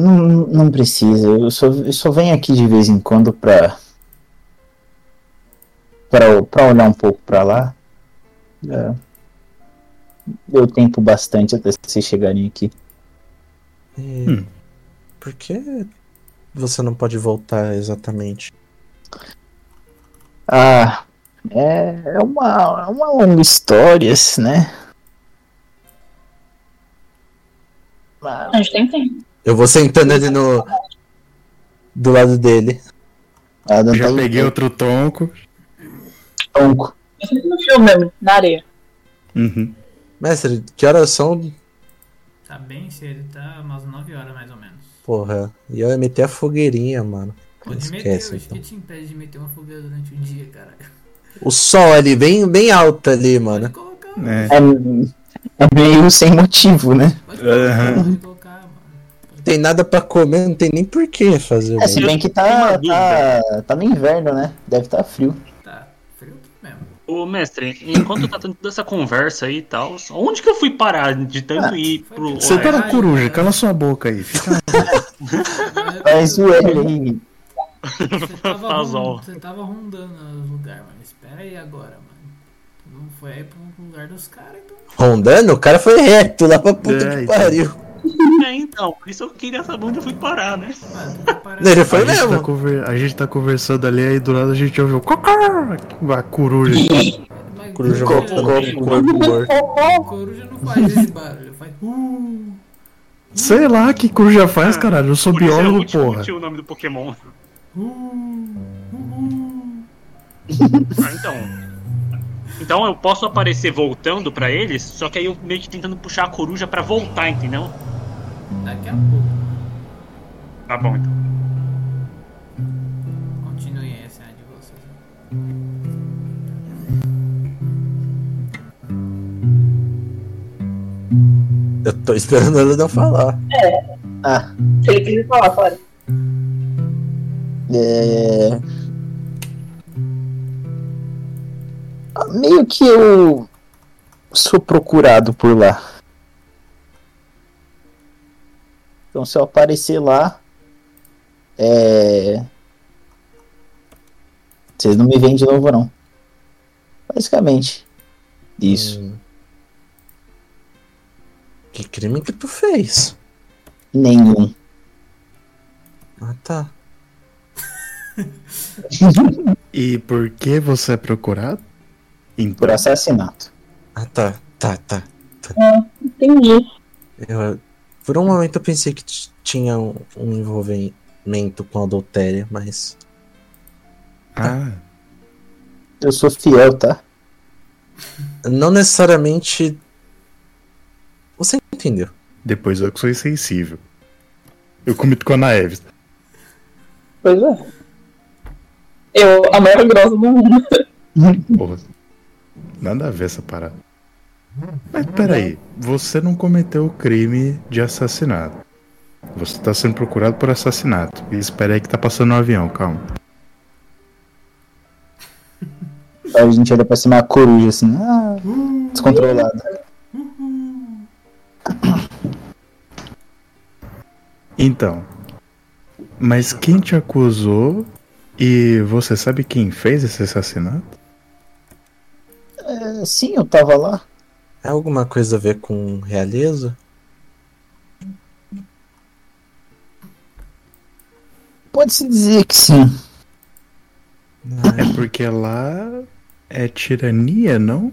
não, não- não precisa. Eu só, eu só venho aqui de vez em quando pra. pra, pra olhar um pouco pra lá. É. Deu tempo bastante até vocês chegarem aqui.
E Por que você não pode voltar exatamente?
Ah, é, é uma, é uma longa história, né?
A gente tem tempo.
Eu vou sentando ele no. do lado dele.
Ah, não
Já
tá
peguei outro tonco.
tonco.
É sempre no filme mesmo, na areia.
Uhum.
Mestre, que horas são?
Tá bem cedo, tá umas 9 horas mais ou menos.
Porra, e eu ia meter a fogueirinha, mano.
Pode meter,
Esquece,
acho
então.
que te impede de meter uma fogueira durante o dia, caralho.
O sol ali, bem, bem alto ali, mano.
É.
É, é meio sem motivo, né?
Aham.
Pode colocar, mano.
Tem nada pra comer, não tem nem por que fazer.
É, se
mano.
bem que tá, tá, tá no inverno, né? Deve tá frio.
Tá frio aqui mesmo.
Ô, mestre, enquanto tá tendo toda essa conversa aí e tal, onde que eu fui parar de
Ah,
tanto ir pro.
Você tá na
Ai,
coruja,
cara.
cala sua boca aí. Fica...
Mas o L aí.
Você tava,
Fazol.
ron- você tava rondando os lugares, mano. Espera aí agora, mano. Não foi aí pro lugar dos caras, então.
Rondando, o cara foi reto lá pra puta
É,
que
então.
pariu.
É, então, isso eu queria saber onde eu fui parar, né?
Mano, tá parado.
Não, ele
a,
foi
gente tá
mesmo.
conver- a gente tá conversando ali, aí do lado a gente ouviu. "Cocá", A coruja.
Mas coruja,
Coruja voltando com o corpo morto.
coruja não faz esse barulho, faz. Uh,
Sei lá que coruja faz, caralho. Eu sou
Por isso é
biólogo,
útil-
porra.
útil o nome do Pokémon.
uh, uh, uh.
Ah, então.
Então eu posso aparecer voltando pra eles, só que aí eu meio que tentando puxar a coruja pra voltar, entendeu?
Daqui a pouco.
Tá bom, então.
Continue essa né, de vocês.
Eu tô esperando ela não falar.
É.
Ah.
Se ele quiser falar, fora.
É... Ah, Meio que eu sou procurado por lá. Então se eu aparecer lá, é... vocês não me veem de novo não. Basicamente, isso.
Que crime que tu fez?
Nenhum.
Ah tá.
E por que você é procurado?
Por assassinato.
Ah tá, tá, tá.
É, entendi.
Eu- por um momento eu pensei que t- tinha um, um envolvimento com adultério, mas.
Ah.
Eu sou fiel, tá?
Não necessariamente. Você entendeu?
Depois eu que sou insensível. Eu comi com a Naeves.
Pois é. Eu, a maior grossa do mundo. [laughs]
Porra. Nada a ver essa parada. Mas peraí, você não cometeu o crime de assassinato. Você tá sendo procurado por assassinato. E espera aí que tá passando um avião, calma.
Aí a gente olha pra cima a coruja assim, ah, descontrolada.
Então. Mas quem te acusou e você sabe quem fez esse assassinato?
É, sim, eu tava lá.
É alguma coisa a ver com realeza?
Pode-se dizer que sim.
É porque lá é tirania, não?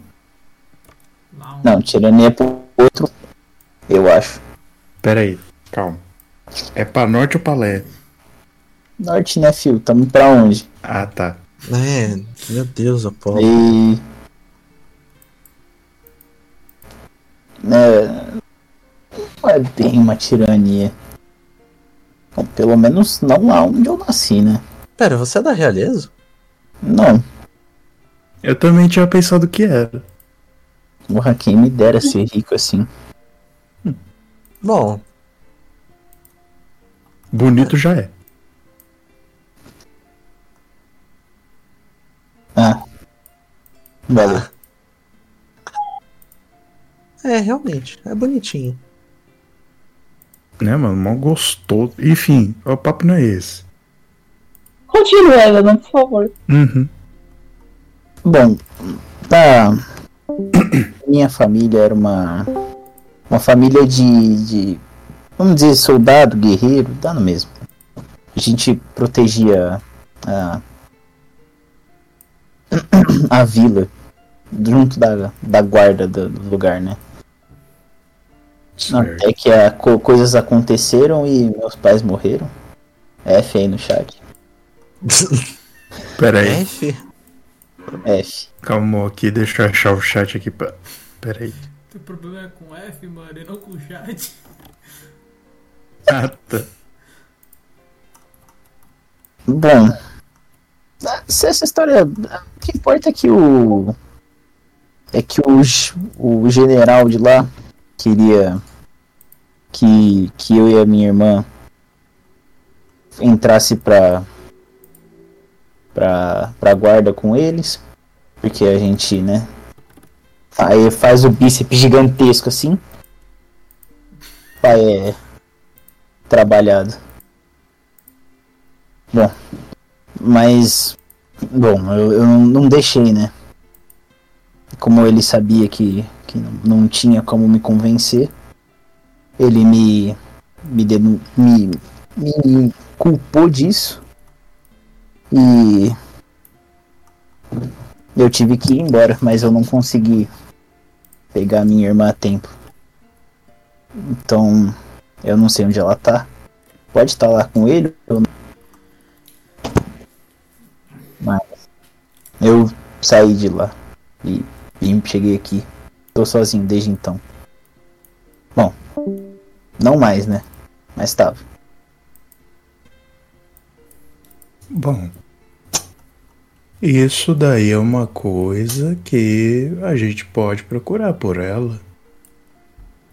um
Não, tirania pro outro, eu acho.
Peraí, calma. É pra norte ou pra leste?
Norte, né, fio? Tamo pra onde?
Ah, tá.
É, meu Deus, Apolo.
E. É... Não é bem uma tirania. Bom, pelo menos não lá onde eu nasci, né?
Pera, você é da realeza?
Não.
Eu também tinha pensado que era.
Porra, quem me dera ser rico assim.
Bom,
Bonito já é.
Ah. Valeu.
é realmente, é bonitinho.
Né, mano? Mó gostoso. Enfim, o papo não é esse.
Continue, Evelyn, por favor.
Uhum.
Bom, tá. Minha família era uma. Uma família de. de- vamos dizer, soldado, guerreiro, dá no mesmo. A gente protegia a. a vila. Junto da, da guarda do, do lugar, né? Até que a, co- coisas aconteceram e meus pais morreram. F aí no chat.
Pera aí.
F?
F.
Calma aqui, deixa eu achar o chat aqui pra. Pera aí.
Teu problema é com F, mano, e não com chat.
Ah, tá.
Bom, se essa história. O que importa é que o. É que o, g- o general de lá queria que, que eu e a minha irmã entrasse pra, pra, pra guarda com eles. Porque a gente, né? Aí faz o bíceps gigantesco assim. Pai é. Trabalhado. Bom, mas. Bom, eu, eu não- não deixei, né? Como ele sabia que, que não, não tinha como me convencer, ele me. me, denu- me, me culpou disso. E. Eu tive que ir embora, mas eu não consegui pegar minha irmã a tempo. Então, eu não sei onde ela tá. Pode estar lá com ele, eu Mas eu saí de lá e Vim, cheguei aqui. Tô sozinho desde então. Bom, não mais, né? Mas tava.
Bom. Isso daí é uma coisa que a gente pode procurar por ela.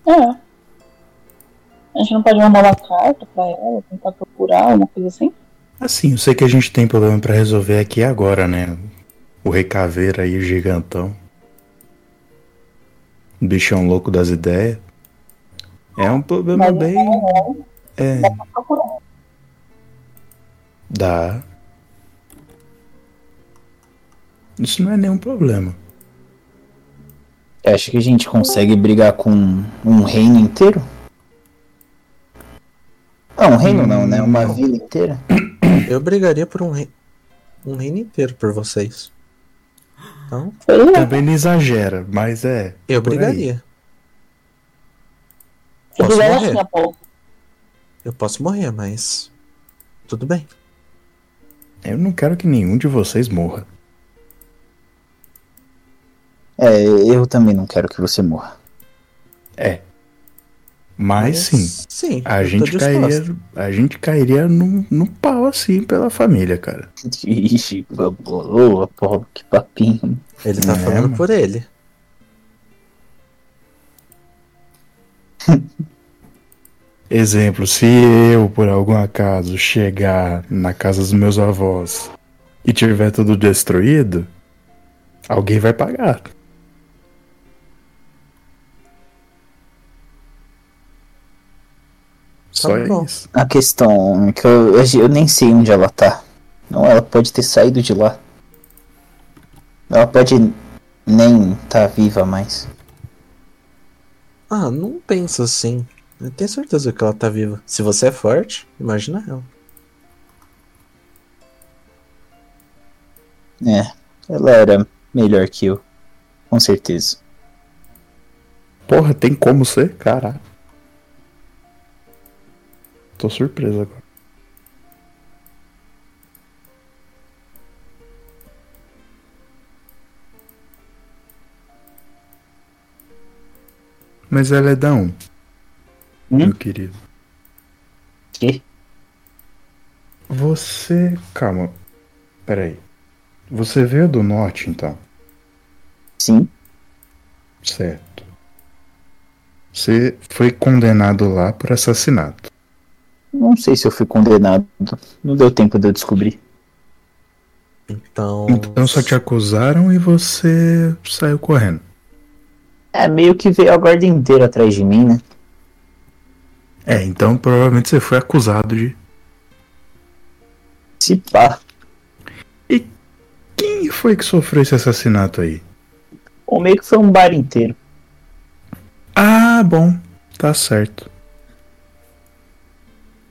É. A gente não pode mandar uma carta pra ela, tentar procurar, uma coisa assim?
Assim, eu sei que a gente tem problema pra resolver aqui agora, né? O recaveira aí, o gigantão. O bichão louco das ideias. É um problema
Mas
bem.
ela-
É.
dá pra procurar.
Dá. Isso não é nenhum problema.
Acho que a gente consegue brigar com um reino inteiro? Não, um reino não, né? Uma vila inteira.
Eu brigaria por um, rei... um reino inteiro por vocês. Então,
é.
Também não exagera, mas é.
eu
por aí.
brigaria.
Eu
Posso
brigava assim,
morrer.
Apolo.
Eu posso morrer, mas. Tudo bem.
Eu não quero que nenhum de vocês morra.
É, eu também não quero que você morra. [laughs]
É. Mas sim.
Sim.
A
eu tô
gente
disposto.
cairia. A gente cairia num, num pau assim pela família, cara.
Ixi, boa, porra, que papinho.
Ele tá
É,
falando
mano.
por ele.
Exemplo, se eu, por algum acaso, chegar na casa dos meus avós e tiver tudo destruído, alguém vai pagar. Só isso.
A questão é que eu, eu nem sei onde ela tá. Não, ela pode ter saído de lá. Ela pode nem tá viva mais.
Ah, não pensa assim. Eu tenho certeza que ela tá viva. Se você é forte, imagina ela.
É, ela era melhor que eu. Com certeza.
Porra, tem como ser? Caralho. Tô surpreso agora. Mas ela é da um. Meu querido.
Que?
Você. Calma. Peraí. Você veio do norte, então?
Sim.
Certo. Você foi condenado lá por assassinato.
Não sei se eu fui condenado. Não deu tempo de eu descobrir.
Então.
Então só te acusaram e você saiu correndo.
É, meio que veio a guarda inteira atrás de mim, né?
É, então provavelmente você foi acusado de.
Se pá.
E quem foi que sofreu esse assassinato aí?
Ou meio que foi um bar inteiro.
Ah, bom. Tá certo.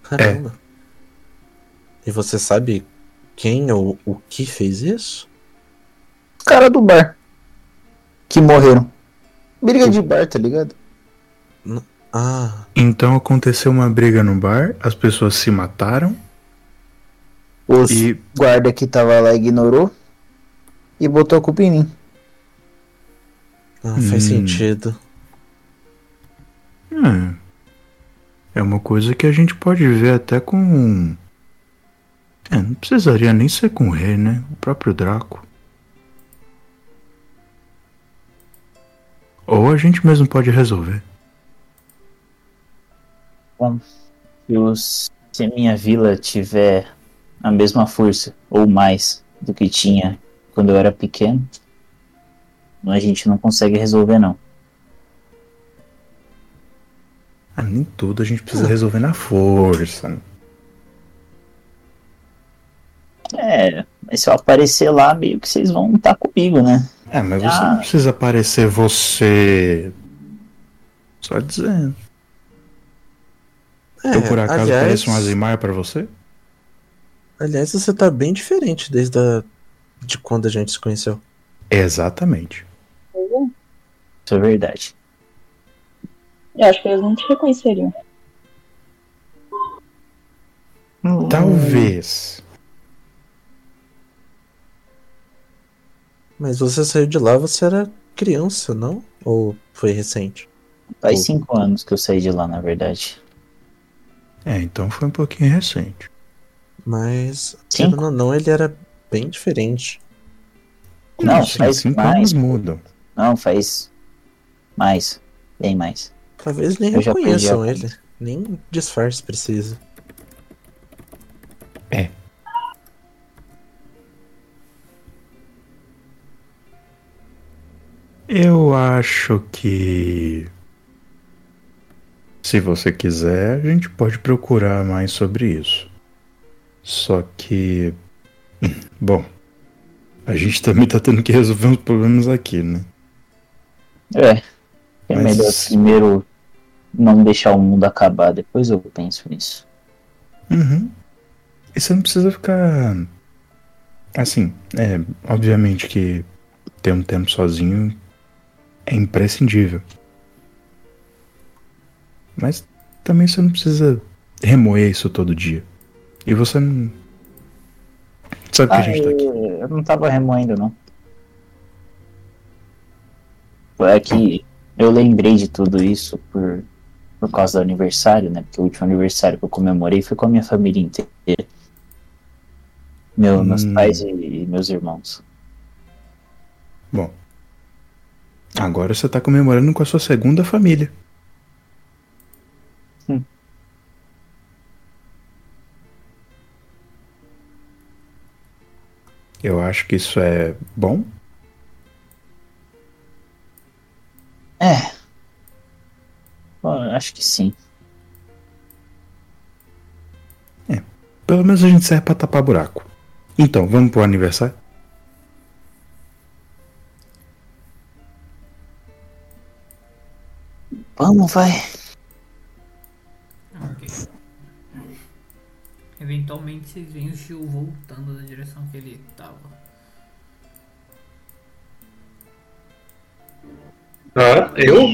Caramba. E você sabe quem ou o que fez isso?
Os caras do bar. Que morreram. Briga de bar, tá ligado?
Ah,
Então aconteceu uma briga no bar, as pessoas se mataram.
Os
E-
guarda que tava lá ignorou. E botou a culpa em mim.
ah, faz sentido.
Hum. É uma coisa que a gente pode ver até com. É, não precisaria nem ser com o rei, né? O próprio Draco. Ou a gente mesmo pode resolver.
Bom, se, os- se a minha vila tiver a mesma força, ou mais, do que tinha quando eu era pequeno, a gente não consegue resolver, não.
Ah, nem tudo a gente precisa resolver na força. né?
É, mas se eu aparecer lá, meio que vocês vão estar comigo, né?
É, mas você
Ah.
não precisa aparecer você. Só dizendo.
É,
É,
eu por acaso
aliás-
pareço um Azimar pra você?
Aliás, você tá bem diferente desde a... de quando a gente se conheceu.
Exatamente.
Isso é verdade.
Eu acho que eles não te reconheceriam.
Hum.
Talvez.
Mas você saiu de lá, você era criança, não? Ou foi recente?
Faz cinco anos que eu saí de lá, na verdade.
É, então foi um pouquinho recente.
Mas, querendo ou não, ele era bem diferente.
Não,
Sim,
faz
assim? cinco
mais.
anos mudam.
Não, faz mais. Bem mais.
Talvez nem
Eu já perdi a
reconheçam
conta.
ele. Nem disfarce precisa.
Eu acho que. Se você quiser, a gente pode procurar mais sobre isso. Só que. [laughs] Bom. A gente também tá tendo que resolver uns problemas aqui, né?
É. É
Mas-
melhor primeiro não deixar o mundo acabar, depois eu penso nisso.
Uhum. E você não precisa ficar. Assim, é. Obviamente que ter um tempo sozinho é imprescindível. Mas também você não precisa remoer isso todo dia. E você não. Sabe que a gente tá aqui.
Ah, Eu não tava remoendo, não. É que eu lembrei de tudo isso por, por causa do aniversário, né? Porque o último aniversário que eu comemorei foi com a minha família inteira. Meu, Meus
Hum.
pais e, e meus irmãos.
Bom. Agora você tá comemorando com a sua segunda família.
Hum.
Eu acho que isso é bom.
É. Bom, eu acho que sim.
Pelo menos a gente serve pra tapar buraco. Então, vamos pro aniversário?
Vamos, vai.
Ah, Ok. Eventualmente vocês veem o Gil voltando na direção que ele tava.
Ah, eu?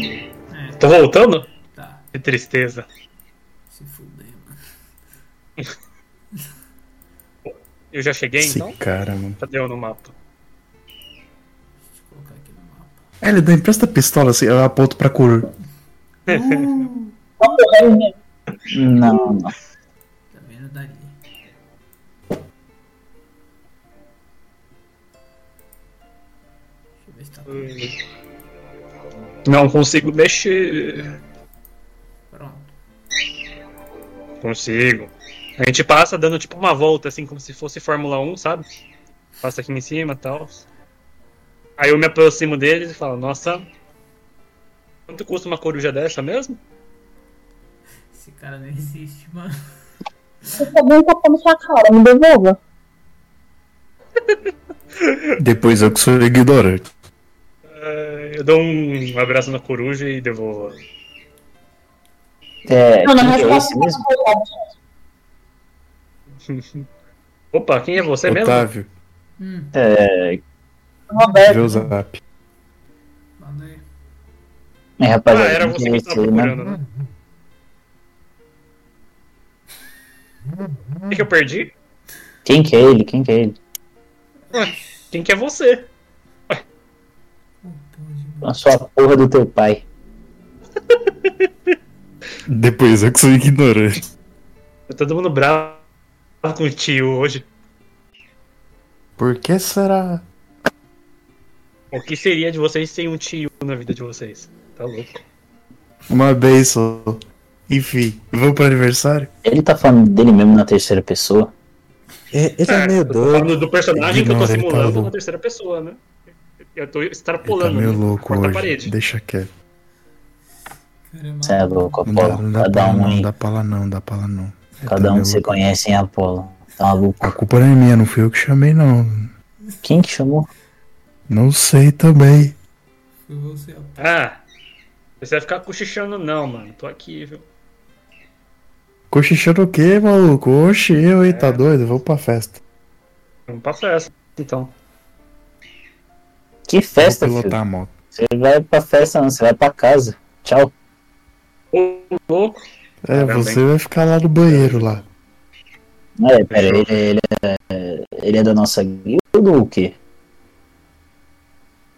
Tô voltando?
Tá.
Que tristeza.
Se fuder, mano.
Eu já cheguei
Esse
então?
cara, mano.
Cadê eu no mapa?
É, Ele dá empresta a pistola assim, eu aponto pra cor.
Não, não.
Tá vendo dali? Deixa eu ver se tá tudo.
Não consigo mexer.
Pronto.
Consigo. A gente passa dando tipo uma volta, assim, como se fosse Fórmula 1, sabe? Passa aqui em cima e tal. Aí eu me aproximo deles e falo, nossa. Quanto custa uma coruja dessa mesmo?
Esse cara não existe, mano.
Eu tô tá bem tapando sua cara, me devolva.
Depois eu que sou ignorante.
Eh, Eu dou um abraço na coruja e devolvo.
É,
Não, na tá
quem que é
resposta
esse mesmo?
Opa, quem é você mesmo?
Otávio,
É,
tá
vê o zap.
é rapaziada,
Ah, era
quem
você
é
que
esse
tava
aí,
procurando,
mano?
né? O que, que eu perdi?
Quem que é ele? Quem que é ele?
Ué, Quem que é você?
A sua porra do teu pai.
Depois eu que sou ignorante.
Tá todo mundo bravo com o tio hoje.
Por que será?
O que seria de vocês sem um tio na vida de vocês? Tá louco.
Uma vez só. Enfim, vamos pro aniversário?
Ele tá falando dele mesmo na terceira pessoa?
ele é meio doido.
Falando do personagem que eu tô
Ignora, ele tá
é
simulando na
louco.
terceira pessoa, né? Eu tô
Tá
extrapolando.
meio
né?
louco
Corta a
hoje.
parede.
Deixa quieto.
Você é louco,
Não dá,
Apolo.
não dá pra
Cada
lá
um
não,
aí.
dá pra lá não, dá pra lá não. Ele
Cada
tá
um
meio
que você
louco.
conhece, hein, Apolo? Tá maluco?
A culpa não é minha, não fui eu que chamei não.
Quem que chamou?
Não sei também.
Foi você, ó.
Ah, você vai ficar cochichando não, mano. Tô aqui, viu?
Cochichando o quê, maluco? Oxi, eu, hein, tá doido? Vamos pra festa.
Vamos pra festa, então.
Que festa,
Vou
filho?
pilotar a moto.
Você vai pra festa, não. Você vai pra casa. Tchau.
Ô, louco.
É,
Parabéns.
você vai ficar lá no banheiro lá.
É, pera, ele, ele, é, ele é da nossa guilda ou o quê?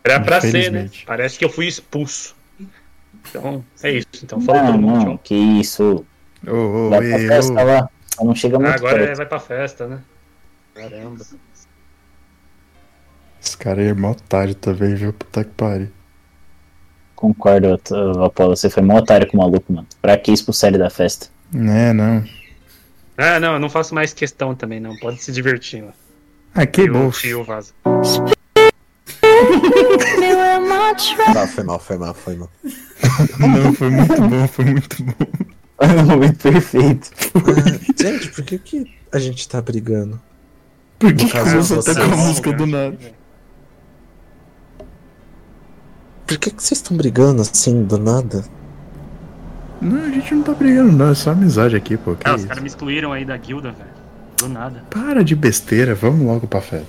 Era pra ser, né?
Infelizmente.
Parece que eu fui expulso. Então, é isso. Então, falou
Não,
todo mundo. tchau.
não, que isso. Vai pra
ei,
festa
ô.
lá. Só não chega
Ah,
muito
agora é,
perto.
vai pra festa, né? Caramba.
Esse cara aí é mó otário também, viu? Puta que pariu.
é.
Concordo, t- Apolo. Você foi mó otário com o maluco, mano. Pra que expulsar ele da festa? [laughs]
Né, não.
Ah, não, eu não faço mais questão também, não. Pode se divertir lá.
Ah, que bom. [laughs]
Tio vaza.
Não, Ah, foi mal, foi mal, foi mal.
Não, foi muito Tá bom, foi muito bom.
No momento é perfeito.
Ah, Gente, por que, que a gente tá brigando?
Por
No
que
caso,
começou até
vocês.
com
é
a
um
música do nada?
Por que, que vocês estão brigando assim, do nada?
Não, a gente não tá brigando, não. É só amizade aqui, pô. Que
Ah, os
isso?
caras me excluíram aí da guilda, velho. Do nada.
Para de besteira, vamos logo pra festa.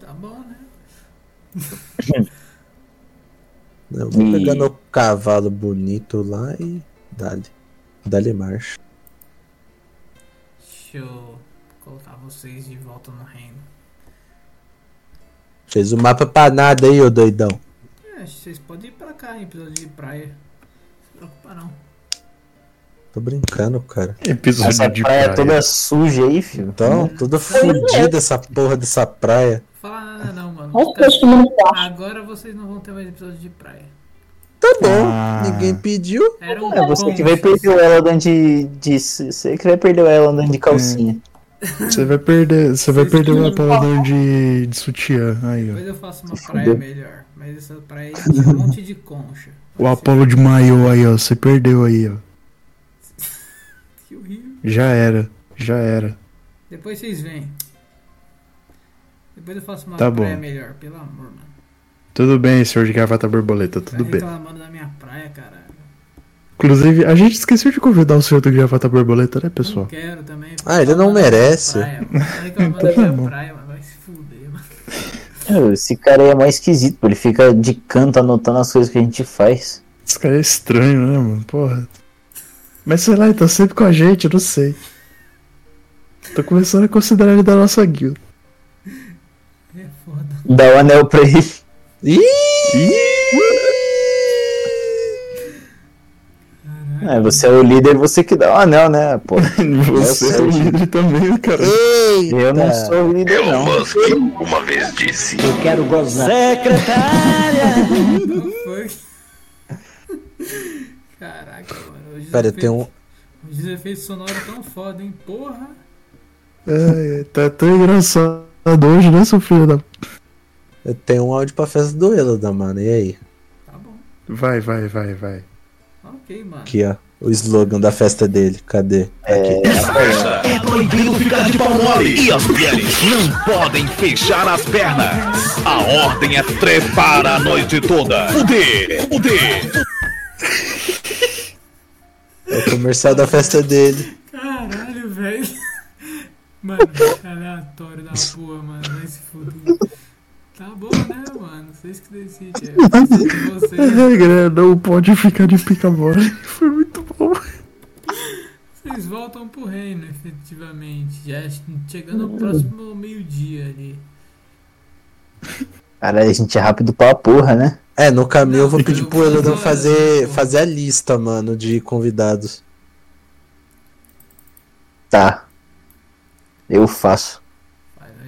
Tá bom, né?
Eu vou
E-
pegar meu cavalo bonito lá e dá-lhe. Dá-lhe marcha.
Deixa eu colocar vocês de volta no reino.
Fez o mapa pra nada aí, ô doidão.
É, vocês podem ir pra cá, em episódio de praia. Não se preocupa não.
Tô brincando, cara.
Episódio
Essa
de praia praia. é toda
suja aí, filho.
Então, toda fodida essa porra dessa praia.
Fala nada não, mano.
Olha o
Os caras-
peixe no
Agora vocês não vão ter mais episódio de praia.
Tá bom,
Ah.
ninguém pediu.
Era um
É você
bom-
que vai perder o ela andando de, de. Você que vai perder o ela andando de calcinha.
Você vai perder, você vai perder o apaladão de, de sutiã. Aí,
Depois
ó.
eu faço uma praia melhor. Mas essa praia tem um monte de concha.
O Apolo de maiô aí, ó. Você perdeu aí, ó.
Que horrível.
Já era, já era.
Depois vocês vêm. Depois eu faço uma
Tá bom.
praia melhor, pelo amor, mano.
Tudo bem, senhor de gravata borboleta,
Tá
tudo bem.
reclamando da minha praia, caralho.
Inclusive, a gente esqueceu de convidar o senhor do gravata borboleta, né, pessoal?
Quero também.
Ah, ele não merece.
Praia, mano. Tá
[laughs]
reclamando da
Então tá
minha
bom.
praia, mano. Vai se fuder, mano.
Meu, Esse cara aí é mais esquisito, pô. Ele fica de canto anotando as coisas que a gente faz.
Esse cara é estranho, né, mano? Porra. Mas sei lá, ele tá sempre com a gente, eu não sei. Tô começando a considerar ele da nossa guilda.
É foda.
Dá o anel pra ele. É, você é o líder, você que dá o anel, né, pô?
Você é o líder também, cara.
Eu [laughs] não sou o líder, não.
uma vez disse.
Eu quero gozar.
[laughs]
Caraca, mano. Hoje os
Pera,
efeitos-
tem um.
Os efeitos sonoros tão foda, hein? Porra.
Ai, ai, tá tão engraçado hoje, né, seu filho da.
Eu tenho um áudio pra festa do Elada, mano. E aí?
Vai, vai, vai, vai.
Tá Ok, mano.
Aqui, ó. O slogan da festa dele. Cadê? Aqui.
É proibido ficar de pau mole e as mulheres não podem fechar as pernas. A ordem é trepar a noite toda. Fuder, fuder.
É o comercial da festa dele.
Caralho, velho. [laughs] Mano, aleatório da porra, mano. Vai se fuder. Tá bom, né, mano? Vocês que decidem. Eu preciso de
A
vocês.
regra é não pode ficar de pica-bola. Foi muito bom.
Vocês voltam pro reino, efetivamente. Já chegando ao próximo meio-dia ali.
Caralho, a gente é rápido pra porra, né?
É, no caminho eu vou pedir pro Elodão fazer, fazer a lista, mano, de convidados.
Tá. Eu faço.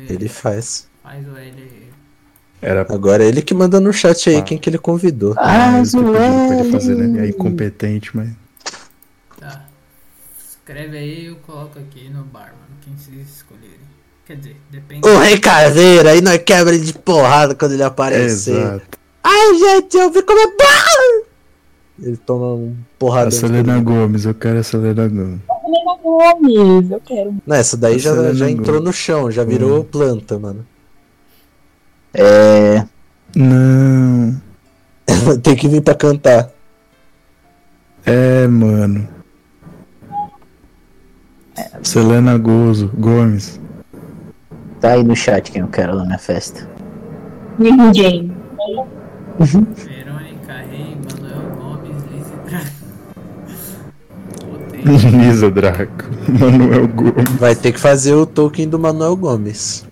Ele faz.
Faz o L aí.
Agora é ele que manda no chat aí quem que ele convidou.
Ah, isso que pediram pra ele fazer, né? É incompetente, mas.
Tá. Escreve aí e eu coloco aqui no bar, mano. Quem vocês escolherem. Quer dizer, depende.
O Rei Caveira, aí nós quebra ele de porrada quando ele aparecer.
Exato.
Ai, gente, eu vi como é bom! Ele toma um porradão.
A Selena Gomes, eu quero a Selena Gomes.
Gomes, eu quero.
Não, Hum. essa daí
A
já,
Selena
já entrou
Gomes.
no chão, já virou planta, mano.
É.
Não.
Tem que vir pra cantar.
É, mano. Selena Gozo, Gomes.
Tá aí no chat quem eu quero na minha festa.
Ninguém.
é
é Verônica, Rei, Manuel Gomes, Lizzie Tra-
Nisa Draco. Manuel Gomes.
Vai ter que fazer o token do Manuel Gomes.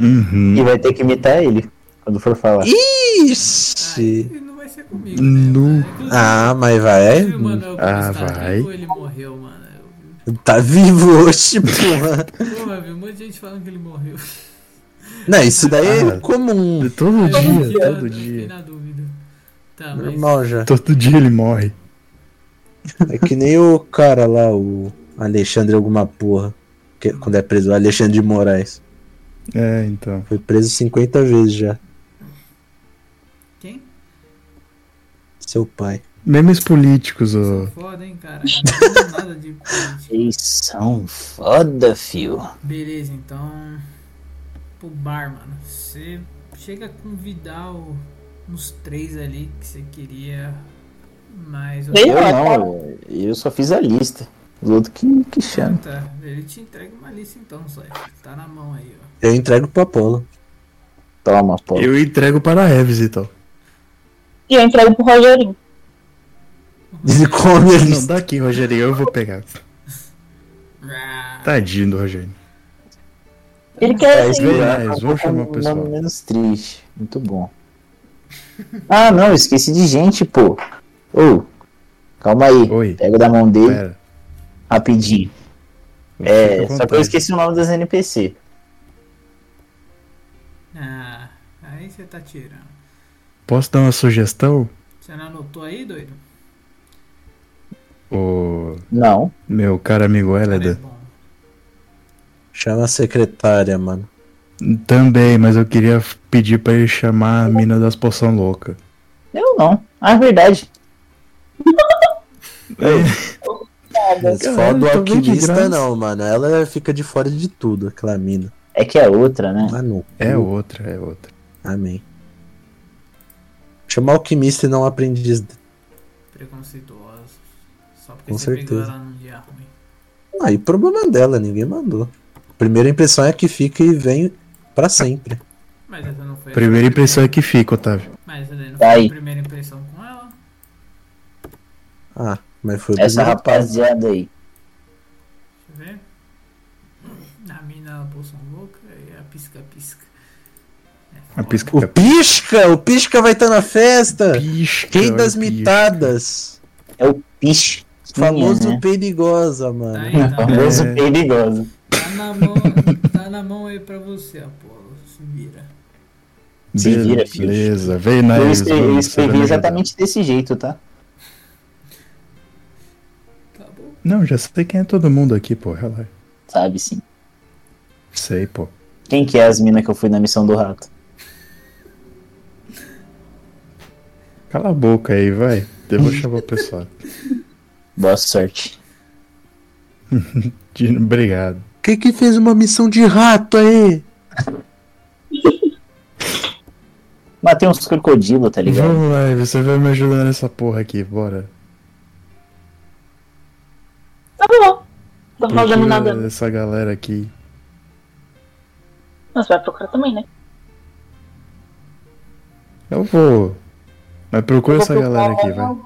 E
Uhum.
vai ter que imitar ele quando for falar.
Ixi!
Não vai ser comigo. né,
Nu. Ah, mas vai.
Viu, mano? Está
Ah,
vivo,
vai.
Ele morreu, mano.
Tá vivo hoje, porra. [laughs]
Porra, vi um monte de gente falando que ele morreu.
Não, isso daí
Ah,
é comum.
Todo
[laughs] Eu
dia,
fiquei na-
todo
eu
dia.
Fiquei na dúvida. Tá, mas.
Normal já.
Todo dia ele morre.
É que nem o cara lá, o Alexandre alguma porra. que- quando é preso, o Alexandre de Moraes.
É, então.
Foi preso 50 vezes já.
Quem?
Seu pai.
Memes políticos, ô.
Foda, hein, cara? Não entendo nada de política.
Vocês são foda, fio.
Beleza, então. Pro bar, mano. Você chega a convidar o- uns três ali que você queria mais. ou
Eu
menos.
não, eu- eu só fiz a lista. Os outros que, que
Ah,
chamam.
tá. Ele te entrega uma lista então, só. Tá na mão aí, ó.
Eu entrego pro [laughs] Apolo.
Toma, pô.
Eu entrego para a Eves, então.
E eu entrego pro Rogerinho.
Ele come a
Não,
lista.
dá aqui, Rogerinho, eu vou pegar. Tadinho do Rogerinho.
Ele
É
quer assim.
Eles vão chamar o
Um
pessoal.
nome menos triste. Muito bom. Ah, não, eu esqueci de gente, pô. Ô, calma aí.
Oi.
Pega da mão dele,
Pera. É.
rapidinho.
Fica
É,
à
só que eu
vontade.
esqueci o nome das NPC.
Ah, aí você tá tirando.
Posso dar uma sugestão?
Você não anotou aí, doido?
O
Não.
meu caro amigo Hélida.
Chama a secretária, mano.
Também, mas eu queria f- pedir pra ele chamar a mina das poção louca.
Eu não. Ah, é verdade. É.
Mas
Caralho,
foda do
É eu tô bem de
alquimista
graça.
não, mano. Ela fica de fora de tudo, aquela mina.
É que é outra, né?
Manu.
É outra, é outra.
Amém. Chama alquimista e não aprendiz.
Preconceituoso. Só porque
Com
você pegou
certeza.
ela num dia ruim.
Aí Ah, problema é dela, ninguém mandou. Primeira impressão é que fica e vem pra sempre.
Mas essa não foi a
Primeira impressão é que fica, Otávio.
Mas essa daí não foi
Tá
a
aí.
primeira impressão com ela?
Ah, mas foi o
Essa
primeiro passo.
rapaziada aí.
Deixa eu ver. A mina bolsa louca e a pisca-pisca.
A pisca é
O Pisca! O Pisca vai estar na festa!
pisca.
Rei
olha
das
o pisca.
mitadas!
É o Pish.
Famoso
né?
perigosa, mano.
Tá aí, tá,
famoso
É.
perigoso.
tá na mão, tá na mão aí pra você, Apolo. Se vira.
Se vira, filho.
Beleza, vem na
eu
Eves,
escrevi, eu
vamos, você vai
escrevi
me ajudar.
exatamente desse jeito, tá?
Tá bom.
Não, já sei quem é todo mundo aqui, pô. Relaxa.
Sabe sim.
Sei, pô.
Quem que é as minas que eu fui na missão do rato?
Cala a boca aí, vai. Eu vou chamar o
[laughs]
pessoal.
Boa sorte.
Dino, Obrigado.
Quem que fez uma missão de rato aí?
Matei uns crocodilos, tá ligado?
Vamos lá, Eves, você vai me ajudar nessa porra aqui, bora.
Tá bom. Não tô fazendo nada.
Procura essa galera aqui.
Mas vai procurar também, né?
Eu vou. Mas procura
Eu vou
essa galera
procurar
aqui, vai.
ela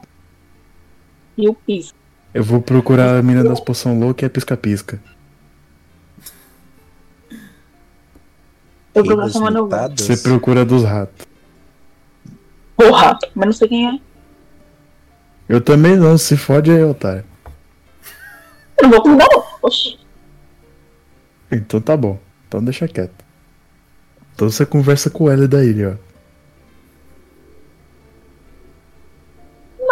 E o Pisca.
Eu vou procurar a mina das poção louca e a pisca-pisca.
Eu
Rei
procuro
das
chamar meu.
mitadas?
Você procura dos ratos.
Porra! Mas não sei quem é.
Eu também não, se fode aí, otário.
Eu não vou convidar, não. Oxi.
Então tá bom. Então deixa quieto. Então você conversa com ela da ilha, ó.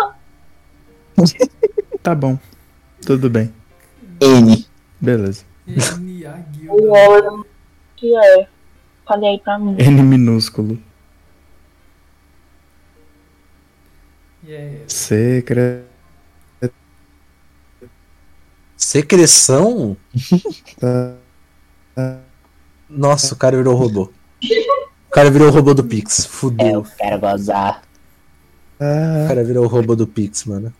Não. [laughs] tá bom. Tudo bem.
N.
Beleza.
Ele aguiu.
E ela que é. Falei aí pra mim.
N minúsculo.
E é.
Secreta.
Secreção? Nossa, o cara virou robô. O cara virou robô do Pix.
É,
Fudeu.
eu quero gozar.
O cara virou robô do Pix, mano.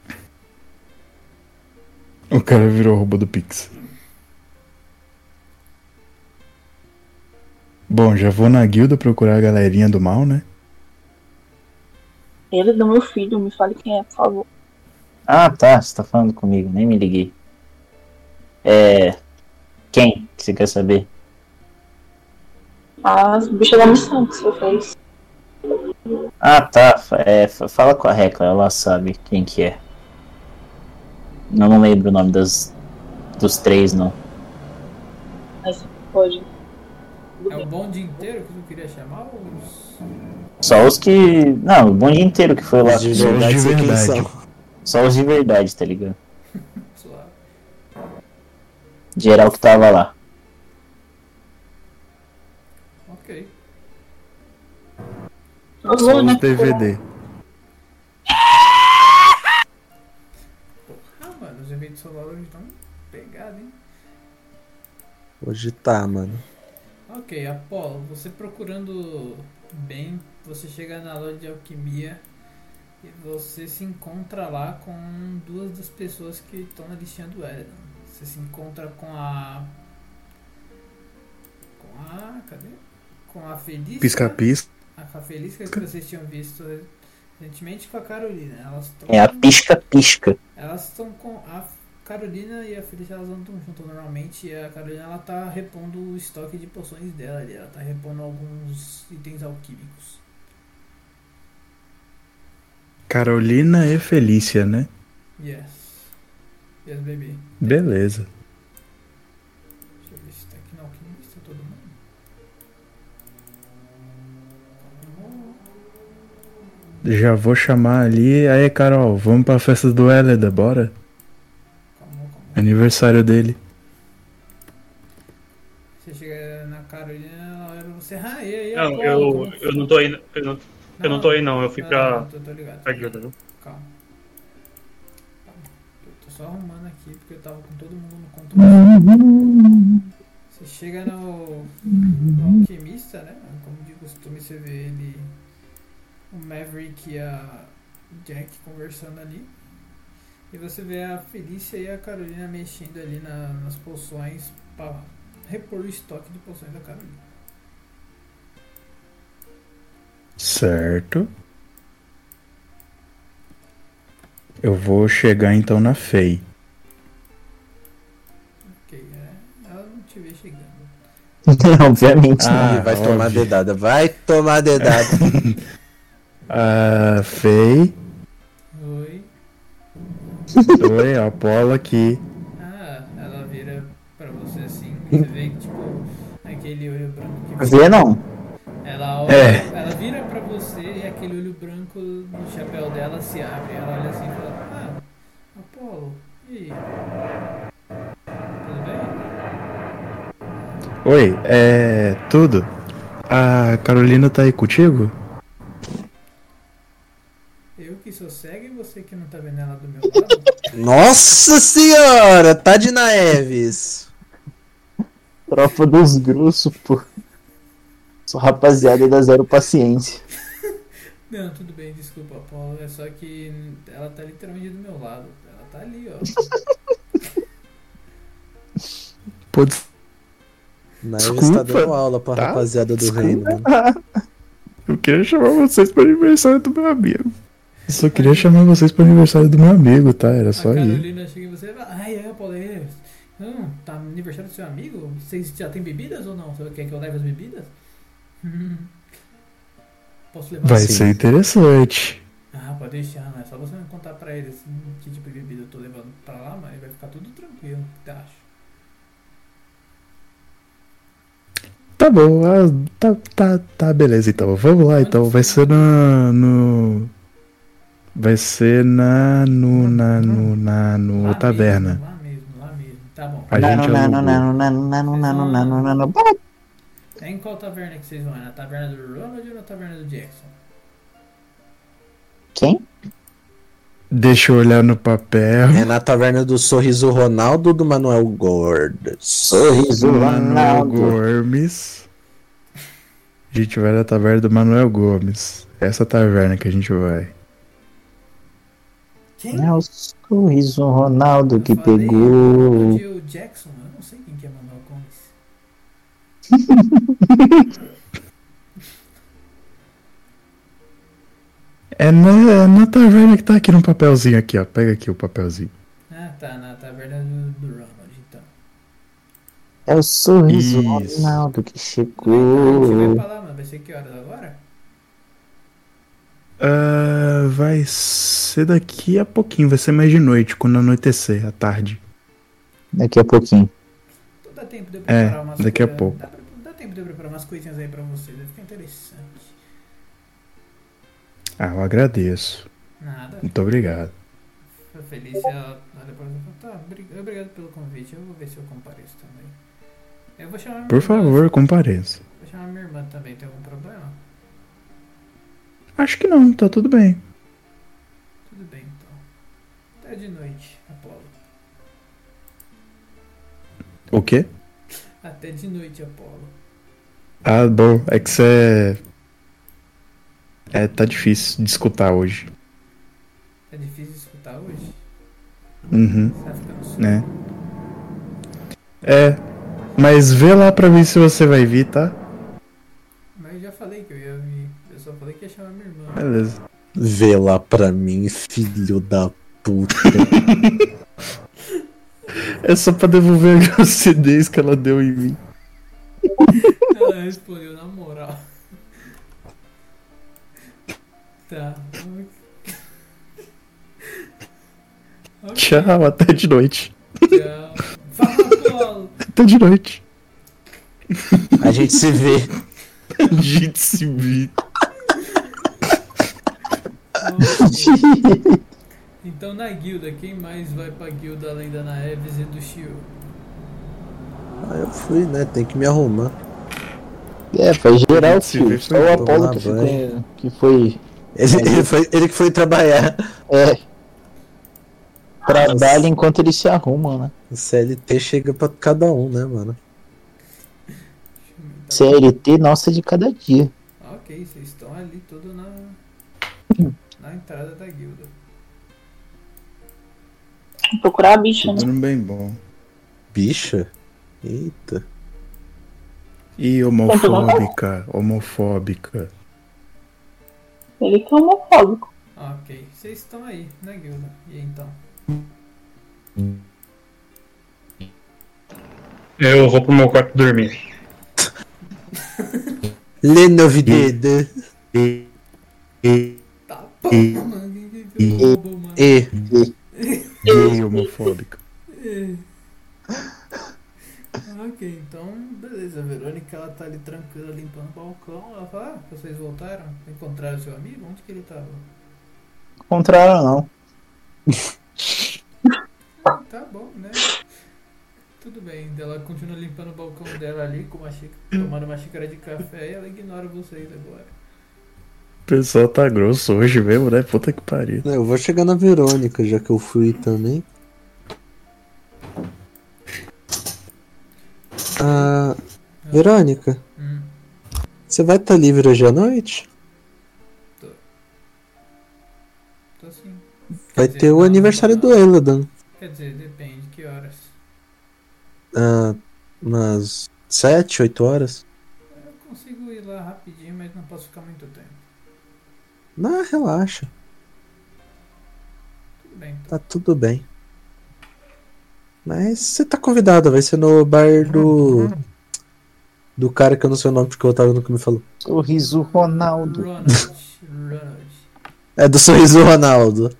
O cara virou robô do Pix. Bom, já vou na guilda procurar a galerinha do mal, né?
Ele é do meu filho, me fale quem é, por favor.
Ah, tá. Você tá falando comigo, nem me liguei. É. Quem que você quer saber?
As bichas da missão que você fez.
Ah, tá. fa- é, fa- fala com a Recla, ela sabe quem que é. Eu não lembro o nome das, dos três, não.
Mas pode.
É o bonde inteiro que tu queria chamar ou os...
Só os que. Não, o bonde inteiro que foi lá.
Os de verdade,
Só os de
sei quem
verdade. Só os de verdade, tá ligado?
Suave.
Geral que tava lá.
Ok.
Só
né,
os DVD.
Ah, mano, os eventos solares hoje estão pegados, hein?
Hoje tá, mano.
Ok, Apolo, você procurando bem, você chega na loja de alquimia e você se encontra lá com duas das pessoas que estão na listinha do Eredon. Você se encontra com a. Com a. Cadê? Com a Feliz.
Pisca-pisca.
A, com a Feliz que vocês tinham visto recentemente com a Carolina. Elas tão-
É a pisca-pisca.
elas estão com. A Carolina e a Feliz elas andam juntas normalmente. E a Carolina ela tá repondo o estoque de poções dela ali. Ela tá repondo alguns itens alquímicos.
Carolina e Felícia, né?
Yes. Yes, baby.
Beleza.
Deixa eu ver se tá aqui na alquimista todo mundo.
Já vou chamar ali. Aí, Carol, vamos pra festa do Hélida, bora? Aniversário dele.
Você chega na Carolina, ela olha pra você. Ah, e aí,
Não,
Apolo,
eu,
como
eu
foi?"
não tô aí. não. Eu não, eu não tô aí, não. Eu fui
Não,
pra.
Ah, não, tô- tô ligado.
pra guilda, viu?
Calma. Calma. Eu tô só arrumando aqui porque eu tava com todo mundo no controle. Você chega no, no alquimista, né? Como de costume você vê ele, o Maverick e a Jack conversando ali. E você vê a Felícia e a Carolina mexendo ali na- nas poções pra repor o estoque de poções da Carolina.
Certo. Eu vou chegar então na FEI.
Ok, né? Ela não te vê chegando.
Obviamente
Ah,
não.
vai
Óbvio.
tomar dedada, vai tomar dedada.
[laughs] Ah, FEI.
Oi.
Oi, Apolo aqui.
Ah, ela vira pra você assim, você vê que tipo, aquele olho branco que
Vê não.
Ela olha,
É.
ela vira pra você e aquele olho branco no chapéu dela se abre. Ela olha assim e fala, ah, Apolo, e aí? Tudo bem?
Oi, é. Tudo? A Carolina tá aí contigo?
Eu que sou cego e você que não tá vendo ela do meu lado?
Nossa senhora, tá de Naeves.
Tropa dos grossos, pô. Sou rapaziada da zero paciência.
Não, tudo bem, desculpa, Apolo. É só que ela tá literalmente do meu lado. Ela tá ali, ó.
Pode.
Naeves tá dando aula pra rapaziada do reino.
mano. [laughs] Eu queria chamar vocês pro aniversário do meu amigo. Eu só queria chamar vocês pro aniversário do meu amigo, tá? Era só isso.
Carolina né, chega em você e fala, ai, é, Apolo, é. Hum, tá no aniversário do seu amigo? Vocês já têm bebidas ou não? Você quer que eu leve as bebidas? [laughs] Hum. Posso levar
Vai
Sim.
ser interessante.
Ah, pode deixar, né? Só você não contar pra eles que tipo de bebida eu tô levando pra lá, mas vai ficar tudo tranquilo, eu acho.
Tá bom, ah, tá, tá, tá, beleza então. Vamos lá então. Vai ser na. no. Vai ser na. no. na. no. na. no. taverna.
Lá mesmo, lá mesmo. Tá bom.
A gente alugou.
É em qual taverna que vocês vão? É na taverna do Ronald ou na taverna do Jackson?
Quem?
Deixa eu olhar no papel.
É na taverna do Sorriso Ronaldo do Manuel Gordo.
Sorriso
Manuel Gomes. A gente vai na taverna do Manuel Gomes. Essa taverna que a gente vai.
É o sorriso Ronaldo que pegou.
Onde o Jackson? Eu não sei quem que é Manuel Gomes.
É na, é na taverna que tá aqui no papelzinho aqui, ó. Pega aqui o papelzinho.
Ah, tá, na taverna do, do Ronald, então.
É o sorriso Ronaldo que
Você vai
chegou.
pra lá, mano. Vai ser que horas agora?
Ah, vai ser daqui a pouquinho, vai ser mais de noite, quando anoitecer, à tarde.
Daqui a pouquinho.
Então dá tempo de eu
É,
preparar umas
daqui a
coisas-
pouco.
Dá, pra- dá tempo de eu preparar umas coisinhas aí pra você. Deve ficar interessante.
Ah, eu agradeço.
Nada.
Muito obrigado.
A Felícia ela olha pra mim e fala, tá, obri- obrigado pelo convite. Eu vou ver se eu compareço também. Eu vou chamar minha
Por
irmã.
favor, compareça.
Vou chamar minha irmã também. Tem algum problema?
Acho que não, tá tudo bem.
Tudo bem então. Até de noite, Apolo.
O quê?
Até de noite, Apolo.
Ah, bom, é que você. É, tá difícil de escutar hoje.
É difícil escutar hoje?
Uhum.
Você tá ficando
Né? É. Mas vê lá pra mim se você vai vir, tá?
Mas eu já falei que eu ia vir. Eu só falei que ia chamar minha irmã.
Beleza.
Vê lá pra mim, filho da puta.
É só pra devolver a [laughs] grossidez que ela deu em mim.
Ela respondeu na moral. Tá. vamos-
Tchau, até de noite.
Tchau. Fala, Apolo!
Até de noite.
A gente se vê.
[laughs] A gente se vê.
Então na guilda, quem mais vai pra guilda além da Ana Eves e do Shio?
Ah, eu fui, né? Tem que me arrumar.
É, foi geral,
Se vê,
filho. Só
foi
o Apolo
tomar
que ficou.
banho.
Que foi.
Ele, ele foi, ele que foi trabalhar.
É. Trabalha enquanto eles se arrumam, né?
O CLT chega pra cada um, né, mano?
CLT nossa de cada dia.
Ah, ok, vocês estão ali tudo na, na entrada da guilda.
Vou procurar a bicha, né?
Tudo bem bom.
Bicha? Eita.
E homofóbica, homofóbica.
Ele que é homofóbico.
Ah, ok, vocês estão aí na guilda. E então?
Eu vou pro meu quarto dormir.
Lê novidade. E. E.
Tá
E. E.
Gay homofóbica.
É. ok, então, beleza. A Verônica ela tá ali tranquila limpando o balcão. Ela fala: ah, vocês voltaram? Encontraram seu amigo? Onde que ele tava?
Contrário, não.
Tá bom, né? Tudo bem. Ela continua limpando o balcão dela ali, com uma xícara, tomando uma xícara de café e ela ignora vocês agora.
O pessoal tá grosso hoje mesmo, né? Puta que pariu.
É, Eu vou chegar na Verônica, já que eu fui também. Ah, Verônica,
Hum,
você vai estar livre hoje à noite?
Tô assim.
Vai ter o aniversário do Eladan.
Quer dizer, depende que horas.
Ah, umas 7, 8 horas?
Eu consigo ir lá rapidinho, mas não posso ficar muito tempo.
Não, relaxa,
Tudo bem.
tá tudo bem. Mas você tá convidada, vai ser no bar do. Do cara que eu não sei o nome porque o Otávio nunca me falou.
Sorriso
[laughs]
Ronaldo.
então. Ronald, Ronald.
É do sorriso Ronaldo.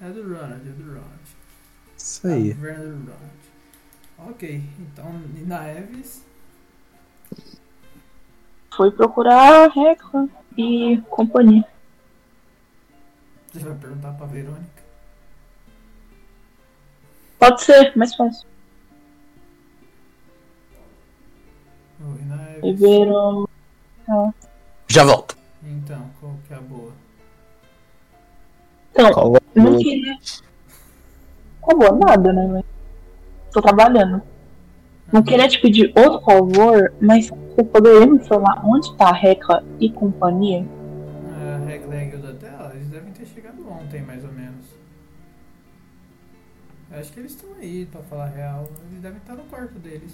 É do Ronald, é do Ronald.
Isso Tá aí.
Caverna do Ronald. Ok, então na Eves.
Foi procurar a Recla e companhia.
Você vai perguntar pra Verônica?
Pode ser, mais fácil.
Oi, na
E
Eves.
viram. Ah.
Já volto.
Então, qual que é a boa?
Então,
Coloca
não queria. Acabou nada, né? velho? Tô trabalhando. Não queria te pedir outro favor, mas você poderia me falar onde tá a Recla e companhia?
A regra da guilda dela, eles devem ter chegado ontem, mais ou menos. Eu acho que eles estão aí, pra falar a real. Eles devem estar no quarto deles.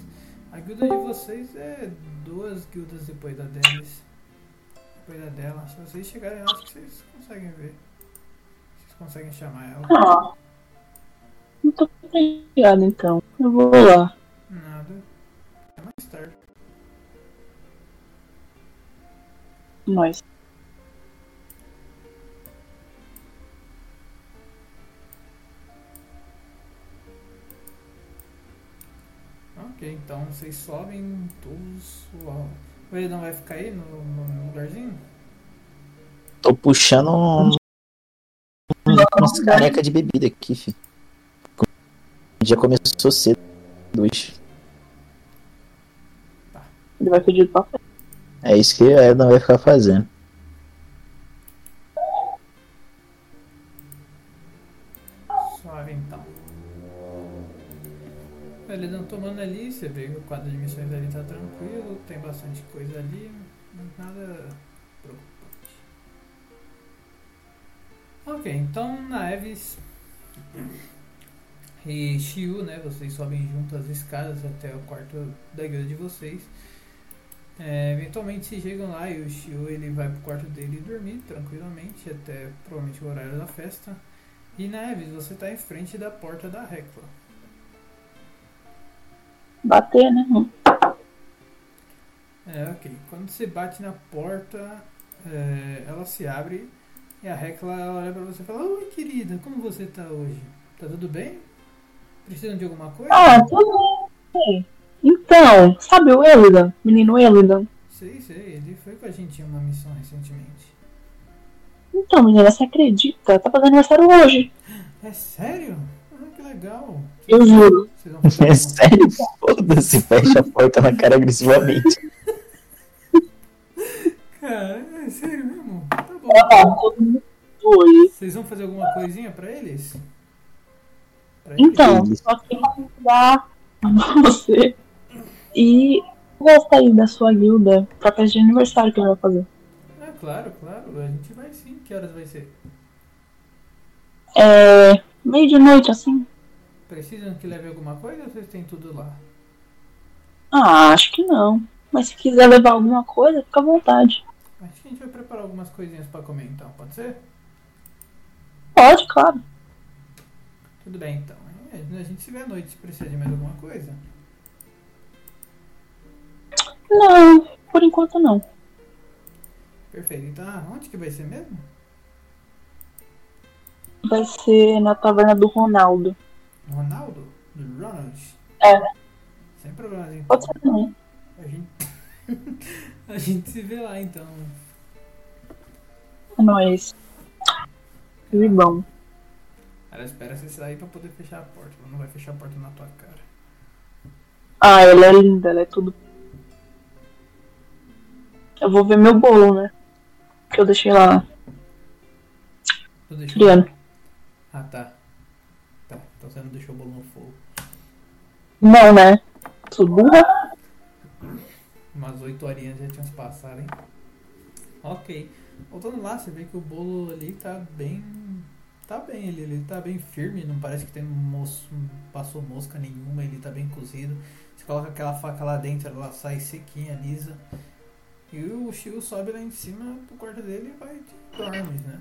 A guilda de vocês é duas guildas depois da deles. Depois da dela. Se vocês chegarem lá, acho que vocês conseguem ver. Vocês conseguem chamar ela.
Ah, não tô Obrigado, então. Eu vou lá.
Nada. Até mais tarde.
Nós.
Ok, então vocês sobem todos. lá. O Edão vai ficar aí no, no lugarzinho?
Tô puxando um- umas carecas de bebida aqui, fi. O dia começou cedo. Dois.
Ele vai pedir do papai.
É isso que a Edna vai ficar fazendo. [laughs]
Suave então. Eles estão tomando ali, você vê que o quadro de missões ali tá tranquilo, tem bastante coisa ali, mas nada preocupante. Ok, então Naves e Shiu, né? Vocês sobem junto as escadas até o quarto da guilda de vocês. É, eventualmente vocês chegam lá e o Shiu ele vai pro quarto dele dormir tranquilamente, até provavelmente o horário da festa. E Neves, você tá em frente da porta da Recla.
Bater, né? Hum.
É, ok. Quando você bate na porta, é, ela se abre e a Recla ela olha pra você e fala: Oi, querida, como você tá hoje? Tá tudo bem? Precisam de alguma coisa?
Ah, tudo bem. Então, sabe o Elidan? Menino Elidan?
Sei, sei. Ele foi com a gente em uma missão recentemente.
Então, menina, você acredita? Tá fazendo aniversário hoje.
É sério? Ah, que legal.
Eu juro.
É sério? Foda-se, fecha a porta na cara agressivamente.
Cara, é sério mesmo? Tá bom.
Oi.
Vocês vão fazer alguma coisinha pra eles? Pra eles?
Então, só que eu vou convidar você e o resto aí da sua guilda pra festa de aniversário que ele vai fazer.
Ah, claro, claro. A gente vai sim. Que horas vai ser?
É. meio de noite, assim?
Precisam que leve alguma coisa ou vocês têm tudo lá?
Ah, acho que não. Mas se quiser levar alguma coisa, fica à vontade.
Acho que a gente vai preparar algumas coisinhas pra comer então, pode ser?
Pode, claro.
Tudo bem então. É, A gente se vê à noite se precisar de mais alguma coisa.
Não, por enquanto não.
Perfeito. Então, ah, onde que vai ser mesmo?
Vai ser na taverna do Ronaldo.
Ronaldo? Do Ronald?
É,
Sem problemas então.
pode ser também.
A gente... [laughs] a gente se vê lá então.
É nóis. E bom.
Ela espera você sair pra poder fechar a porta. Ela não vai fechar a porta na tua cara.
Ah, ela é linda, ela é tudo. Eu vou ver meu bolo, né? Que eu deixei lá
Tu deixou-
friando.
Ah tá. Tá. Então você não deixou o bolo no fogo.
Não, né? Sou burra?
Umas 8 horinhas já tinham se passado, hein? Ok. Voltando lá, você vê que o bolo ali tá bem. Tá bem, ele, ele tá bem firme, não parece que tem mos... passou mosca nenhuma, ele tá bem cozido. Você coloca aquela faca lá dentro, ela sai sequinha, lisa. E o Chiu sobe lá em cima pro quarto dele e vai de dorme, né?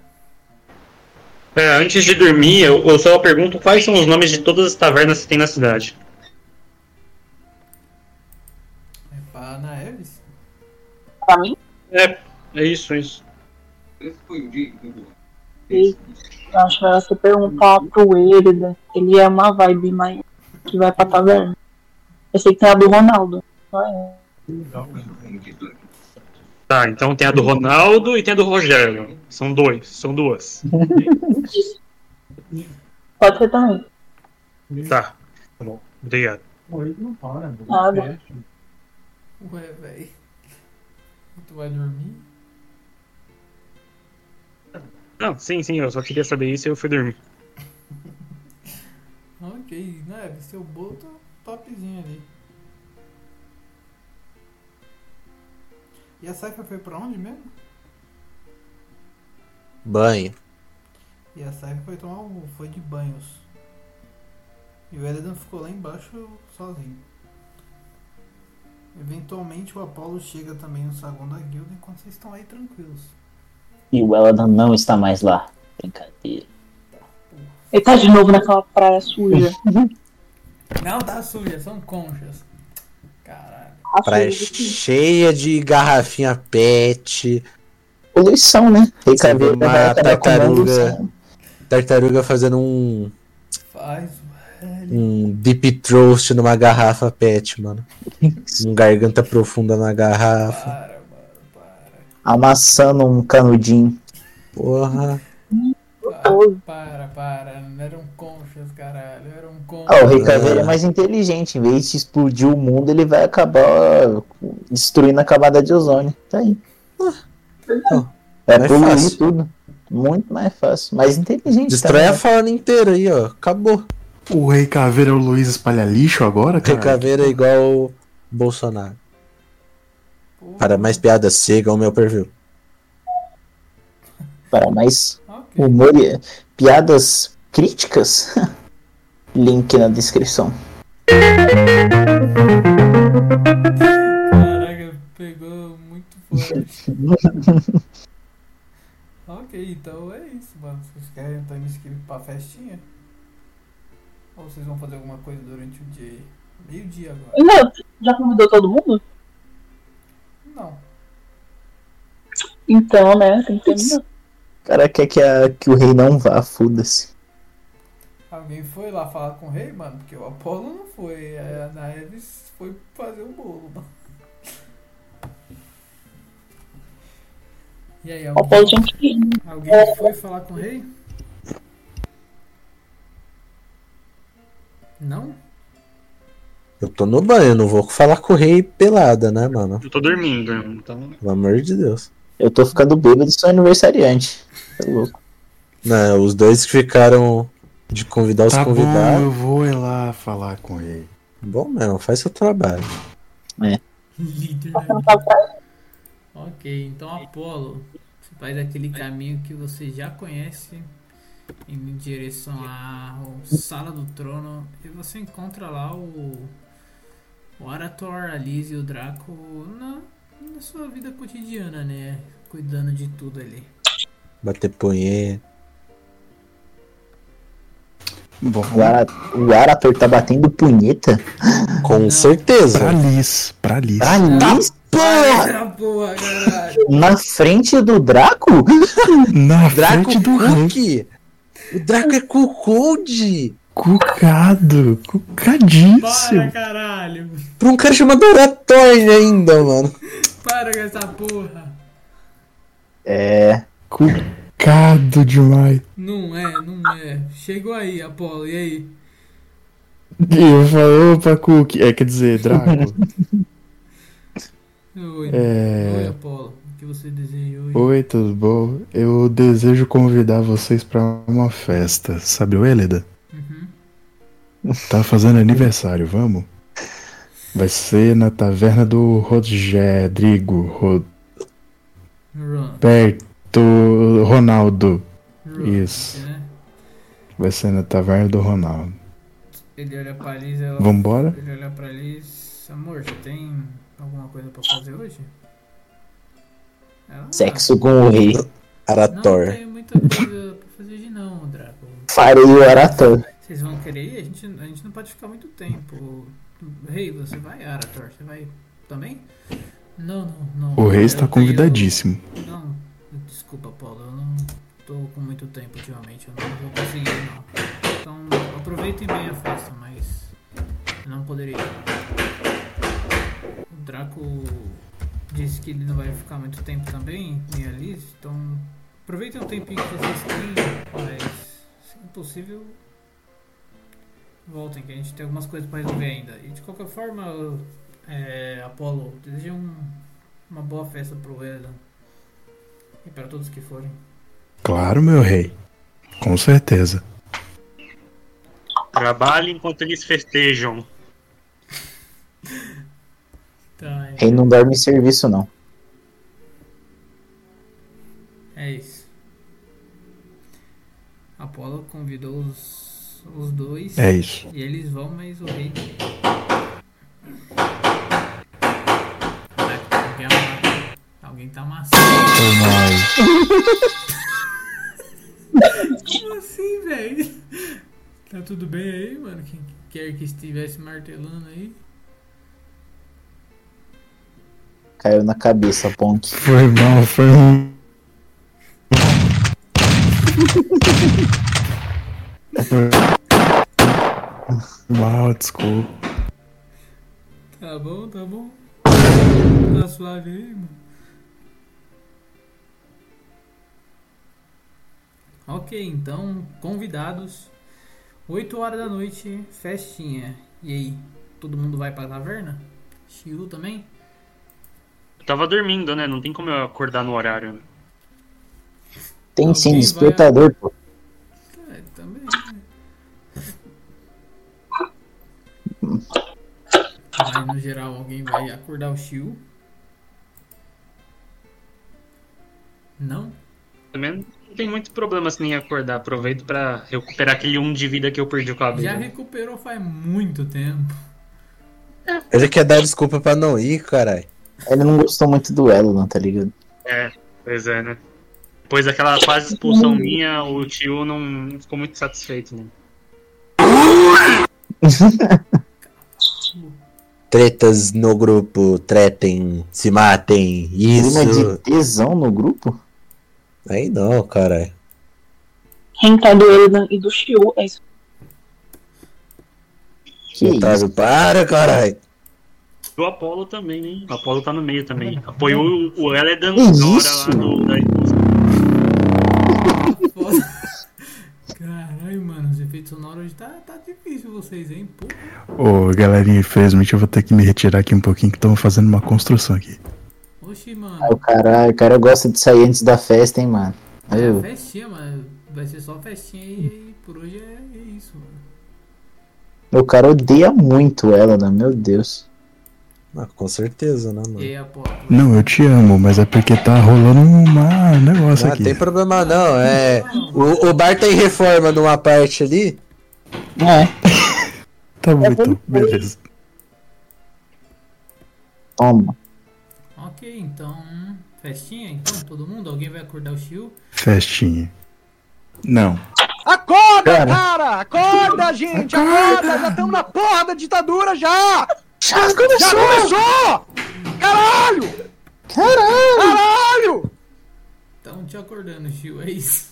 É, antes de dormir, eu, eu só pergunto quais são os nomes de todas as tavernas que tem na cidade.
É pra Naeves.
Pra mim?
É, é isso, é isso.
E eu acho que ela se perguntar pro Herida, ele é uma vibe mais que vai pra taverna. Eu sei que tem a do Ronaldo. não é?
Tá, então tem a do Ronaldo e tem a do Rogério. São dois, são duas.
Pode ser também.
Tá. Tá bom, obrigado.
não para,
Nada.
Ué, véi. [laughs] Tu vai dormir?
Não, sim, sim, eu só queria saber isso e eu fui dormir.
Ok, Naeves, seu bolo tá topzinho ali. E a Saifa foi pra onde mesmo?
Banho.
E a Saifa foi tomar um. foi de banhos. E o Elidan ficou lá embaixo sozinho. Eventualmente o Apollo chega também no saguão da guilda enquanto vocês estão aí tranquilos.
E o Eladan não está mais lá. Brincadeira.
Ele tá de novo naquela praia suja.
Não, tá suja, são conchas. Caralho.
Praia cheia de garrafinha pet.
Poluição, né? Tem
Você vê
caveira,
uma
vai acabar com a
tartaruga.
evolução.
Tartaruga fazendo um.
Faz, velho.
Um deep throat numa garrafa pet, mano. Um garganta profunda na garrafa.
Amassando um canudinho.
Porra.
Para, para, não eram conchas, caralho, eram conchas.
Ah, o Rei Caveira é mais inteligente. Em vez de explodir o mundo, ele vai acabar destruindo a camada de ozônio. Tá aí.
mais
Vai poluir
É. fácil.
tudo. Muito mais fácil. Mais inteligente.
Destrói
também.
a
né,
fauna inteira aí, ó. Acabou.
O Rei Caveira é o Luiz Espalha Lixo agora, cara?
Rei Caveira é igual o Bolsonaro. Para mais piadas, sigam o meu perfil.
Para mais humor e piadas críticas, [laughs] link na descrição. [laughs]
Ok, então é isso, mano. Vocês querem time skip pra festinha? Ou vocês vão fazer alguma coisa durante o dia aí? Meio-dia agora.
Não, já convidou todo mundo?
Não.
Então, né? Tem que terminar.
O cara quer que, a- que o rei não vá, foda-se.
Alguém foi lá falar com o rei, mano? Porque o Apolo não foi. é, A Naeves foi fazer um bolo, mano. E aí, alguém,
Apolo tinha que ir.
alguém foi falar com o rei? Não?
Eu tô no banho, não vou falar com o rei pelada, né, mano?
Eu tô dormindo, então.
Pelo amor de Deus.
Eu tô ficando bêbado e sou aniversariante. É louco.
Não, os dois que ficaram de convidar os
Tá bom,
convidados.
eu vou ir lá falar com ele.
Bom mesmo, faz seu trabalho.
É.
Líder. Ok, então Apolo, você vai daquele caminho que você já conhece, indo em direção à Sala do Trono, e você encontra lá o, o Arator, a Liz e o Draco na, na sua vida cotidiana, né? Cuidando de tudo ali.
Bater punheta.
Bom,
O, Ara, o Arator tá batendo punheta?
Com certeza.
Pra Liz, pra Liz.
Pra é Liz?
Porra! Porra, caralho!
Na frente do Draco?
Na
Draco
frente do rei.
Cook! O Draco é cuckold!
Cucado,
Para,
cucadíssimo.
caralho!
Pra um cara chamado Oratorn ainda, mano.
Para com essa porra!
É.
Cucado demais.
Não é, não é. Chegou aí, Apolo, e aí?
E eu falo, opa, Cook. É, quer dizer, [laughs] Draco.
Oi,
É.
oi Apolo, o que você deseja hoje?
Oi, tudo bom? Eu desejo convidar vocês pra uma festa. Sabe o Elida? Tá fazendo aniversário, vamos? Vai ser na taverna do Rodrigo. Rod...
Ron.
Perto. Ronaldo.
Ron,
Isso.
né?
Vai ser na taverna do Ronaldo.
Ele olha pra Liz, ela...
Vambora?
Ele olha pra Liz, amor, você tem alguma coisa pra fazer hoje? Ela,
Sexo com o rei.
Não
Arator.
tem muita coisa [laughs] pra fazer hoje não, Draco.
Farei o Arator.
Vocês vão querer ir? A gente, a gente não pode ficar muito tempo. Rei, você vai, Arator? Você vai também? Não, não, não.
O rei está
Eu tenho-
convidadíssimo.
Não, desculpa, Paulo, eu não tô com muito tempo ultimamente, eu não vou conseguir, não. Então, aproveitem bem a festa, mas eu não poderia. O Draco disse que ele não vai ficar muito tempo também, nem a Liz, então aproveitem o tempinho que vocês têm, mas se possível, voltem, que a gente tem algumas coisas pra resolver ainda. E de qualquer forma, é, Apolo, desejo um, uma boa festa pro Wesley. E para todos que forem.
Claro, meu rei. Com certeza.
Trabalhe enquanto eles festejam.
Tá,
Rei não dorme em serviço, não.
é isso. Apolo convidou os, os dois.
É isso.
E eles vão, mas o rei. Alguém ama- Alguém tá amassando.
Foi mais.
Como assim, velho? Tá tudo bem aí, mano? Quem quer que estivesse martelando aí?
Caiu na cabeça, Ponk.
Foi mal, foi um. Foi Mal, desculpa.
Tá bom, tá bom. Tá suave aí, mano. Ok, então, convidados. 8 horas da noite, festinha. E aí, todo mundo vai pra taverna? Shiru também?
Eu tava dormindo, né? Não tem como eu acordar no horário. né?
Tem sim,
Alguém vai-
despertador, pô.
É, também. Mas no geral alguém vai acordar o Shiu? Não?
Também não tem muito problema se nem acordar. Aproveito pra recuperar aquele um de vida que eu perdi com a
Já
vida.
recuperou faz muito tempo.
Ele quer dar desculpa pra não ir, caralho.
Ele não gostou muito do Elon, tá ligado?
É, pois é, né? Depois daquela quase expulsão minha, o tio não ficou muito satisfeito, né?
Tretas no grupo, tretem, se matem, isso.
Clima é de tesão no grupo?
Aí não, caralho.
Hentai do Eldan e do Shiu, é isso.
Otávio, para, caralho.
O Apollo também, hein? O Apollo tá no meio também. Apoiou o- o Eledan
Que
na hora
isso?
lá no. da-
Caralho, mano, os efeitos sonoros hoje tá, tá difícil vocês, hein? Pô,
Ô, galerinha, infelizmente eu vou ter que me retirar aqui um pouquinho que estão fazendo uma construção aqui.
oxi, mano.
Ah, o cara, o cara gosta de sair antes da festa, hein, mano. Eu.
Festinha, mano. Vai ser só festinha e, e por hoje é, é isso, mano.
O cara odeia muito ela, né? Meu Deus.
Ah, com certeza, né, mano?
E aí, Apollo?
Não, eu te amo, mas é porque tá rolando um ma- negócio
Não
aqui.
Ah, tem problema não, é. O, o bar tem reforma numa parte ali.
É.
Tá bom, então. Beleza.
Toma.
Ok, então. Festinha, então, todo mundo? Alguém vai acordar o Shiu?
Festinha. Não.
Acorda,
Cara.
cara! Acorda, gente! Acorda! Já estamos na porra da ditadura já!
Já
começou! Caralho!
Caralho!
Caralho!
Estão te acordando, Shiu, é isso. [laughs]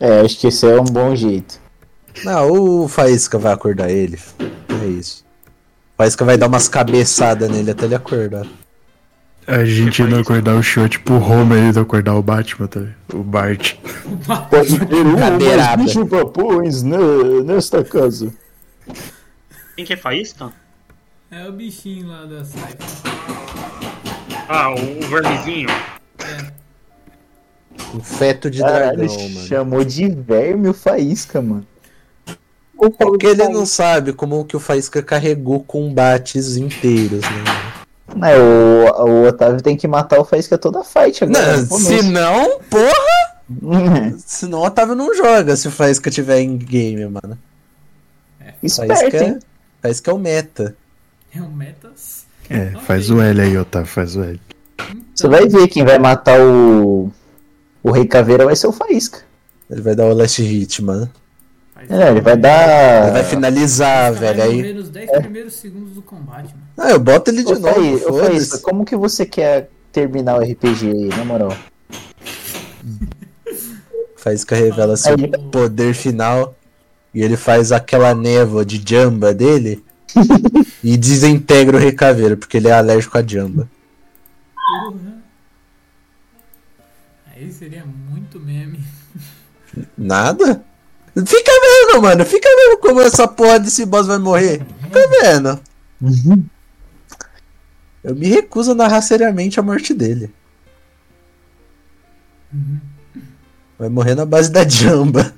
É, acho que esse é um bom jeito.
Não, o Faísca vai acordar ele. É isso. O Faísca vai dar umas cabeçadas nele até ele acordar.
A gente indo acordar o show, tipo o Homer indo acordar o Batman, tá? ligado? O Bart.
Pode ter
Cadeirada.
umas bicho papões ne- nesta casa.
Quem que é Faísca?
É o bichinho lá da Cypher.
Ah, o, o vermezinho.
Um feto de
Caralho,
dragão, mano.
chamou de verme o Faísca, mano.
É porque ele não sabe como que o Faísca carregou combates inteiros, né?
Não, o, o Otávio tem que matar o Faísca toda a fight agora.
Não, se não,
[laughs]
porra! Senão o Otávio não joga se o Faísca tiver em game, mano.
Esperto, hein?
Faísca é o meta.
É o Metas.
É, faz o L aí, Otávio, faz o L.
Você vai ver quem vai matar o. O Rei Caveira vai ser o Faísca.
Ele vai dar o last hit, mano.
É, ele vai dar.
Ele vai finalizar,
Vai
velho.
morrer
Aí.
nos 10 primeiros segundos do combate, mano.
Ah, eu boto ele de
Ô, Faí-
novo.
ô,
foda-se.
Faísca, como que você quer terminar o RPG aí, na moral?
Faísca revela seu
Aí.
poder final. E ele faz aquela névoa de
[laughs]
jamba dele. e desintegra o recaveiro, porque ele é alérgico a jamba.
Porra. Aí seria muito meme.
Nada? Fica vendo, mano. Fica vendo como essa porra desse boss vai morrer. Fica vendo.
Uhum.
Eu me recuso a narrar seriamente a morte dele. Vai morrer na base da jamba.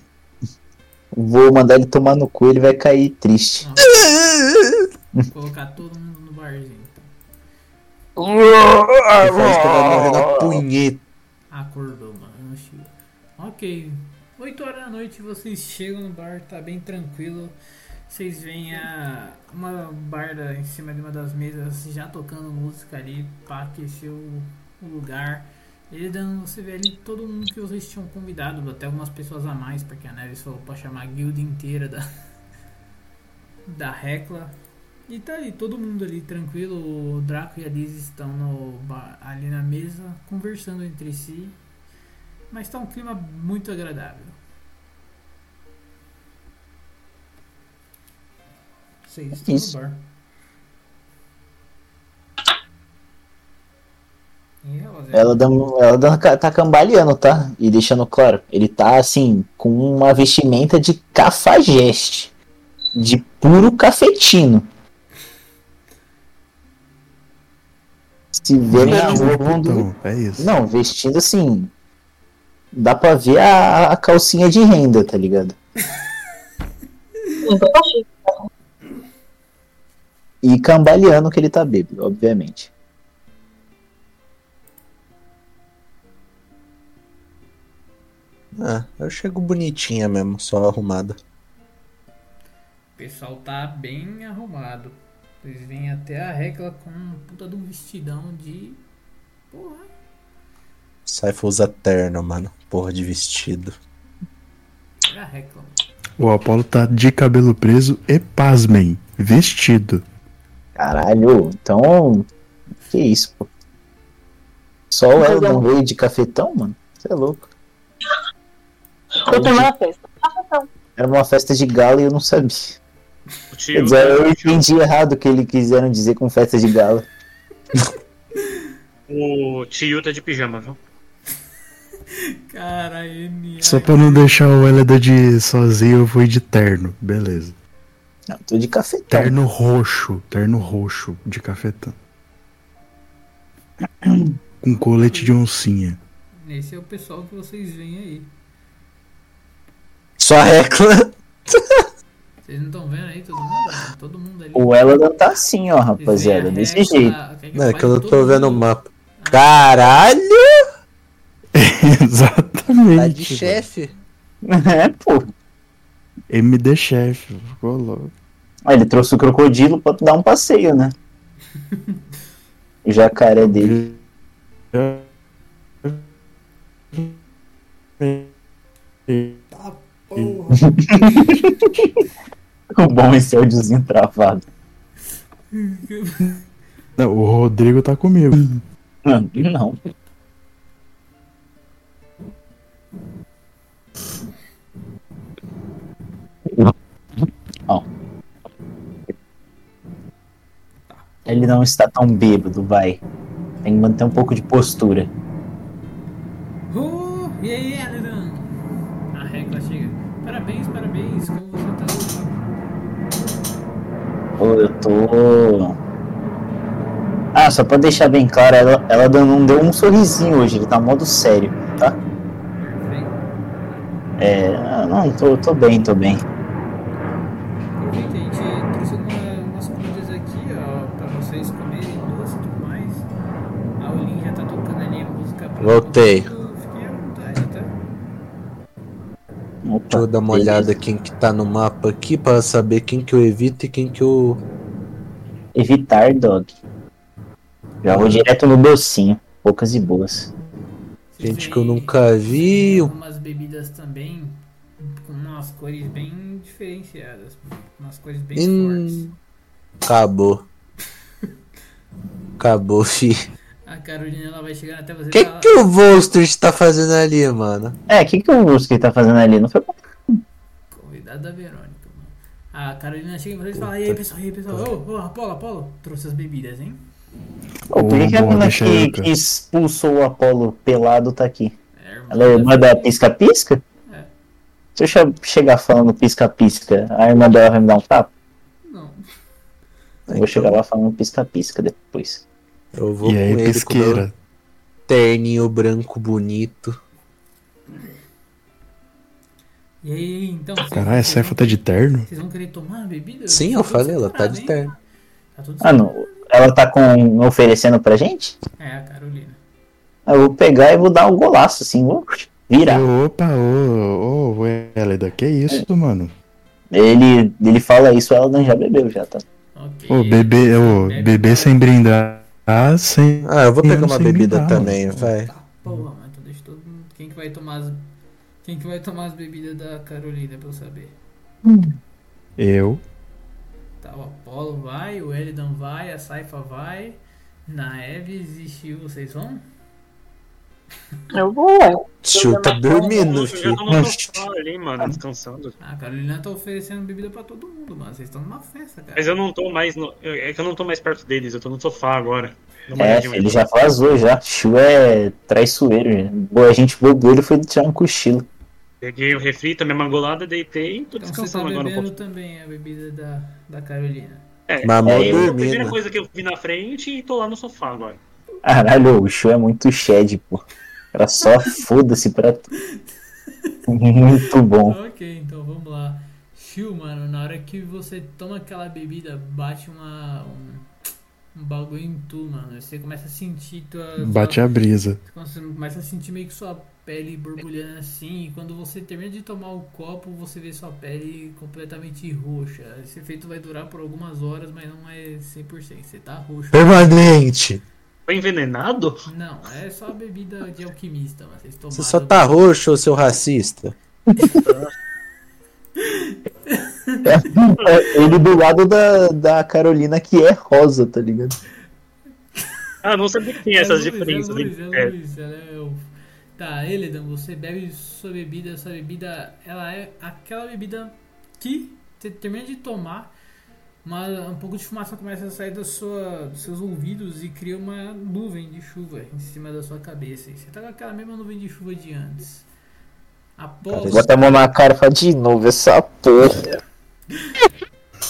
Vou mandar ele tomar no cu, ele vai cair triste.
Colocar todo mundo no barzinho. então.
E faz que vai morrer na punheta.
Acordou, mano. Chiu. Ok. 8 horas da noite vocês chegam no bar, tá bem tranquilo. Vocês veem a, uma barda em cima de uma das mesas já tocando música ali pra aquecer o, o um lugar. Edan, você vê ali todo mundo que vocês tinham convidado, até algumas pessoas a mais, porque a Neves falou pra chamar a guilda é inteira da, [laughs] da Recla. E tá ali, todo mundo ali tranquilo. O Draco e a Liz estão no ba- ali na mesa, conversando entre si. Mas tá um clima muito agradável. Vocês estão
Isso.
no bar. E ela,
Ela, dá, ela dá- tá cambaleando, tá? E deixando claro, ele tá assim, com uma vestimenta de cafajeste. De puro cafetino. Se vê na rua.
Então, é isso.
Não, vestindo assim. Dá pra ver a, a calcinha de renda, tá ligado?
Então, tá
E cambaleando que ele tá bêbado, obviamente.
Ah, eu chego bonitinha mesmo, só arrumada.
O pessoal tá bem arrumado. Eles vêm até a Recla com um puta de um vestidão de. Porra.
Saifa usa terno, mano. Porra de vestido.
Era a Recla.
O Apolo tá de cabelo preso e pasmem, vestido.
Caralho, então. Que isso, pô. Só o
Mas
Elo
é-
não veio de cafetão, mano? Você é louco.
Eu tô na festa.
Era uma festa de gala e eu não sabia.
O
Quer
tio,
dizer, é, eu entendi errado o que eles quiseram dizer com festa de gala.
o tio tá de pijama, viu?
Cara, é ele.
Só pra não deixar o Eleda de sozinho, eu fui de terno, beleza.
Não, tô de então. cafetão.
Terno roxo, terno roxo de cafetão. Com colete de oncinha. [laughs]
Esse é o pessoal que vocês veem aí.
Só recla.
Vocês não estão vendo aí todo mundo? Todo mundo ali.
O Ela tá assim, ó,
É.
rapaziada. Desse jeito. [laughs]
Não, é que eu não tô vendo o mapa. Caralho!
Exatamente.
Tá de chefe.
É, pô.
MD chefe, ficou louco.
Ah, ele trouxe o crocodilo pra dar um passeio, né? O jacaré dele. [laughs] o bom é esse áudiozinho travado.
Não, o Rodrigo tá comigo.
Não. Ó. Ele não está tão bêbado, vai. Tem que manter um pouco de postura.
Uh, e aí, Elidan? A Recla chega. Parabéns, parabéns. Como você tá
Pô, eu tô. Ah, só pra deixar bem claro, ela, ela deu- não deu um sorrisinho hoje, ele tá modo sério, tá? É. ah, Não, tô, tô bem, tô bem.
Aproveita, a gente trouxe alguma- umas comidas aqui, ó, pra vocês comerem doce e tudo mais. A Olin já tá tocando ali a música pra
Voltei.
todo mundo. Fiquem à vontade, tá?
Deixa eu dar uma olhada quem que tá no mapa aqui pra saber quem que eu evito e quem que eu.
Evitar, dog. Já vou direto no docinho, poucas e boas.
Gente que eu nunca vi.
Umas bebidas também com umas cores bem diferenciadas, umas cores bem fortes.
Hum, Acabou. Acabou, [laughs] fi.
A Carolina ela vai chegar até você
O que,
e falar,
que o Volstrid tá fazendo ali, mano?
É, o que, que o Ruski tá fazendo ali? Não foi
Convidado da Verônica, mano. A Carolina chega pra vocês e fala, e aí pessoal, e aí pessoal, ô, ô, Apolo, Apolo, trouxe as bebidas, hein?
Pô, por que, que a
boa,
mina
deixa
que,
eu, cara.
que expulsou o Apolo pelado tá aqui? Ela é irmã da pisca-pisca? Se eu che- chegar falando pisca-pisca, a irmã dela vai me dar um tapa?
Não.
Eu vou chegar lá falando pisca-pisca depois.
Eu vou
E aí,
com ele com
pisqueira?
meu terninho branco bonito.
E aí, então. vocês-
Caralho, a Saifa tá de terno?
Vocês vão querer tomar a bebida?
Sim, eu falei, ela tá de terno.
né? Tá tudo
Ah, não. Ela tá com oferecendo pra gente?
É, a Carolina.
Eu vou pegar e vou dar um golaço, assim, vou virar.
Eu, opa, ô, ô, Eleda, que isso, mano?
Ele, ele fala isso, ela já bebeu, já, tá?
Ô, bebê, ô, bebê sem brindar, sem...
Ah, eu vou pegar uma
sem
bebida
brindar,
também,
mano.
vai.
Porra, mano, então deixa todo mundo. Quem que vai tomar as. Quem que vai tomar as bebidas da Carolina pra eu saber?
Eu.
Tá, o Apollo vai, o Elidan vai, a Saifa vai. Na Eve existe vocês vão?
Eu vou, é, ué.
Tio tá dormindo, filho.
sofá ali, mano, descansando.
Ah, cara, ele não tá oferecendo bebida pra todo mundo, mano. Vocês estão numa festa, cara.
Mas é eu não tô mais. No... eu- É que eu não tô mais perto deles, eu tô no sofá agora. Numa
É,
região
ele já vazou já. Chu é traiçoeiro. né? Boa, a gente bebeu, ele foi tirar um cochilo.
Peguei o refri, tomei uma golada, deitei e tô
Então vocês estão
descansando agora um
bebendo
pouco.
também a bebida da, da Carolina.
É,
Na mão
é a
dormindo.
primeira coisa que eu vi na frente e tô lá no sofá agora.
Caralho, o Chu é muito shed, pô. Era só foda-se pra tu. Muito bom.
Ok, então vamos lá. Chill, mano, na hora que você toma aquela bebida, bate uma. um, um bagulho em tu, mano. Você começa a sentir tua.
Bate
sua-
a brisa.
Você começa a sentir meio que sua pele borbulhando assim. E quando você termina de tomar o copo, você vê sua pele completamente roxa. Esse efeito vai durar por algumas horas, mas não é 100%. Você tá roxo.
Permanente.
Foi envenenado?
Não, é só a bebida de alquimista, mas vocês tomaram.
Você só
é
tá roxo, ô seu racista.
Ele do lado da, da Carolina que é rosa, tá ligado?
Ah, não sabia que
É
tinha essas diferenças.
Luiz,
hein?
é Luiz, ela é o- Tá, Eledan, você bebe sua bebida, sua bebida, ela é aquela bebida que você termina de tomar, mas um pouco de fumaça começa a sair da sua, dos seus ouvidos e cria uma nuvem de chuva em cima da sua cabeça. E você tá com aquela mesma nuvem de chuva de antes. Após
Bota a mão na cara e fala de novo essa porra.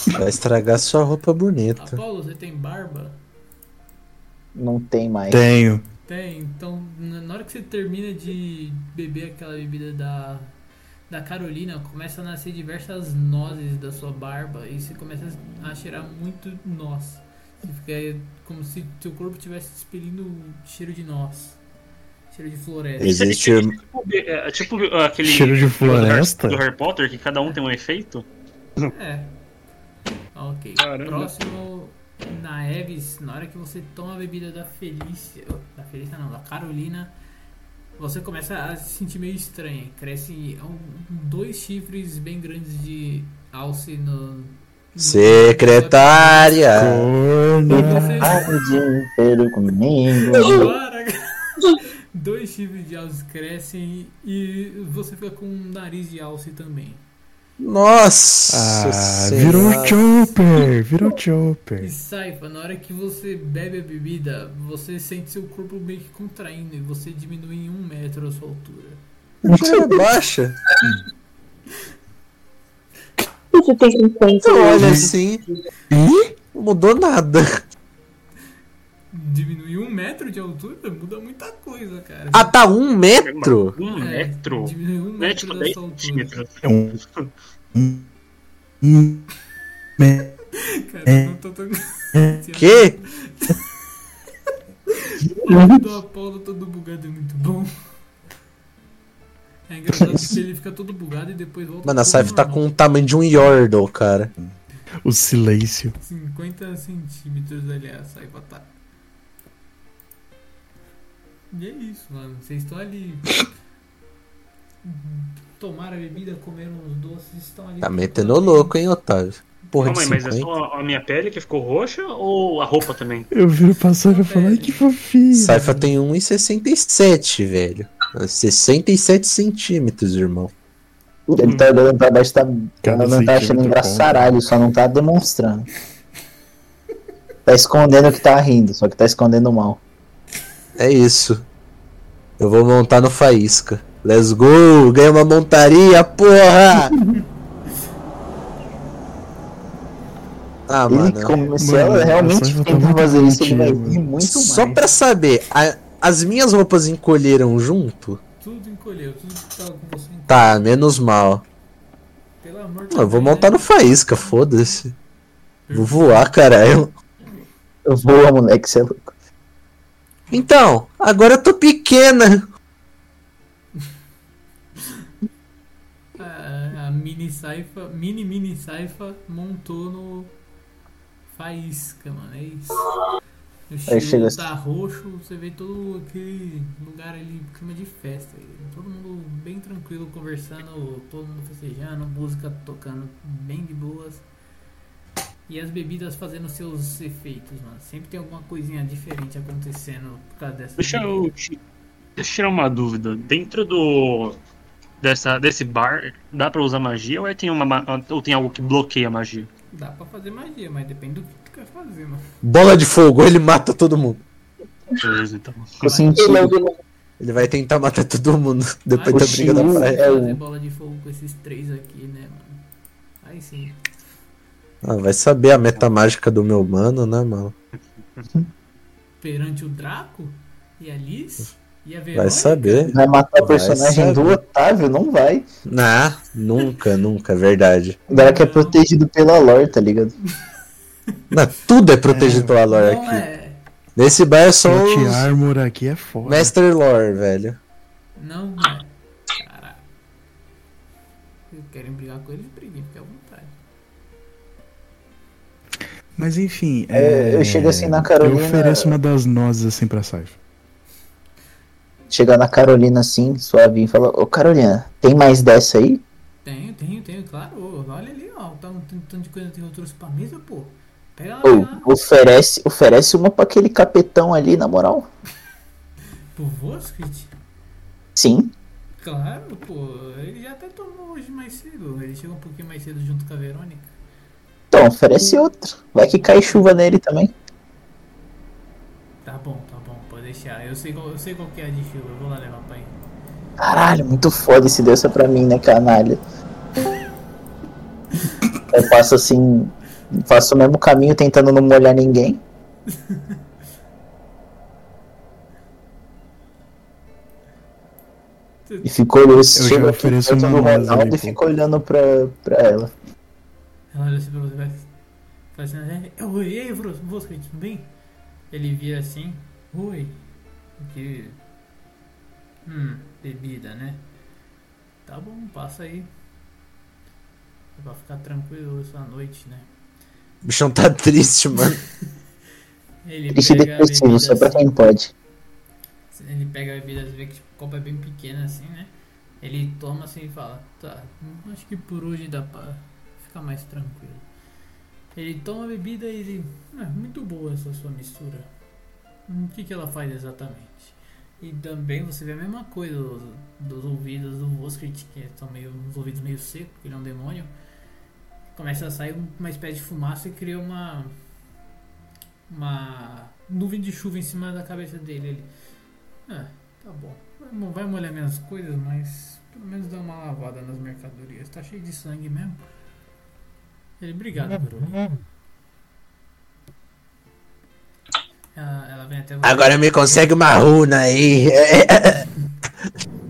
Vai estragar sua roupa
Tá
bonita.
Apolo, você tem barba?
Não tem mais.
Tenho.
Tem, então na na hora que você termina de beber aquela bebida da, da Carolina, começa a nascer diversas nozes da sua barba e você começa a cheirar muito noz. Você fica é como se seu corpo estivesse expelindo um cheiro de noz. Cheiro de floresta.
Existe.
[laughs] É, é tipo aquele.
Cheiro de
do Har-
floresta?
Do Harry Potter, que cada um tem um efeito.
É. Ok. Próximo na Eves, na hora que você toma a bebida da Felícia. oh, Da Felícia não, da Carolina, você começa a se sentir meio estranha. Crescem um- dois chifres bem grandes de alce no.
Ah.
Secretária!
Corno. O dia inteiro comigo.
Agora, [laughs] dois chifres de alce crescem e você fica com um nariz de alce também.
Nossa!
Ah,
Senhora.
virou Chopper, virou um Chopper.
É.
E Saifa, na hora que você bebe a bebida, você sente seu corpo meio que contraindo e você diminui em um metro a sua altura.
Cara, é baixa.
Você tem é 50
Eu olho
anos.
assim. Ih? Não mudou nada.
Diminuir um metro de altura muda muita coisa, cara.
Ah, tá um metro?
Um
É,
metro?
Diminuir um
Não é
metro
tipo
da
10
sua altura.
centímetros.
Um. Um. um- né? me-
[laughs] Cara, eu não tô tão.
É.
[laughs]
Que?
O do Apolo todo bugado é muito bom. [laughs] É
[laughs]
engraçado que ele fica todo bugado e depois volta.
Mano, a
tudo
Saif tá
normal.
com o tamanho de um Yordle, cara.
O silêncio.
50 centímetros, aliás, sai pra tá. E é isso, mano. Vocês estão ali. Tomaram a bebida, comeram uns doces, estão ali.
Tá metendo louco, hein, Otávio? Porra de
Calma aí, mas é
50.
só a minha pele que ficou roxa ou a roupa também?
Eu viro passar e falo, ai que fofinho.
Saifa tem 1,67, velho. 67 centímetros, irmão.
Ele tá olhando pra baixo, tá,
Cada
não tá achando
centímetro
engraçaralho, só não tá demonstrando. Tá escondendo que tá rindo, só que tá escondendo mal.
É isso. Eu vou montar no Faísca. Let's go! Ganhei uma montaria, porra! ah,
Ele
mano.
come- se Mano, ela realmente essa tentar tá fazer muito isso, ele vai mentira, rir muito
Só
mais.
pra saber, a- as minhas roupas encolheram junto?
Tudo encolheu, tudo que tava com você.
Tá, menos mal.
Pelo amor de
Eu
Deus.
vou montar no Faísca, foda-se. Vou voar, caralho.
Eu vou, moleque, você é louco.
Então, agora eu tô pequena.
É, A, a mini saifa, mini mini saifa, montou no. Faísca, mano. É isso. O
chega
cheiro
assim.
tá roxo, você vê todo aquele lugar ali, clima de festa. Todo mundo bem tranquilo, conversando, todo mundo festejando, música tocando bem de boas. E as bebidas fazendo seus efeitos, mano. Sempre tem alguma coisinha diferente acontecendo por causa dessa.
Deixa eu, ti- deixa eu tirar uma dúvida. Dentro do. Dessa, desse bar, dá pra usar magia ou, é, tem uma, ma- ou tem algo que bloqueia a magia?
Dá pra fazer magia, mas depende do que tu quer fazer, mano.
Bola de fogo, ele mata todo mundo.
Beleza, então.
Eu senti. Ele vai tentar matar todo mundo [laughs] depois tá da briga da praia.
Fazer bola de fogo com esses três aqui, né, mano? Aí sim.
Ah, vai saber a meta mágica do meu mano, né, mano?
Perante o Draco e a Liz e a Verônica.
Vai saber.
Vai matar o personagem do Otávio, não vai.
Não, nunca, nunca, é verdade.
O Draco é protegido pela lore, tá ligado?
Não, tudo é protegido pela lore aqui.
é.
Nesse bar é só
Plot
os
Armor aqui é foda.
Master Lore, velho.
Não, mano. Caralho. Se querem brigar com eles, briguem, fique à vontade.
Mas enfim.
É, eu chego assim na Carolina-
Eu ofereço uma das nozes assim pra Saifa.
Chegar na Carolina assim, suave, e falar, ô Carolina, tem mais dessa aí?
Tenho, tenho, tenho, claro. Ô, olha ali, ó. Tá um tanto tanto de coisa que eu trouxe pra mesa, pô. Pega
Oh.
lá.
Ou oferece, oferece uma pra aquele capetão ali, na moral.
Pro Voskrit?
Sim.
Claro, pô. Ele já até tomou hoje mais cedo. Ele chegou um pouquinho mais cedo junto com a Verônica.
Então, oferece outra. Vai que cai chuva nele também.
Tá bom, tá bom. Pode deixar. Eu sei qual, eu sei qual que é a de chuva. Eu vou lá levar pra ele.
Caralho, muito foda esse dessa pra mim, né, canalha? Eu passo assim, faço o mesmo caminho tentando não molhar ninguém. E fico olhando, chego aqui perto do Ronaldo e fico olhando pra, pra ela.
Ela olha assim pra você, vai. Fala assim, né? Eu, oi, ei, Vros- Voskrit, tudo bem? Ele vira assim. Oi. Que. Hum, bebida, né? Tá bom, passa aí. É pra ficar tranquilo essa noite, né?
O bichão tá [laughs] triste, mano.
Ele
Triste e
pega a
depressivo,
bebida
só pra
assim.
quem pode.
Ele pega a bebida, você vê que tipo, o copo é bem pequeno assim, né? Ele toma assim e fala, tá, hum, acho que por hoje dá pra ficar mais tranquilo. Ele toma a bebida e ele. "Ah, muito boa essa sua mistura. Hum, O que, que ela faz exatamente? E também você vê a mesma coisa dos, dos ouvidos do Voskrit, que são meio, uns ouvidos meio secos, porque ele é um demônio. Começa a sair um, uma espécie de fumaça e cria uma. Uma nuvem de chuva em cima da cabeça dele. Ele, ah, tá bom. Vai mo- Vai molhar minhas coisas, mas pelo menos dá uma lavada nas mercadorias. Tá cheio de sangue mesmo. Ele, obrigado, Bruno. Ela, Ah, ela vem até você.
Agora me consegue uma runa aí. É,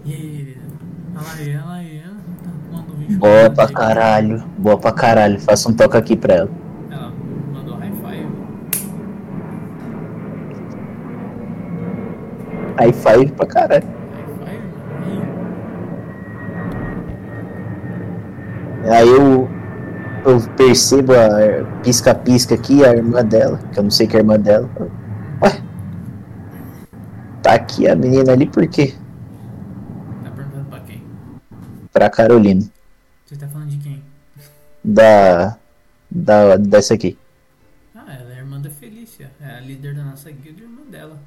E aí, olha lá, aí, olha lá, aí, olha lá.
Boa pra caralho, boa pra caralho. Faço um toque aqui pra ela.
Ela mandou high five.
High five pra caralho. Aí eu, eu percebo a pisca-pisca aqui, a irmã dela, que eu não sei que é a irmã dela. Ué, tá aqui a menina ali por quê?
Tá perguntando pra quem?
Pra Carolina,
Você tá falando de quem?
da, da dessa aqui.
Ah, ela é a irmã da Felícia. É a líder da nossa guilda e irmã dela.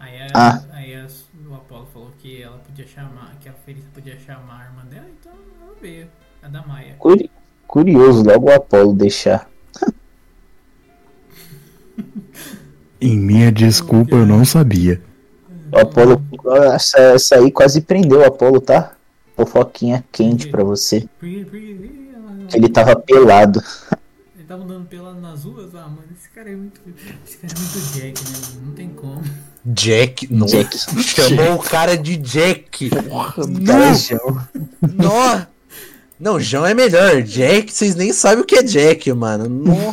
Aí, a,
Ah.
aí a- o Apolo falou que ela podia chamar, que a Felícia podia chamar a irmã dela, então ela veio. A da Maia.
Curi- curioso, logo o Apolo deixar.
Em minha desculpa, eu não sabia.
O Apolo, essa, essa aí quase prendeu o Apolo, tá? Fofoquinha quente pra você. Que ele tava pelado.
Ele tava andando pelado nas ruas, ah, mano, esse cara é muito. Esse cara é muito Jack, né, mano? Não tem como.
Jack, não.
Jack.
Chamou o cara de Jack.
cara é
Nó. Nó. Não, João é melhor. Jack, vocês nem sabem o que é Jack, mano. Nó.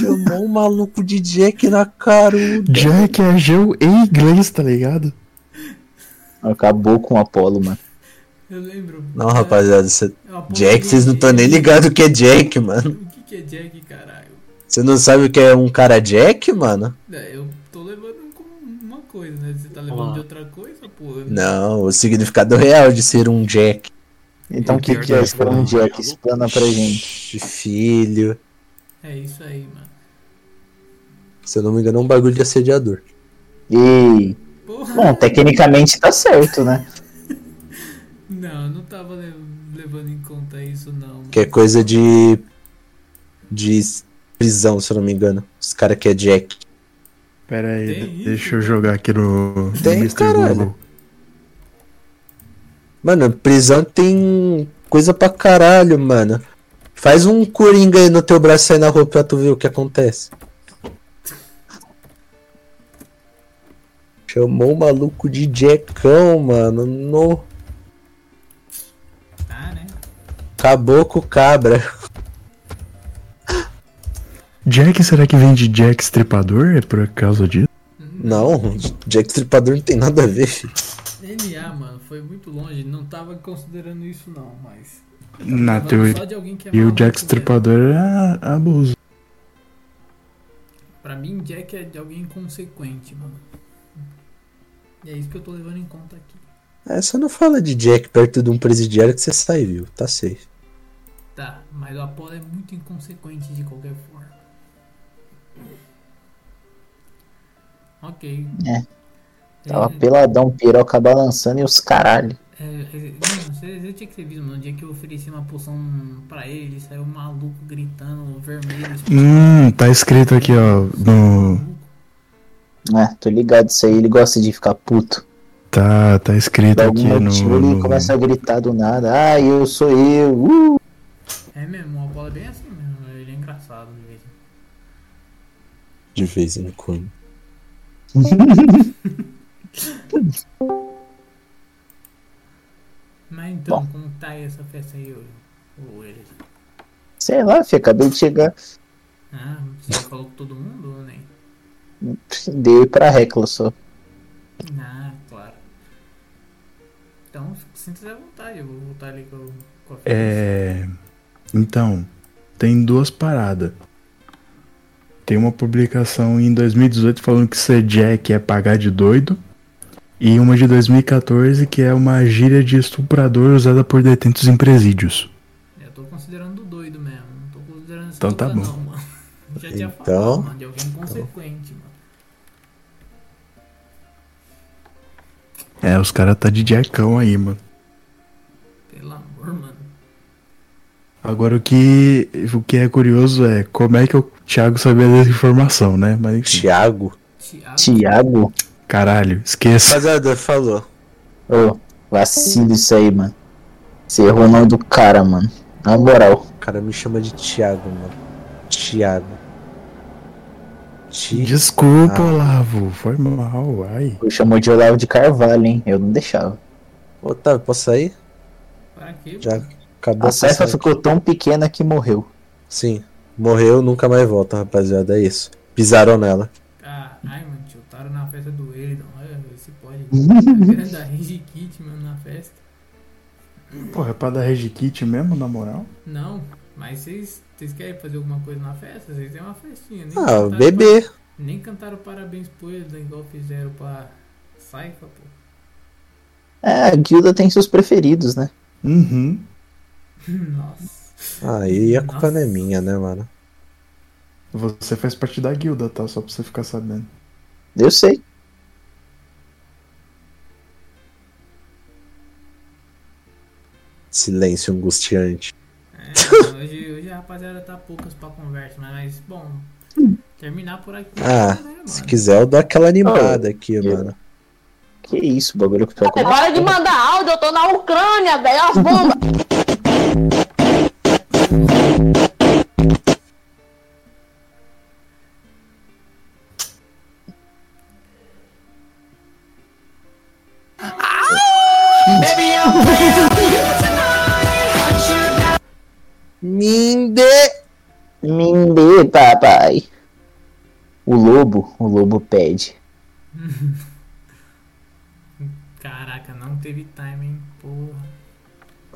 Chamou o maluco de Jack na caruda.
Jack é geu em inglês, tá ligado?
Acabou com o Apolo, mano.
Eu lembro.
Não, rapaziada, cê-
É o Apolo
Jack, vocês não estão nem ligados o que é Jack, mano.
O que, que é Jack, caralho?
Você não sabe o que é um cara Jack, mano?
É, eu tô levando como uma coisa, né? Você tá levando de outra coisa, pô. Eu-
Não, o significado real de ser um Jack.
Então o que, que é esse um Jack? Explana pra gente.
Filho.
É isso aí, mano.
Se eu não me engano, é um bagulho de assediador.
E. Bom, tecnicamente tá certo, né?
Não, eu não tava le- levando em conta isso, não.
Que é coisa de. de prisão, se eu não me engano. Os caras que é Jack.
Pera aí, de- deixa eu jogar aqui no, no
Tem,
Mr.
caralho.
Google.
Mano, prisão tem coisa pra caralho, mano. Faz um coringa aí no teu braço aí na rua pra tu ver o que acontece. Chamou o maluco de Jackão, mano. No.
Ah, né?
Caboclo cabra.
Jack, será que vem de Jack Estripador? É por causa disso?
Não, Jack Stripador não tem nada a ver, filho.
NA, mano, foi muito longe. Não tava considerando isso, não, mas.
Na
Falando
teoria.
só de alguém que é
Ah, E o
maluco
Jack Estripador é abuso.
Pra mim, Jack é de alguém inconsequente, mano. E é isso que eu tô levando em conta aqui.
É, só não fala de Jack perto de um presidiário que você sai, viu? Tá safe.
Tá, mas o Apollo é muito inconsequente de qualquer forma. Ok.
É. Tava peladão, piroca balançando e os caralho.
É, é, mano, você, você tinha que ter visto, mano. O dia que eu ofereci uma poção pra ele, ele saiu maluco, gritando, vermelho. tipo,
Hum, tá escrito aqui, ó. No.
É, tô ligado isso aí, ele gosta de ficar puto.
Tá, tá escrito
Dá
aqui
algum motivo
no.
ele
no-
começa a gritar do nada. Ah, eu sou eu. Uh!
É mesmo, o Apollo é bem assim mesmo. Ele é engraçado de vez em
De vez em quando.
Mas então, como tá aí essa festa aí hoje? Ou eles?
Sei lá, fi, acabei de chegar.
Ah, você falou com todo mundo ou nem?
Dei pra Recla só.
Ah, claro. Então, sinta-se à vontade, eu vou voltar ali com, com a
É. Então, tem duas paradas. Tem uma publicação em 2018 falando que ser Jack é pagar de doido. E uma de 2014 que é uma gíria de estuprador usada por detentos em presídios.
Eu tô considerando doido mesmo, não tô considerando esse
Então tá
lugar,
bom.
não, mano. Já tinha
Então-
falado, mano, de alguém inconsequente, mano.
É, os caras tá de Jackão aí, mano.
Pelo amor, mano.
Agora o que, o que é curioso é como é que o Thiago sabia dessa informação, né? Mas enfim.
Thiago?
Tiago?
Caralho, esqueça.
Rapaziada, falou.
Ô, vacilo isso aí, mano. Você errou o nome do cara, mano. Na moral.
O cara me chama de Thiago, mano. Thiago. Ti-
Desculpa,
Ah.
Olavo. Foi mal, ai.
Chamou de Olavo de Carvalho, hein? Eu não deixava.
Otávio, posso sair?
Pra quê?
Já acabou
A
essa
caixa
saída.
ficou tão pequena que morreu.
Sim. Morreu, nunca mais volta, rapaziada. É isso. Pisaram nela.
Ah, ai, mano, chutaram na festa do Eridon. Olha, se
[laughs]
pode. A grande da Rage Kit, mano, na festa.
Porra, é pra dar regikit mesmo, na moral?
Não, mas vocês vocês querem fazer alguma coisa na festa? Vocês têm uma festinha, né? Tá nem
Ah,
cantaram
beber.
par- Nem cantaram parabéns pro Eridon, igual fizeram pra Saifa, pô.
É, a guilda tem seus preferidos, né?
Uhum.
Nossa.
Aí a culpa não é minha, né, mano?
Você faz parte da guilda, tá? Só pra você ficar sabendo.
Eu sei.
Silêncio angustiante.
É, hoje, hoje a rapaziada tá poucas pra conversa, mas bom, terminar por aqui. né,
Ah, se quiser eu dou aquela animada aqui, mano.
Que isso, bagulho que tá
tocou.
Para É de mandar áudio, eu tô na Ucrânia, velho, as bombas.
Minde! Minde, papai. O lobo, o lobo pede.
Caraca, não teve timing, porra.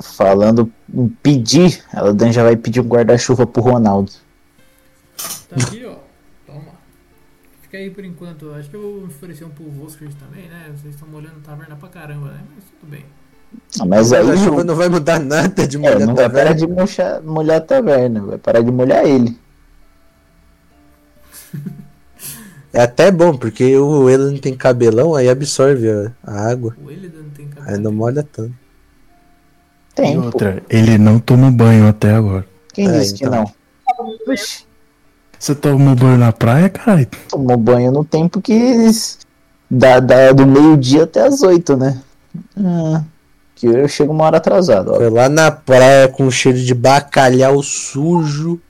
Falando em pedir, ela Dan já vai pedir um guarda-chuva pro Ronaldo.
Tá aqui, ó. Toma. Fica aí por enquanto. Acho que eu vou oferecer um pro Voskers também, né? Vocês estão molhando taverna pra caramba, né? Mas tudo bem.
Ah, Mas aí.
A chuva não vai mudar nada de tá molhar
é, não vai
taverna.
parar de mochar- molhar a taverna, vai parar de molhar ele.
É até bom, porque o Elan tem cabelão, aí absorve a- a água.
O Elidan tem cabelo.
Aí não molha tanto.
E outra, ele não tomou banho até agora.
Quem
É,
disse que
então.
não? Puxa,
Você tomou banho na praia, caralho?
tomou banho no tempo que eles- da, da- do meio-dia até as oito, né? Ah, que eu chego uma hora atrasado. ó.
Foi lá na praia com cheiro de bacalhau sujo.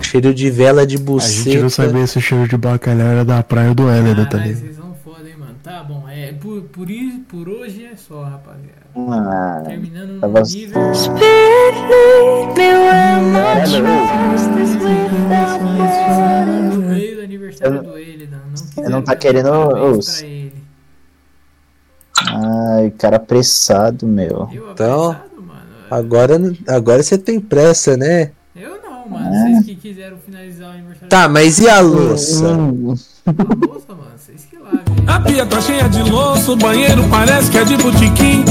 Cheiro de vela de
A gente
buceta.
não sabia se o cheiro de bacalhau era da praia do Hélida, tá
Caralho,
ligado?
vocês são foda, hein, mano. Tá bom, é, por, por, i- por hoje é só, rapaziada.
É.
Ah,
Terminando
Tá
no
tava-
nível. No meio do aniversário do Elidan. Não
Você não
quiseram
tá
dar
querendo. ô,
parabéns
s-
pra ele.
Ai, cara apressado, meu.
Então, agora, agora você tem pressa, né?
Eu não, mano. Vocês que quiseram finalizar o aniversário.
Tá, mas e a
Hum,
louça?
A pia tá cheia de louça, o banheiro parece que é de botiquim.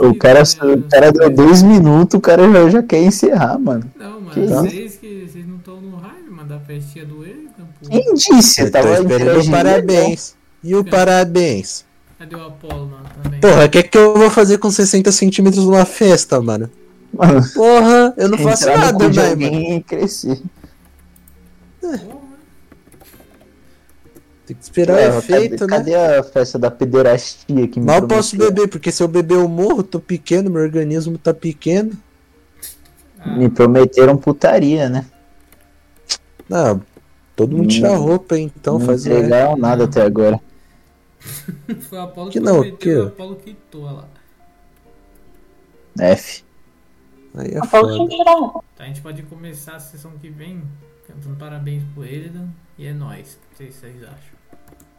O cara, o cara deu dois minutos, o cara já, já quer encerrar, mano.
Não, mano.
Que isso?
Vocês que vocês não estão no hype, mano, da festinha do Elidan, pô.
Quem disse?
Eu
Eu
tô
tava
tá esperando o
interagindo,
parabéns. E o parabéns?
Cadê o Apolo, mano? Também.
Porra, o que é que eu vou fazer com 60 centímetros numa festa, mano? Porra, eu não faço
Entrar no
nada,
cu de
né,
alguém
mano?
e crescer.
Tem que esperar o
Ué,
efeito, né?
cadê, Cadê a festa da pederastia que me
Mal posso
prometeu?
beber, porque se eu beber eu morro, tô pequeno, meu organismo tá pequeno.
Me prometeram putaria, né?
Ah, todo mundo tira a roupa, hein? então
Hum. não
faz o-
entregaram nada até agora.
Foi o Apolo
Que
que
não,
não,
que-
o Apolo quitou olha lá.
F.
Aí
é
Apolo tinha que tirar roupa.
Tá, a gente pode começar a sessão que vem cantando parabéns pro Elidan. E é nóis. O que vocês acham?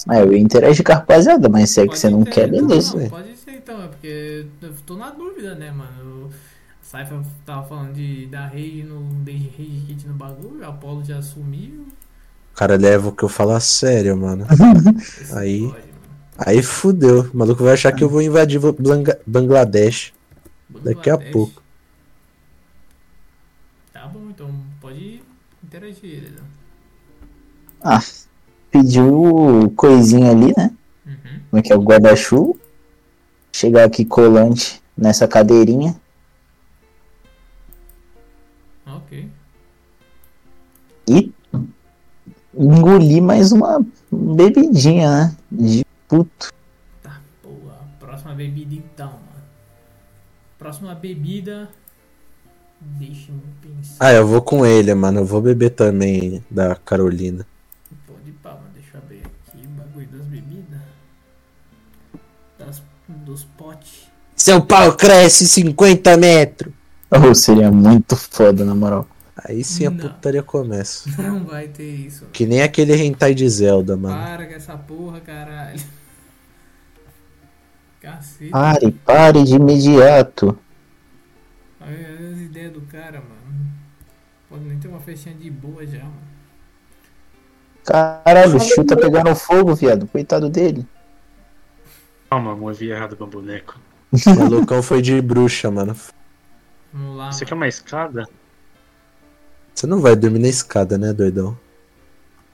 Ah, eu interagi com a rapaziada, mas se é que você não quer,
Então,
beleza.
não,
velho.
pode ser então, é porque eu tô na dúvida, né, mano? O Saifa tava falando de dar rage no. desde rage kit no bagulho, o Apolo já sumiu.
O cara leva o que eu falo a sério, mano. aí. Aí fudeu. O maluco vai achar que eu vou invadir Blanca- Bangladesh. Daqui a pouco.
é Tá bom, então pode interagir, Elidan.
Ah, pediu coisinha ali, né?
Uhum,
Como é que é o guarda-chuva? Chegar aqui colante nessa cadeirinha.
Ok.
e engoli mais uma bebidinha, né? De puto.
Boa. Próxima bebida então, mano. Próxima bebida. Deixa eu pensar.
Ah, eu vou com ele, mano. Eu vou beber também da Carolina.
Pô, de pá, mano. Deixa eu abrir aqui o bagulho das bebidas. Das, dos potes. [laughs]
Seu pau cresce 50 metros!
Oh, seria muito foda, na moral.
Aí sim a putaria começa.
Não vai ter isso.
Que nem aquele hentai de Zelda, mano.
Para com essa porra, caralho. [laughs] Cacete.
Pare, pare de imediato.
Olha olha as ideias do cara, mano. Pode nem ter uma festinha de boa já, mano.
Caralho, o Chiu tá pegando fogo, viado. Coitado dele.
Calma, movi errado meu boneco.
O malucão foi de bruxa, mano.
Vamos lá.
Isso aqui é uma escada?
Você não vai dormir na escada, né, doidão?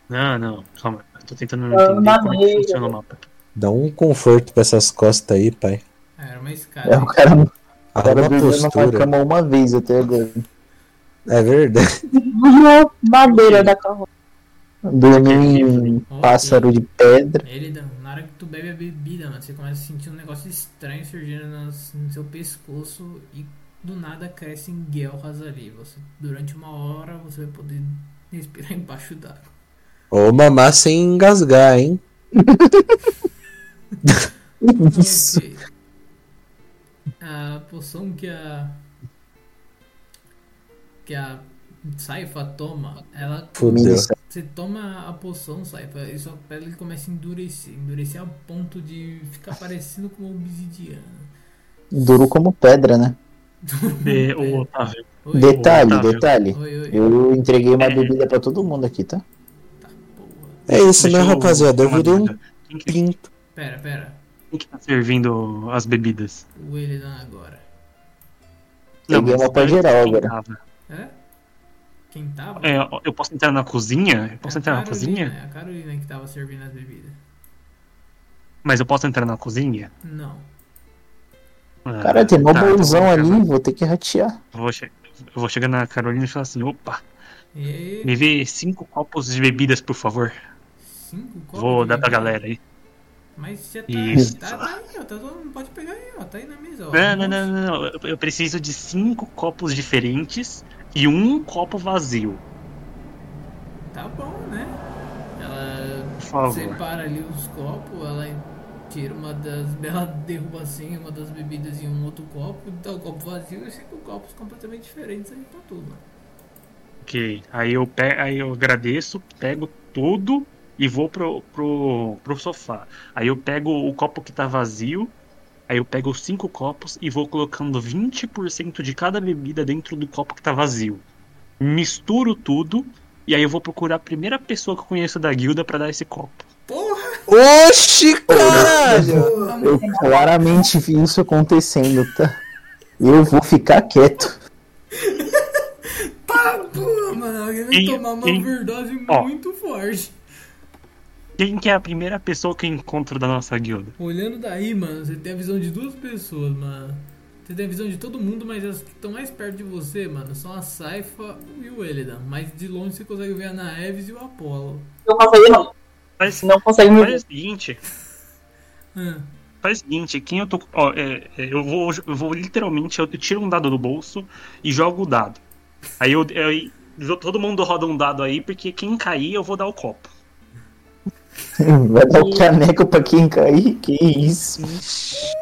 Não, não, calma. Eu tô tentando
É uma
entender como é que
rede.
funciona o mapa.
Dá um conforto pra essas costas aí, pai.
Ah, Era uma escada.
É, o cara, o
Arruma
cara dormiu na
postura.
cama uma vez até agora.
É verdade.
Virou madeira da carroça.
Dormiu em um pássaro de pedra.
Ele, Dan, na hora que tu bebe a bebida, mano, você começa a sentir um negócio estranho surgindo nas- no seu pescoço e do nada crescem guelras ali. Você, durante uma hora você vai poder respirar [laughs] embaixo d'água.
Ou mamar sem engasgar, hein?
Isso. A poção que a. que a Saifa toma, ela.
Fudeu.
Você toma a poção, Saifa, e sua pele começa a endurecer endurecer a ponto de ficar parecendo com uma obsidiana.
Duro como pedra, né?
E, ô, Otávio.
detalhe,
Ô, Otávio.
detalhe. Eu entreguei uma bebida pra todo mundo aqui, tá?
É isso, né,
Deixa eu-
rapaziada? Eu virei um
Quem que-
pinto.
Pera, pera.
Quem que tá servindo as bebidas?
O Elidan agora.
Peguei uma pra geral agora.
Tava.
É? Quem tava?
É, eu posso entrar na cozinha? Eu posso
É a
entrar na
Carolina,
cozinha?
É a Carolina que tava servindo as bebidas.
Mas eu posso entrar na cozinha?
Não.
Ah,
Cara, tem mó
tá, então
bolsão
vou chegar
ali, vou ter que ratear.
na- vou che- eu vou chegar na Carolina e falar assim: opa,
E aí,
me vê cinco copos de bebidas, por favor.
cinco copos
Vou
de
dar pra
bebida.
galera aí.
Mas você tá,
Isso.
tá, tá aí, ó. Tá todo mundo pode pegar aí, ó. Tá aí na mesa, ó.
Não, não, não, não, não. Eu- Eu preciso de cinco copos diferentes e um copo vazio.
Tá bom, né? Ela
Por favor.
separa ali os copos, ela tira uma das. [laughs] Ela derruba assim uma das bebidas em um outro copo, dá o copo vazio e cinco copos completamente diferentes ali pra tudo.
Ok. Aí eu, pe... aí eu agradeço, pego tudo e vou pro, pro, pro sofá. Aí eu pego o copo que tá vazio. Aí eu pego os cinco copos e vou colocando 20% de cada bebida dentro do copo que tá vazio. Misturo tudo. E aí eu vou procurar a primeira pessoa que eu conheço da guilda pra dar esse copo.
Oxi, caralho!
Eu claramente vi isso acontecendo, tá? Eu vou ficar quieto.
Tá boa, mano. Alguém vai
Quem-
tomar uma
quem-
overdose
ó.
muito forte.
Quem que é a primeira pessoa que eu encontro da nossa guilda?
Olhando daí, mano, você tem a visão de duas pessoas, mano. Você tem a visão de todo mundo, mas as que estão mais perto de você, mano, são a Saifa e o Elidan. Mas de longe você consegue ver a Naeves e o Apollo.
Não consegue, não.
Faz,
Não consegue me
faz
ver.
o seguinte. Faz o seguinte, quem eu tô. Ó, é, é, eu, vou, eu vou literalmente, eu tiro um dado do bolso e jogo o dado. Aí eu. aí jo- todo mundo roda um dado aí, porque quem cair eu vou dar o copo.
Vai dar o caneco pra quem cair? Que isso?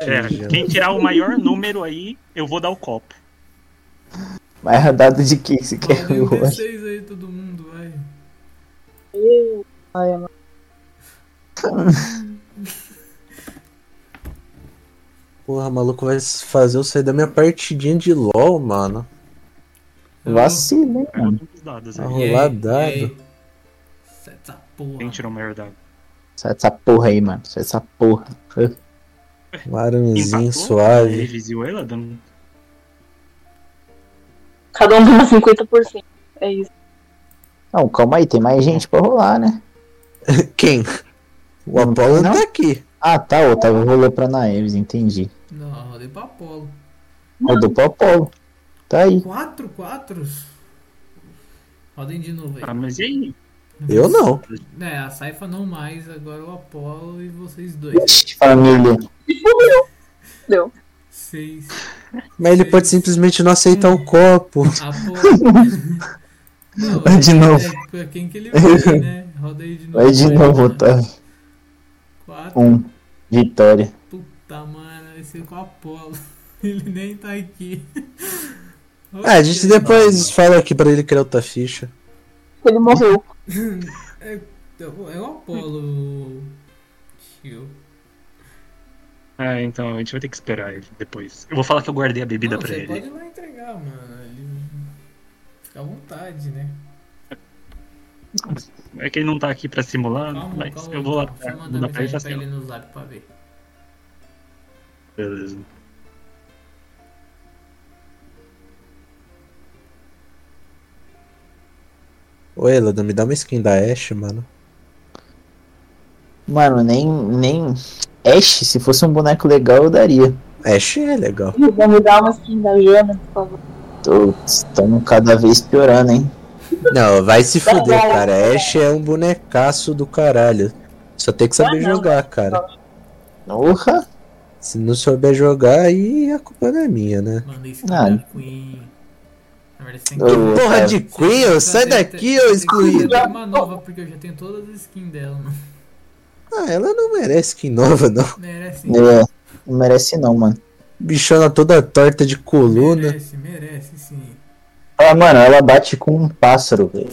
É, quem tirar o maior número aí, eu vou dar o copo.
Vai radado de quem se quer,
Tem
[laughs] eu
um
acho.
D6 aí, todo mundo, vai.
Ai, mano.
Porra, maluco vai fazer eu sair da minha partidinha de LOL, mano.
Vacilo, hein,
mano. Os dados aí.
Vai rolar dado.
tá
Quem tirou o maior dado?
Sai dessa porra aí, mano. Sai dessa porra.
Um arãozinho
Empatou?
suave.
Eles e o Eladan.
Cada um toma 50%. É isso.
Não, calma aí, tem mais gente pra rolar, né?
Quem? O Apollo
não?
tá aqui.
Ah, tá, o Otávio rolou pra Naeves, entendi.
Não, rodei pra Apollo.
É do Popolo. Tá aí.
Quatro quatros? Rodem de novo aí.
Ah, mas e aí?
Eu não.
É, a Saifa não mais, agora o Apollo e vocês dois.
Ixi, família.
Deu.
Seis.
Mas ele pode simplesmente não aceitar
Hum.
o copo.
Apollo. Ah, Não,
Vai de
é-
novo.
é pra quem que ele
[laughs]
vai, né? Roda aí de novo.
Vai de
aí.
novo, tá. Otávio.
Quatro.
Um. Vitória.
Puta, mano, vai ser com o Apollo. [laughs] Ele nem tá aqui.
Ah, a gente depois fala aqui pra ele criar outra ficha.
Ele morreu.
É, é o Apollo. Tio.
Ah, então a gente vai ter que esperar ele depois. Eu vou falar que eu guardei a bebida
Não,
pra
você
ele.
pode ir lá entregar, mano. Ele... Fica à vontade, né?
É que ele não tá aqui pra simular,
Calma,
mas
calma,
eu vou lá
calma.
pra,
Só mandar
mandar pra ele e
mensagem pra
falar
ele
assim,
no zap pra ver.
ó, Beleza.
Ô, Eladan, me dá uma skin da Ashe, mano.
Mano, nem. nem. Ash, se fosse um boneco legal, eu daria.
Ashe é legal.
Vai me dar uma skin da Jana, por favor.
Tô- Estamos cada vez piorando, hein?
Não, vai se fuder, cara. Ashe é um bonecaço do caralho. Só tem que saber jogar, cara.
Porra!
Se não souber jogar, aí a culpa não é minha, né?
Mandei esse
Ah.
cara Queen. Na verdade, você tem
Que porra
Você
de Queen?
tem que
Sai
fazer- você
daqui, ô
tem que
excluído.
fazer uma nova, porque eu já tenho todas as skins dela, mano.
Ah, ela não merece skin nova, não.
Merece,
É, não merece não, mano.
Bichona toda torta de coluna.
merece, merece sim.
Ah, mano, ela bate com um pássaro, velho.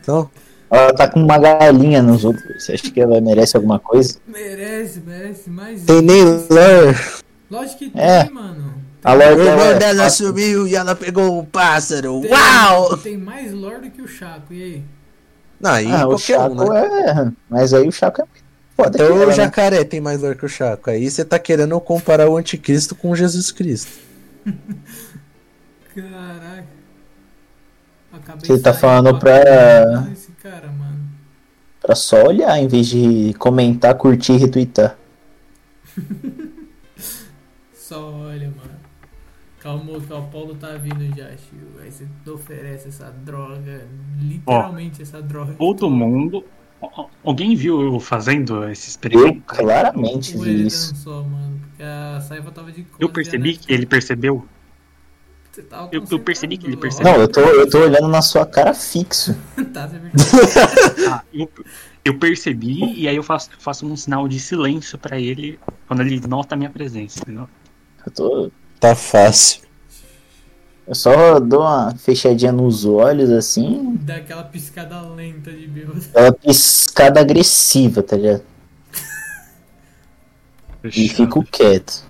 Então?
Ela tá com uma galinha nos outros. Você acha que ela merece alguma coisa?
Merece, merece mais. um.
Tem nem lore.
Lógico que tem,
É.
mano.
A lore
O irmão
dela é
dela
pássaro.
sumiu e ela pegou um pássaro.
Tem-
Uau!
Tem mais lore do que o Chaco, e aí?
Não, aí
Ah, o
qualquer
Chaco
um, né? Então
é. Mas aí o Chaco é foda.
Até
que ela,
o
né?
jacaré tem mais lore que o Chaco. Aí você tá querendo comparar o anticristo com Jesus Cristo.
Caraca.
Você tá falando pra. Pra só olhar em vez de comentar, curtir e retweetar.
Só olha, mano. Calma que o Apolo tá vindo já, tio. Aí você oferece essa droga. Literalmente essa droga.
Todo mundo. Alguém viu eu fazendo esse experimento?
Eu claramente
Ou
vi
ele
isso.
dançou, mano. Porque a Saifa tava de né?
Eu percebi que ele percebeu.
Você tava
Eu, eu percebi que ele
né?
percebeu.
Não, eu tô, eu tô olhando na sua cara fixo.
[laughs] Tá, você
Ah, eu, eu percebi e aí eu faço, faço um sinal de silêncio pra ele quando ele nota a minha presença, entendeu?
Eu tô.
Tá fácil.
Eu só dou uma fechadinha nos olhos assim.
dá aquela piscada lenta de bêbado. [laughs]
Ela piscada agressiva, tá ligado? E fico quieto.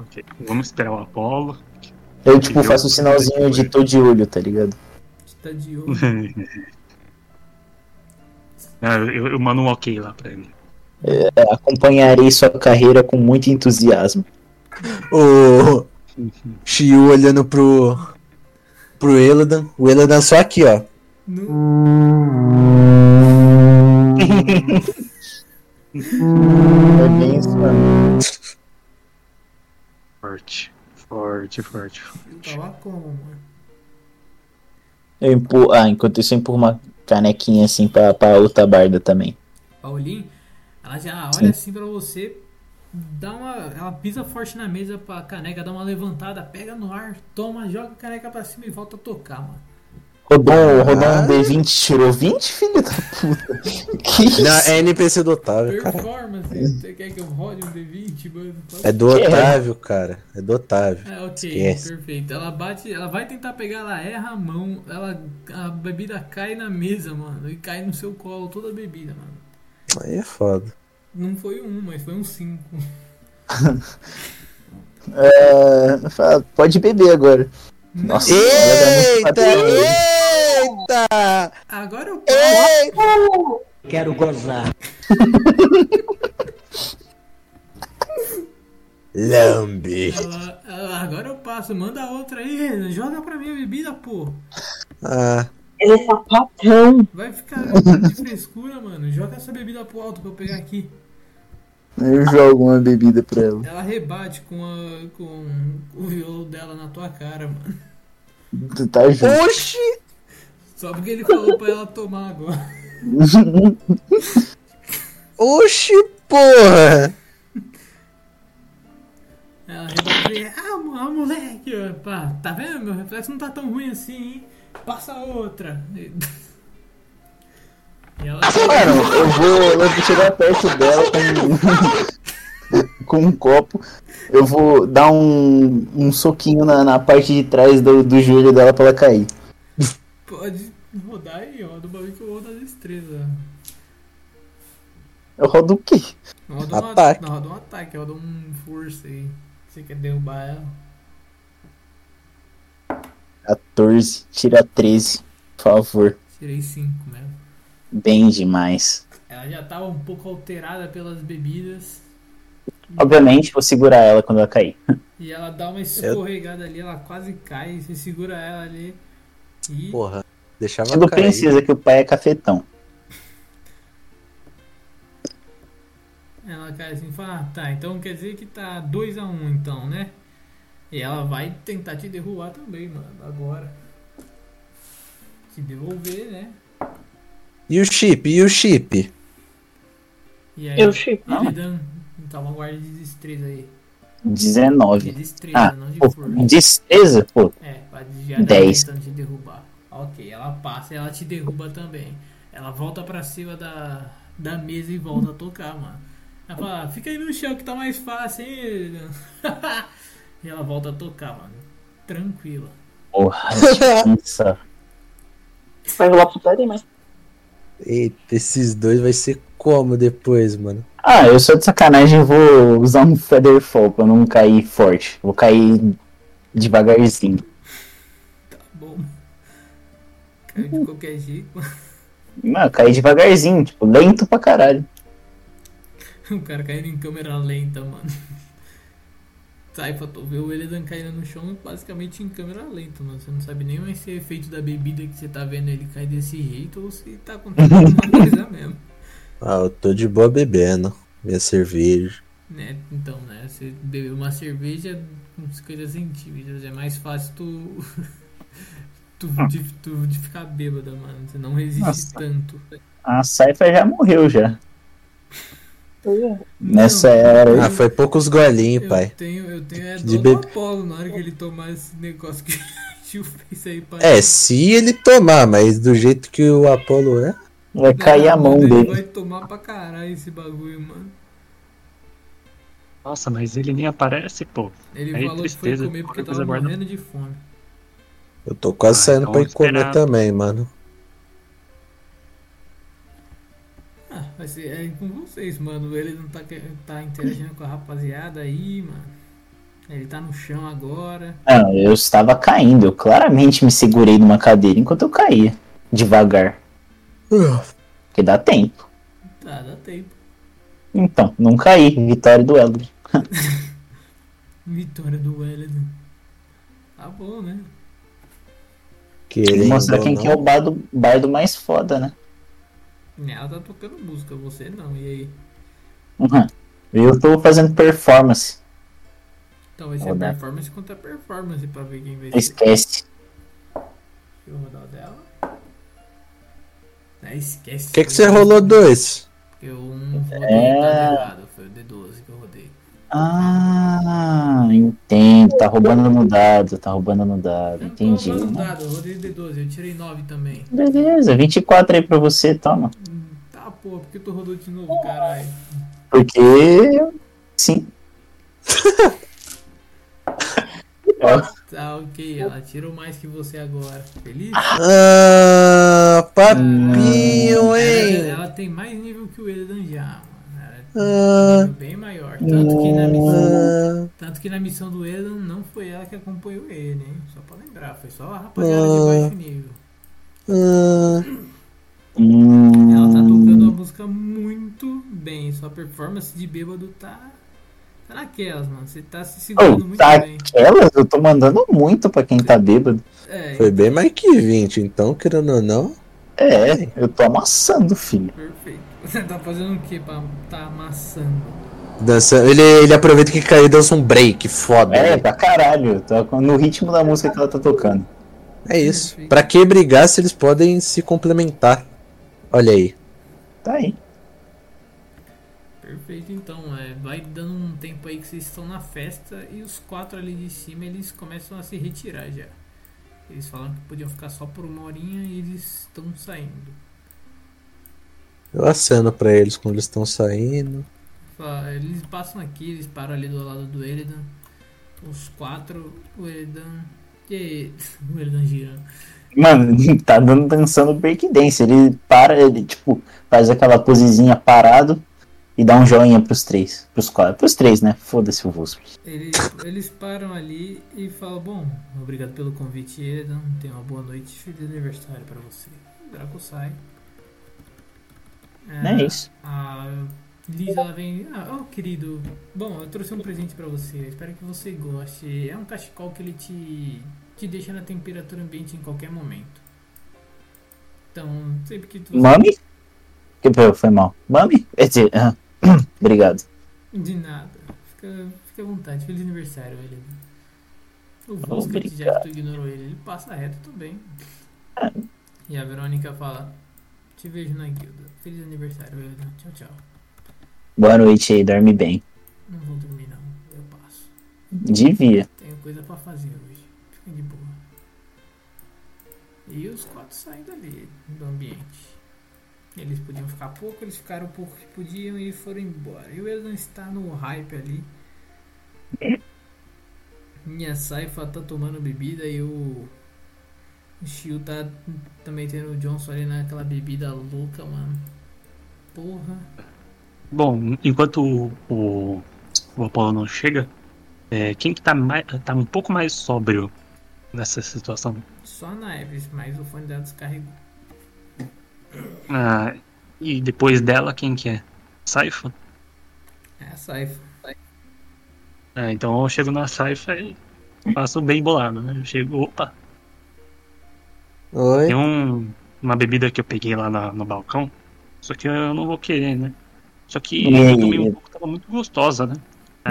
Ok, vamos esperar o Apolo. [laughs]
Eu, tipo, faço um sinalzinho de tô de olho, tá ligado?
Tá de olho.
Ah, eu, eu mando um ok lá pra ele.
É, acompanharei sua carreira com muito entusiasmo.
O Shiu olhando pro. pro Eladan. O Eladan só aqui, ó.
É bem isso, mano.
Forte, forte, forte, forte.
Tava Tá como, mano?
Eu empurro... Ah, enquanto isso eu empurro uma canequinha assim pra, pra outra barda também.
Paulinho, ela já olha
Sim.
assim pra você, dá uma. Ela pisa forte na mesa pra caneca, dá uma levantada, pega no ar, toma, joga a caneca pra cima e volta a tocar, mano.
Rodon, Rodon
Ah.
D20 tirou 20, filho da puta. [laughs] Que isso?
Não, é NPC do Otávio, cara.
Performance, você quer que eu rode um D20, mano?
É do Otávio, cara. É do Otávio.
É, ok,
Esquece.
perfeito. Ela bate, ela vai tentar pegar, ela erra a mão, ela, a bebida cai na mesa, mano, e cai no seu colo toda a bebida, mano.
Aí é foda.
Não foi um, mas foi um cinco.
É, fala, Pode beber agora. Nossa,
Eita,
olha,
eita!
Agora eu
Eita!
Quero gozar.
Lambe.
Ela- ela- agora eu passo, manda outra aí, Renan. joga pra mim a bebida, pô.
Ah,
Ele é sapatão.
Vai ficar de frescura, mano. Joga essa bebida pro alto pra eu pegar aqui.
Eu jogo uma bebida pra ela.
Ela rebate com, a- com o violão dela na tua cara, mano.
Tu tá junto.
Oxi!
Só porque ele falou pra ela tomar agora.
Oxi, porra!
Ela rebate, ah, mo- ah, moleque, ó, pá, tá vendo? Meu reflexo não tá tão ruim assim, hein? Passa outra. E [laughs] e ela
Mano, eu vou, eu vou chegar perto dela com, com um copo. Eu vou dar um, um soquinho na, na parte de trás do, do joelho dela pra ela cair.
pode rodar aí, ó, do bagulho que eu vou da destreza.
Eu rodo o quê?
Não roda um
Ataque.
ataque. Não roda um ataque, roda um força aí. Você quer derrubar ela?
14, tira 13, por favor.
Tirei 5 mesmo.
Bem demais.
Ela já tava um pouco alterada pelas bebidas.
Obviamente, vou segurar ela quando ela cair.
E ela dá uma escorregada ali, ela quase cai. Você segura ela ali. E
Porra, deixava
Tudo
cair.
Tipo, princesa que o pai é cafetão.
ela cai assim e fala: ah, tá, então quer dizer que tá 2x1 então, né? E ela vai tentar te derrubar também, mano. Agora. Te devolver, né?
E o chip? E o chip?
E aí,
Eu chego.
ele dando. Então, uma guarda de destreza aí.
19.
De destreza,
Ah,
não de
pô,
força.
destreza, pô.
É, pra desviar dela
Dez.
tentando te derrubar. Ok, ela passa e ela te derruba também. Ela volta pra cima da, da mesa e volta a tocar, mano. Ela fala, fica aí no chão que tá mais fácil, hein? [laughs] e ela volta a tocar, mano. Tranquila.
Porra, despensa.
Vai rolar putaria, mas.
Eita, esses dois vai ser como depois, mano?
Ah, eu sou de sacanagem vou usar um Feather Fall pra não cair forte. Vou cair devagarzinho.
tá Bom. [laughs] Caiu de qualquer jeito.
Não, eu caí devagarzinho, tipo, lento pra caralho.
[laughs] o cara caindo em câmera lenta, mano. Saifa, tu vê o Eledan caindo no chão basicamente em câmera lenta, mano. Você não sabe nem mais se é efeito da bebida que você tá vendo ele cair desse jeito ou se tá acontecendo alguma coisa mesmo.
Ah, eu tô de boa bebendo. Minha cerveja.
Né? Então, né? Você bebeu uma cerveja com 50 centímetros. É mais fácil tu. [laughs] tu, de, tu de ficar bêbada, mano. Você não resiste
Nossa.
tanto.
A Saifa já morreu já. Nessa
Não.
era aí.
Ah, foi poucos golinhos, pai.
Eu tenho, eu tenho é
De
Dom
bebê.
Apolo na hora que ele tomar esse negócio que [laughs] o tio fez aí pra
É, se ele tomar, mas do jeito que o Apolo é.
Vai cair a mão
ele
dele.
vai tomar pra caralho esse bagulho, mano.
Nossa, mas ele nem aparece, pô.
Ele
Aí,
falou que
tristeza.
foi comer porque
qualquer coisa
tava
guarda-
morrendo de fome.
Eu tô quase saindo
então
pra ir
vamos esperar.
comer também, mano.
Ah, vai ser é com vocês, mano. Ele não tá, que- tá interagindo com a rapaziada aí, mano. Ele tá no chão agora.
Não, Ah, eu estava caindo. Eu claramente me segurei numa cadeira enquanto eu caía. Devagar. Porque dá tempo.
Tá, dá tempo.
Então, não caí. Vitória do Elo.
Vitória do Wellington. Tá bom, né?
Vou mostrar
ou
quem
não.
que é o bardo, bardo mais foda, né?
Ela tá tocando música, você não. E aí?
Uhum. Eu tô fazendo performance.
Então vai ser
Vou dar.
performance contra performance pra ver quem vai ser.
Esquece.
Deixa eu rodar o dela. Ah, esquece.
O que, que você rolou dois?
Eu um rodei
É.
dado errado, foi o D12 que eu rodei.
Ah, entendo. Tá roubando no dado. Tá roubando no dado. Entendi.
Eu tô rolando dado, eu rodei D12, eu tirei 9 também.
Beleza, 24 aí pra você, toma.
Tá, pô, por que tu rodou de novo, caralho?
Porque. Sim.
Tá, ok, ela tirou mais que você agora. Feliz?
Ah, papinho,
Ela-
hein?
Ela tem mais nível que o Edan já, mano. Ela
Ah.
é bem maior. Tanto que,
Ah.
na missão, tanto que na missão do Edan não foi ela que acompanhou ele, hein? Só pra lembrar, foi só a rapaziada
Ah.
de baixo nível.
ah.
Ela tá
hum,
tocando uma música muito bem. Sua performance de bêbado tá. Tá naquelas, mano. Você tá se segurando
Oh,
muito
tá
bem.
aquelas? Eu tô mandando muito pra quem tá bêbado.
É,
Foi bem mais que 20, então, querendo ou não.
É, eu tô amassando, filho.
perfeito. [laughs] Você tá fazendo o que pra tá amassando?
Dançando. Ele, ele aproveita que caiu e dança um break, foda.
É,
É,
pra caralho. Tá no ritmo da música que ela tá tocando.
é isso. Pra que brigar se eles podem se complementar? Olha aí.
Tá aí.
Perfeito, então. É, vai dando um tempo aí que vocês estão na festa e os quatro ali de cima eles começam a se retirar já. Eles falam que podiam ficar só por uma horinha e eles estão saindo.
Eu aceno pra eles quando eles estão saindo.
Fala, Eles passam aqui, eles param ali do lado do Eridan. Os quatro, o Eridan. E aí, [laughs] o Eridan girando.
Mano, [laughs] tá dando dançando breakdance. Ele para, ele, tipo, faz aquela posezinha parado e dá um joinha pros três. Pros quatro. Pros três, né? Foda-se o Vuspers.
Eles, eles param ali e falam: Bom, obrigado pelo convite, Eridan. Tenha uma boa noite. Feliz aniversário pra você. O Draco sai.
Ah.
É isso.
A Liz, ela vem. Ah, oh, querido. Bom, eu trouxe um presente pra você. Espero que você goste. É um cachecol que ele te, te deixa na temperatura ambiente em qualquer momento. Então, sempre que tu.
Mami? Que pô, foi mal. Mami? Quer dizer, ah, [clears throat] obrigado.
De nada. Fica, fica à vontade. Feliz aniversário, ele. O
Obrigado.
Vusket, já que tu ignorou ele, ele passa reto também. E a Verônica fala: Te vejo na guilda. Feliz aniversário, Helena. Tchau, tchau.
Boa noite aí, dorme bem.
Não vou dormir, não. Eu passo.
Devia.
Tenho coisa pra fazer hoje. Fica de boa. E os quatro saem dali do ambiente. Eles podiam ficar pouco, eles ficaram pouco que podiam e foram embora. E o Elan está no hype ali. Minha Saifa tá tomando bebida e o. O Shio tá também tendo o Johnson ali naquela bebida louca, mano. Porra.
Bom, enquanto o, o, o Apolo não chega, é, quem que tá, mais, tá um pouco mais sóbrio nessa situação?
Só a Naves, mas o fone dela descarregou.
Ah, e depois dela, quem que é? Saifa?
É a Saifa.
É, então eu chego na saifa e faço bem bolado, né? Eu chego, opa.
Oi.
Tem um, uma bebida que eu peguei lá na- no balcão. Só que eu não vou querer, né? Só que
Ei,
eu tomei
ei.
um pouco, tava muito gostosa, né?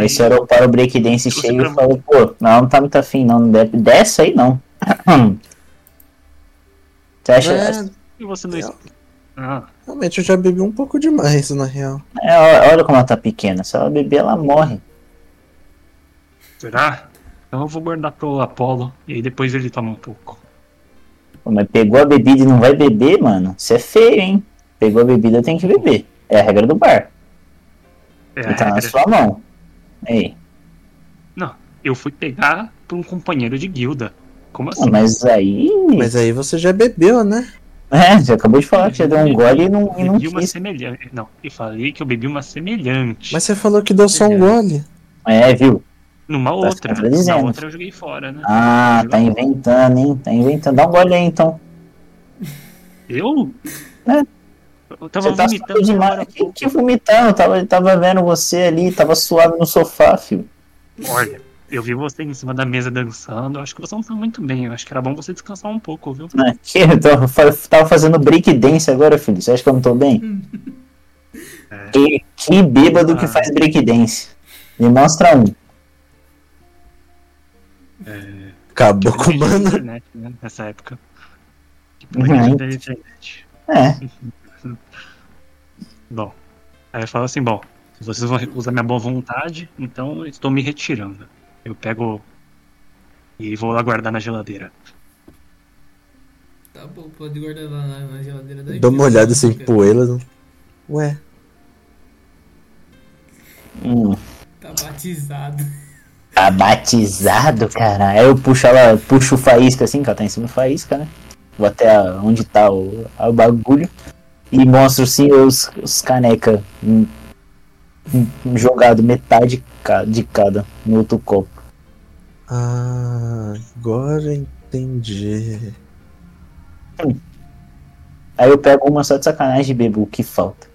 Esse era o para o breakdance
Trouxe
cheio
pra
e falou, pô, não, não tá muito afim não, de- dessa aí não. [clears throat] Você acha...
E você não explica. Ah,
É, Realmente eu já bebi um pouco demais, na real.
É, ó- olha como ela tá pequena, se ela beber ela morre.
será? Então eu vou guardar pro Apollo e aí depois ele toma um pouco.
Pô, mas pegou a bebida e não vai beber, mano, isso é feio, hein? Pegou a bebida tem que beber, é a regra do bar,
É a
e tá na
regra.
sua mão. Aí,
Não, eu fui pegar pra um companheiro de guilda. Como
Ah,
assim?
mas aí...
Mas aí você já bebeu, né?
É, você acabou de falar que já deu um gole e não, e não
Bebi uma semelhante. Não, eu falei que eu bebi uma semelhante.
Mas você falou que deu só um gole.
É, viu?
Numa
Tá
outra. Na
contradizendo.
outra eu joguei fora, né?
Ah, tá inventando, hein? Tá inventando. Dá um gole aí então.
Eu?
É.
Eu tava
Você tá
vomitando
suave demais. Que, que vomitando? Tava, tava vendo você ali, tava suave no sofá, filho.
Olha, eu vi você em cima da mesa dançando. Eu acho que você não tá muito bem. Eu acho que era bom você descansar um pouco, viu?
Né? Que eu tava, fa- tava fazendo break dance agora, filho. Você acha que eu não tô bem? Que, que bêbado que faz break dance. Me mostra um.
É,
Acabou
que eu
com
não tinha
o mano.
internet, né, Nessa época. Tipo,
Uhum.
não tinha internet.
É.
[laughs] Bom, aí eu falo assim, bom, vocês vão recusar minha boa vontade, então eu estou me retirando. Eu pego e vou lá guardar na geladeira.
Tá bom, pode guardar lá na, na geladeira da
Dá uma olhada assim pro Elas. Ué.
Hum.
Tá batizado. [laughs]
Tá batizado, cara. Aí eu puxo ela, puxo o faísca assim, que ela tá em cima do faísca, né? Vou até a- onde tá o, a- o bagulho e mostro assim os, os caneca hum, hum, jogado metade ca- de cada no outro copo.
Ah, agora entendi.
Aí eu pego uma só de sacanagem e bebo o que falta.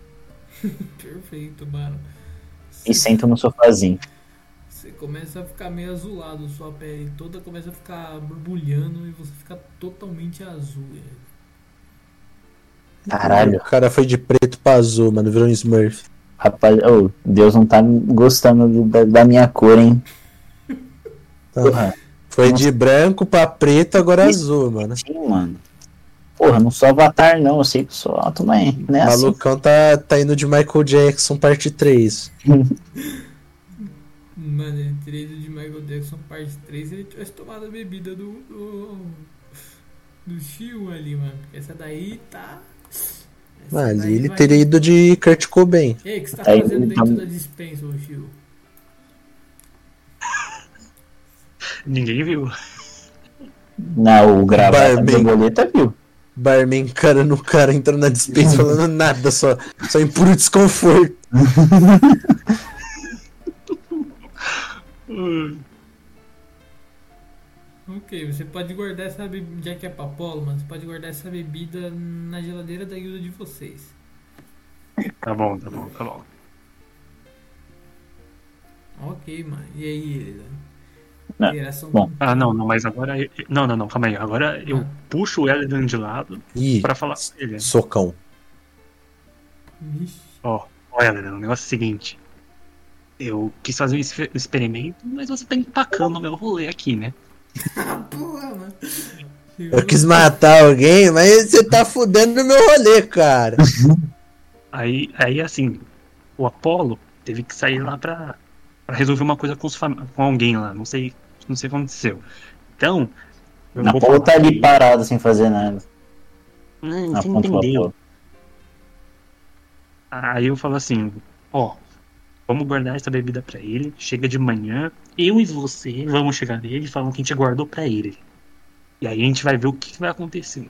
Perfeito, mano.
E sento no sofazinho.
Você começa a ficar meio azulado, sua pele toda começa a ficar borbulhando e você fica totalmente azul. é.
Caralho.
O cara foi de preto pra azul, mano. Virou um Smurf.
Rapaz, ô, Deus não tá gostando do- da, da minha cor, hein?
Tá.
Porra.
Foi de branco pra preto, agora é azul, mano.
Sim, mano. Porra, não sou avatar não, eu sei que sou alto, mas não é
O
assim.
malucão tá, tá indo de Michael Jackson, parte 3.
Mano, ele teria ido de Michael Jackson parte 3 se ele tivesse tomado a bebida do. do. do Shion ali, mano. Porque essa daí tá.
Ah,
daí
ali ele
vai-
teria ido de Kurt Cobain.
Ei, o que você tá
Aí
fazendo
ele tá-
dentro da dispensa, ô Shion?
Ninguém viu.
Não, o gravata
Barman.
do boleta viu.
Barman, cara no cara, entrando na dispensa falando nada, só, só em puro desconforto.
Ok, você pode guardar essa bebida. Já que é pra Polo, mano, você pode guardar essa bebida na geladeira da guilda de vocês.
Tá bom, tá bom, tá bom.
Ok, mano. E aí, Elida?
Não,
Interação
bom.
Ah, não, não, mas agora. eu- Não, não, não, calma aí. Agora eu puxo o Elidan de lado
Ih,
pra falar com ele.
socão.
Ó, ó, Elidan, o negócio é o seguinte. Eu quis fazer um esfe- um experimento, mas você tá empacando o meu rolê aqui, né?
Porra, mano.
Eu quis matar alguém, mas você tá fudendo no meu rolê, cara.
Aí, aí assim, o Apollo teve que sair lá pra, pra resolver uma coisa com, os fam- com alguém lá. Não sei, não sei o que aconteceu. Então, eu
Na
vou
Apolo
falar
tá ali
aqui.
parado sem fazer nada.
Hum,
Na
você
ponta do
entendeu.
Apolo.
Aí eu falo assim, ó, vamos guardar essa bebida pra ele, chega de manhã, eu e você vamos chegar nele e falar que a gente guardou pra ele. E aí a gente vai ver o que, que vai acontecer.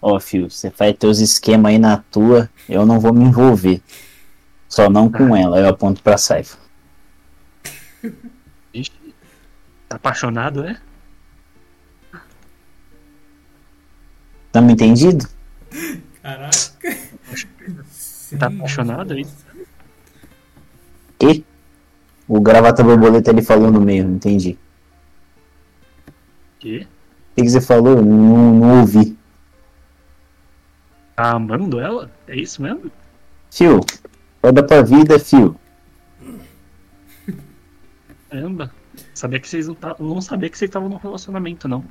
Ó, filho, você faz teus esquemas aí na tua, eu não vou me envolver. Só não com ela, eu aponto pra Saifa.
Ixi, tá apaixonado, é?
Tá me entendido?
Caraca.
Tá apaixonado, é isso?
E? O gravata borboleta ele falou no meio, não entendi.
Que?
O que que você falou? Não, não ouvi.
Tá amando ela? É isso mesmo?
Fio, olha pra vida, é fio.
Caramba. Sabia que vocês não tavam, não sabia que vocês estavam num relacionamento, não.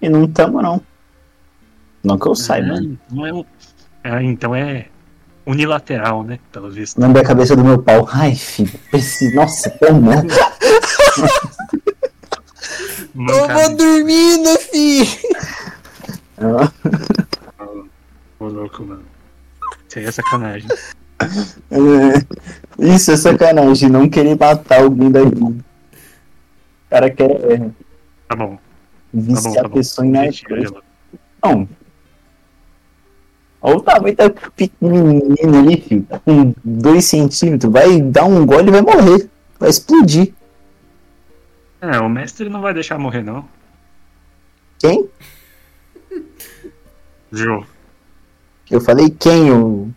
E não tamo, não. Não que eu saiba.
É, não é, um- é, então é unilateral, né? Pelo visto.
Lembra a cabeça do meu pau. Ai, filho. Esse... Nossa, como?
[laughs]
Eu vou dormindo, fi!
Ô, louco, mano. Isso aí é sacanagem.
É, Isso é sacanagem, não querer matar alguém da irmã. O cara quer é,
Tá bom.
viciar
bom, tá
a
bom.
pessoa em
Mentira,
narcose. Não. Olha o tamanho da pe- menina ali, filho. Tá com 2 centímetros. Vai dar um gole e vai morrer. Vai explodir.
É, o mestre não vai deixar morrer, não.
Quem?
Jô.
Eu falei quem? Eu...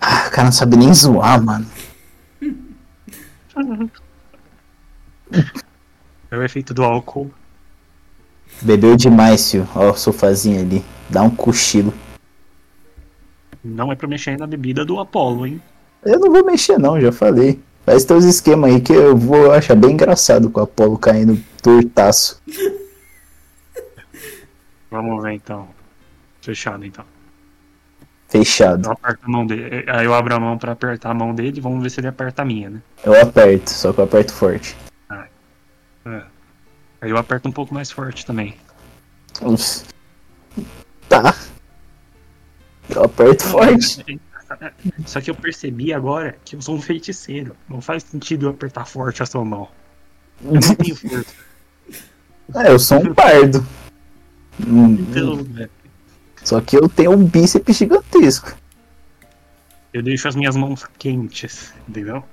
Ah, o cara não sabe nem zoar, mano.
É o efeito do álcool.
Bebeu demais, filho. Ó, o sofazinho ali. Dá um cochilo.
Não é pra mexer na bebida do Apollo, hein?
Eu não vou mexer não, já falei. Faz teus esquemas aí que eu vou achar bem engraçado com o Apolo caindo tortaço.
Vamos ver então. Fechado então.
Fechado.
Eu aperto a mão dele. Aí eu abro a mão pra apertar a mão dele, vamos ver se ele aperta a minha, né?
Eu aperto, só que eu aperto forte.
É. Aí eu aperto um pouco mais forte também.
Ups. Tá. Eu aperto forte.
Só que eu percebi agora que eu sou um feiticeiro. Não faz sentido eu apertar forte a sua mão. Eu não tenho força.
É, eu sou um pardo. Hum,
Então, velho,
Só que eu tenho um bíceps gigantesco.
eu deixo as minhas mãos quentes, entendeu?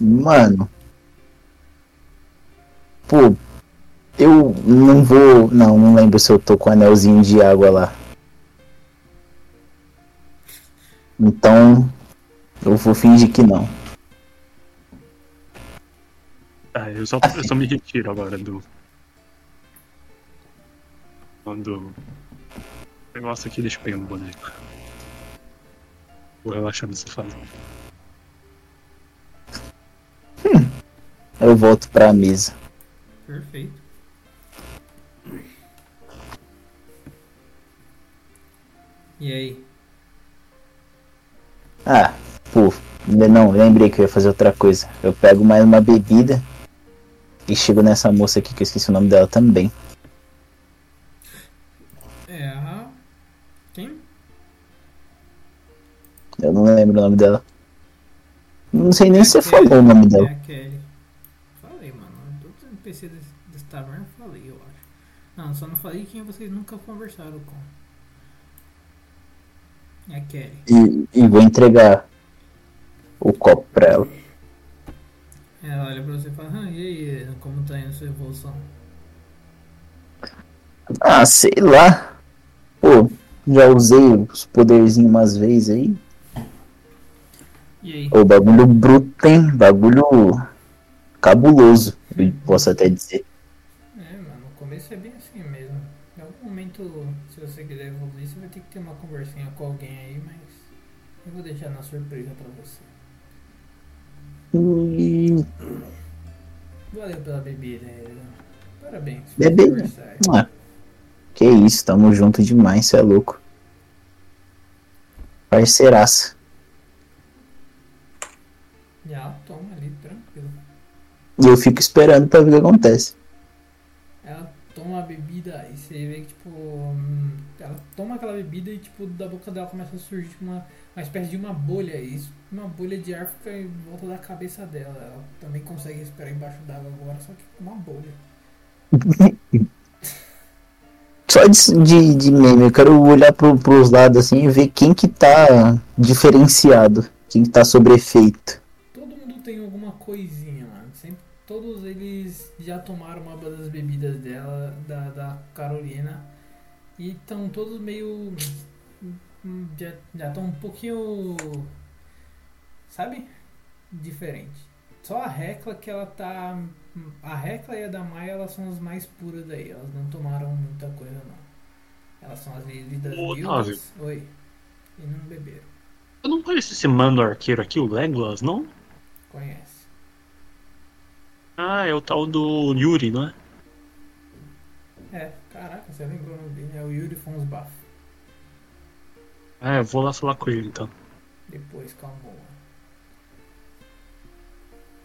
Mano. Pô, eu não vou. Não, não lembro se eu tô com o anelzinho de água lá. Então, eu vou fingir que não.
Ah, eu só, eu só me retiro agora do. Do. Negócio aqui, deixa eu pegar um boneco. Vou relaxar no sofá.
Eu volto pra mesa.
Perfeito. E aí?
Ah, pô, ainda não, lembrei que eu ia fazer outra coisa. Eu pego mais uma bebida e chego nessa moça aqui que eu esqueci o nome dela também.
É a. Quem?
Eu não lembro o nome dela. Não sei nem se você falou o nome
É
dela.
a Kelly. Falei, mano. Todos os NPC desse, desse taverna eu falei, eu acho. Não, só não falei quem vocês nunca conversaram com. É a Kelly.
E, e vou entregar o copo pra ela.
Ela olha pra você e fala, ah, e aí, como tá indo sua evolução?
Ah, sei lá. Pô, já usei os poderzinhos umas vezes aí.
E aí?
O bagulho bruto, hein? Bagulho cabuloso, eu posso até dizer.
É, mano, o começo é bem assim mesmo. Em algum momento, se você quiser evoluir, você vai ter que ter uma conversinha com alguém aí, mas eu vou deixar na surpresa pra você.
E...
Valeu pela bebida, Elida. Parabéns. foi
Bebê.
aniversário.
Ah, que isso, tamo junto demais, cê é louco. Parceiraça.
Já, toma ali, tranquilo.
E eu fico esperando pra ver o que acontece.
Ela toma a bebida e você vê que, tipo, hum, ela toma aquela bebida e, tipo, da boca dela começa a surgir tipo, uma, uma espécie de uma bolha. E isso, uma bolha de ar fica em volta da cabeça dela. Ela também consegue respirar embaixo d'água agora, só que com uma bolha.
Só de, de, de meme, eu quero olhar pro, pros lados assim e ver quem que tá diferenciado, quem que tá sobre efeito.
Todo mundo tem alguma coisinha, mano. Sempre, todos eles já tomaram uma das bebidas dela, da, da Carolina. E estão todos meio. hum, Já estão um pouquinho. Sabe? diferente. Só a Recla que ela tá. A Recla e a Damai elas são as mais puras daí. Elas não tomaram muita coisa não. Elas são as líderes das
Ô,
guildas. Oi. E não beberam.
Eu não conheço esse mano arqueiro aqui, o Legolas, não?
Conhece.
Ah, é o tal do Yuri, não é?
É, caraca, você lembrou o nome dele? É o Yuri Fonsbaf.
Ah, eu vou lá falar com ele então.
Depois, calmou.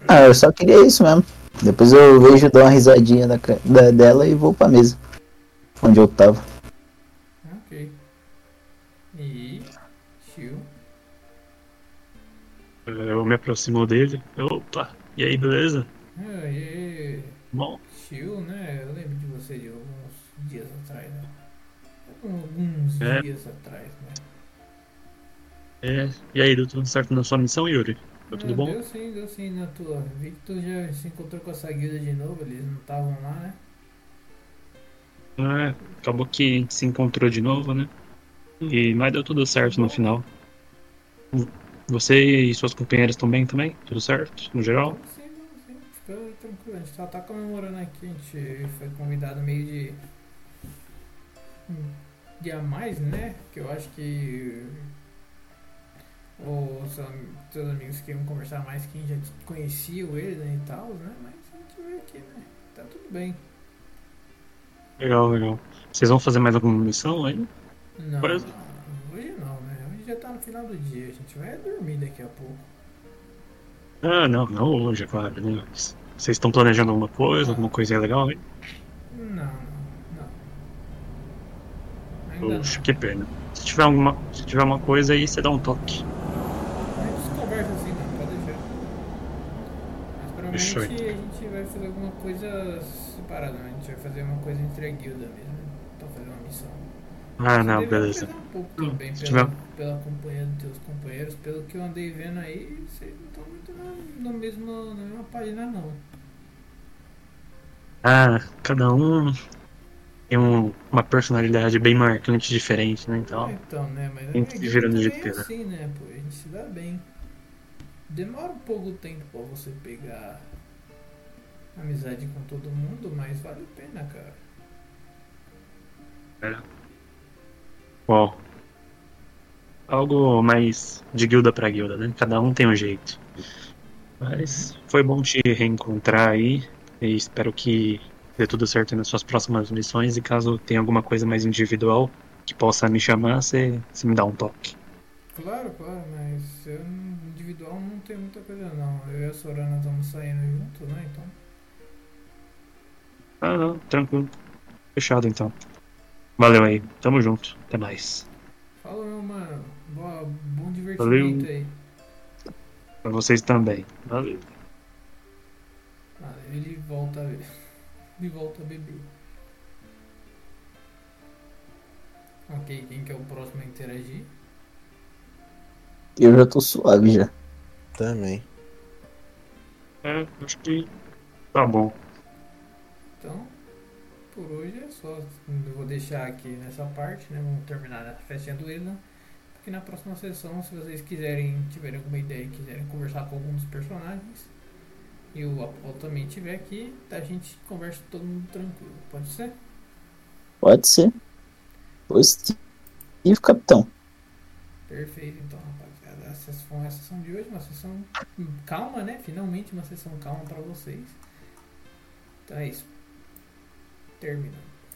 Ah, eu só queria isso mesmo. Depois eu vejo, dou uma risadinha da, cra- da- dela e vou pra mesa. Onde eu tava.
Ok. E. Chill.
É, Eu me aproximo dele. Opa, e aí, beleza?
Aê.
Bom.
Chill, né? Eu lembro de você de alguns dias atrás, né? Alguns
É.
dias atrás, né?
É, e aí, deu tudo certo na sua missão, Yuri? Deu Tá tudo
Ah,
bom?
Deu sim, deu sim na tua. Vi que tu já se encontrou com essa guilda de novo, eles não estavam lá, né?
É, acabou que a gente se encontrou de novo, né? E, mas deu tudo certo no final. Você e suas companheiras estão bem também? Tudo certo, no geral?
Sim, não, sim, fica tranquilo. A gente só tá comemorando aqui, a gente foi convidado meio de. um dia a mais, né? Que eu acho que. Ou seus amigos queriam conversar mais quem já conheciam eles né, e tal, né? Mas a gente veio aqui, né? Tá tudo bem.
Legal, legal. Vocês vão fazer mais alguma missão aí?
Não,
Por exemplo?
hoje não, né? Hoje já tá no final do dia, a gente vai dormir daqui a pouco.
Ah, não, não hoje, é claro. Né? Mas Vocês estão planejando alguma coisa, alguma coisinha legal aí?
Não, não. Ainda
Poxa, que pena. Se tiver alguma, se tiver uma coisa aí, você dá um toque.
A gente conversa assim, né? Pode deixar. Mas
Fechou, então.
provavelmente a gente vai fazer alguma coisa separada, né? A gente vai fazer uma coisa entre a guilda mesmo. Então fazer uma missão.
Ah,
Isso
não,
deve
beleza.
pesar Um pouco também
Se
pela,
tiver-
pela companhia dos teus companheiros, pelo que eu andei vendo aí, vocês não estão muito na, no mesmo, na mesma página não.
Ah, cada um tem um- uma personalidade bem marcante, diferente, né?
Ah,
Então,
Então, né? Mas a
tem
minha
que se
guilda
virar do
também
jeito
é
que dá.
assim, né? Pô, a gente se dá bem. Demora um pouco de tempo pra você pegar amizade com todo mundo, mas vale a pena, cara.
É. Bom, algo mais de guilda pra guilda, né? Cada um tem um jeito. Mas foi bom te reencontrar aí e espero que dê tudo certo nas suas próximas missões e caso tenha alguma coisa mais individual que possa me chamar, você você me dá um toque.
Claro, claro, mas eu não- individual não tem muita coisa não. Eu e a Sorana estamos saindo junto, né? Então.
Ah, não, tranquilo. Fechado então. Valeu aí. Tamo junto. Até mais.
Fala meu mano. Boa, bom divertimento
Valeu.
aí.
Pra vocês também. Valeu.
Ah, ele volta a Ele volta a beber. Ok, quem que é o próximo a interagir?
Eu já tô suave já.
Também.
É, acho que tá bom.
Então, por hoje é só. Eu vou deixar aqui nessa parte, né? Vamos terminar na festinha do Isla. Porque na próxima sessão, se vocês quiserem, tiverem alguma ideia e quiserem conversar com algum dos personagens, e o Apolo também tiver aqui, a gente conversa todo mundo tranquilo. Pode ser?
Pode ser. Positivo, capitão.
Perfeito, então, rapaziada. Essas foram a sessão de hoje, uma sessão calma, né? Finalmente uma sessão calma pra vocês. Então é isso. Terminamos.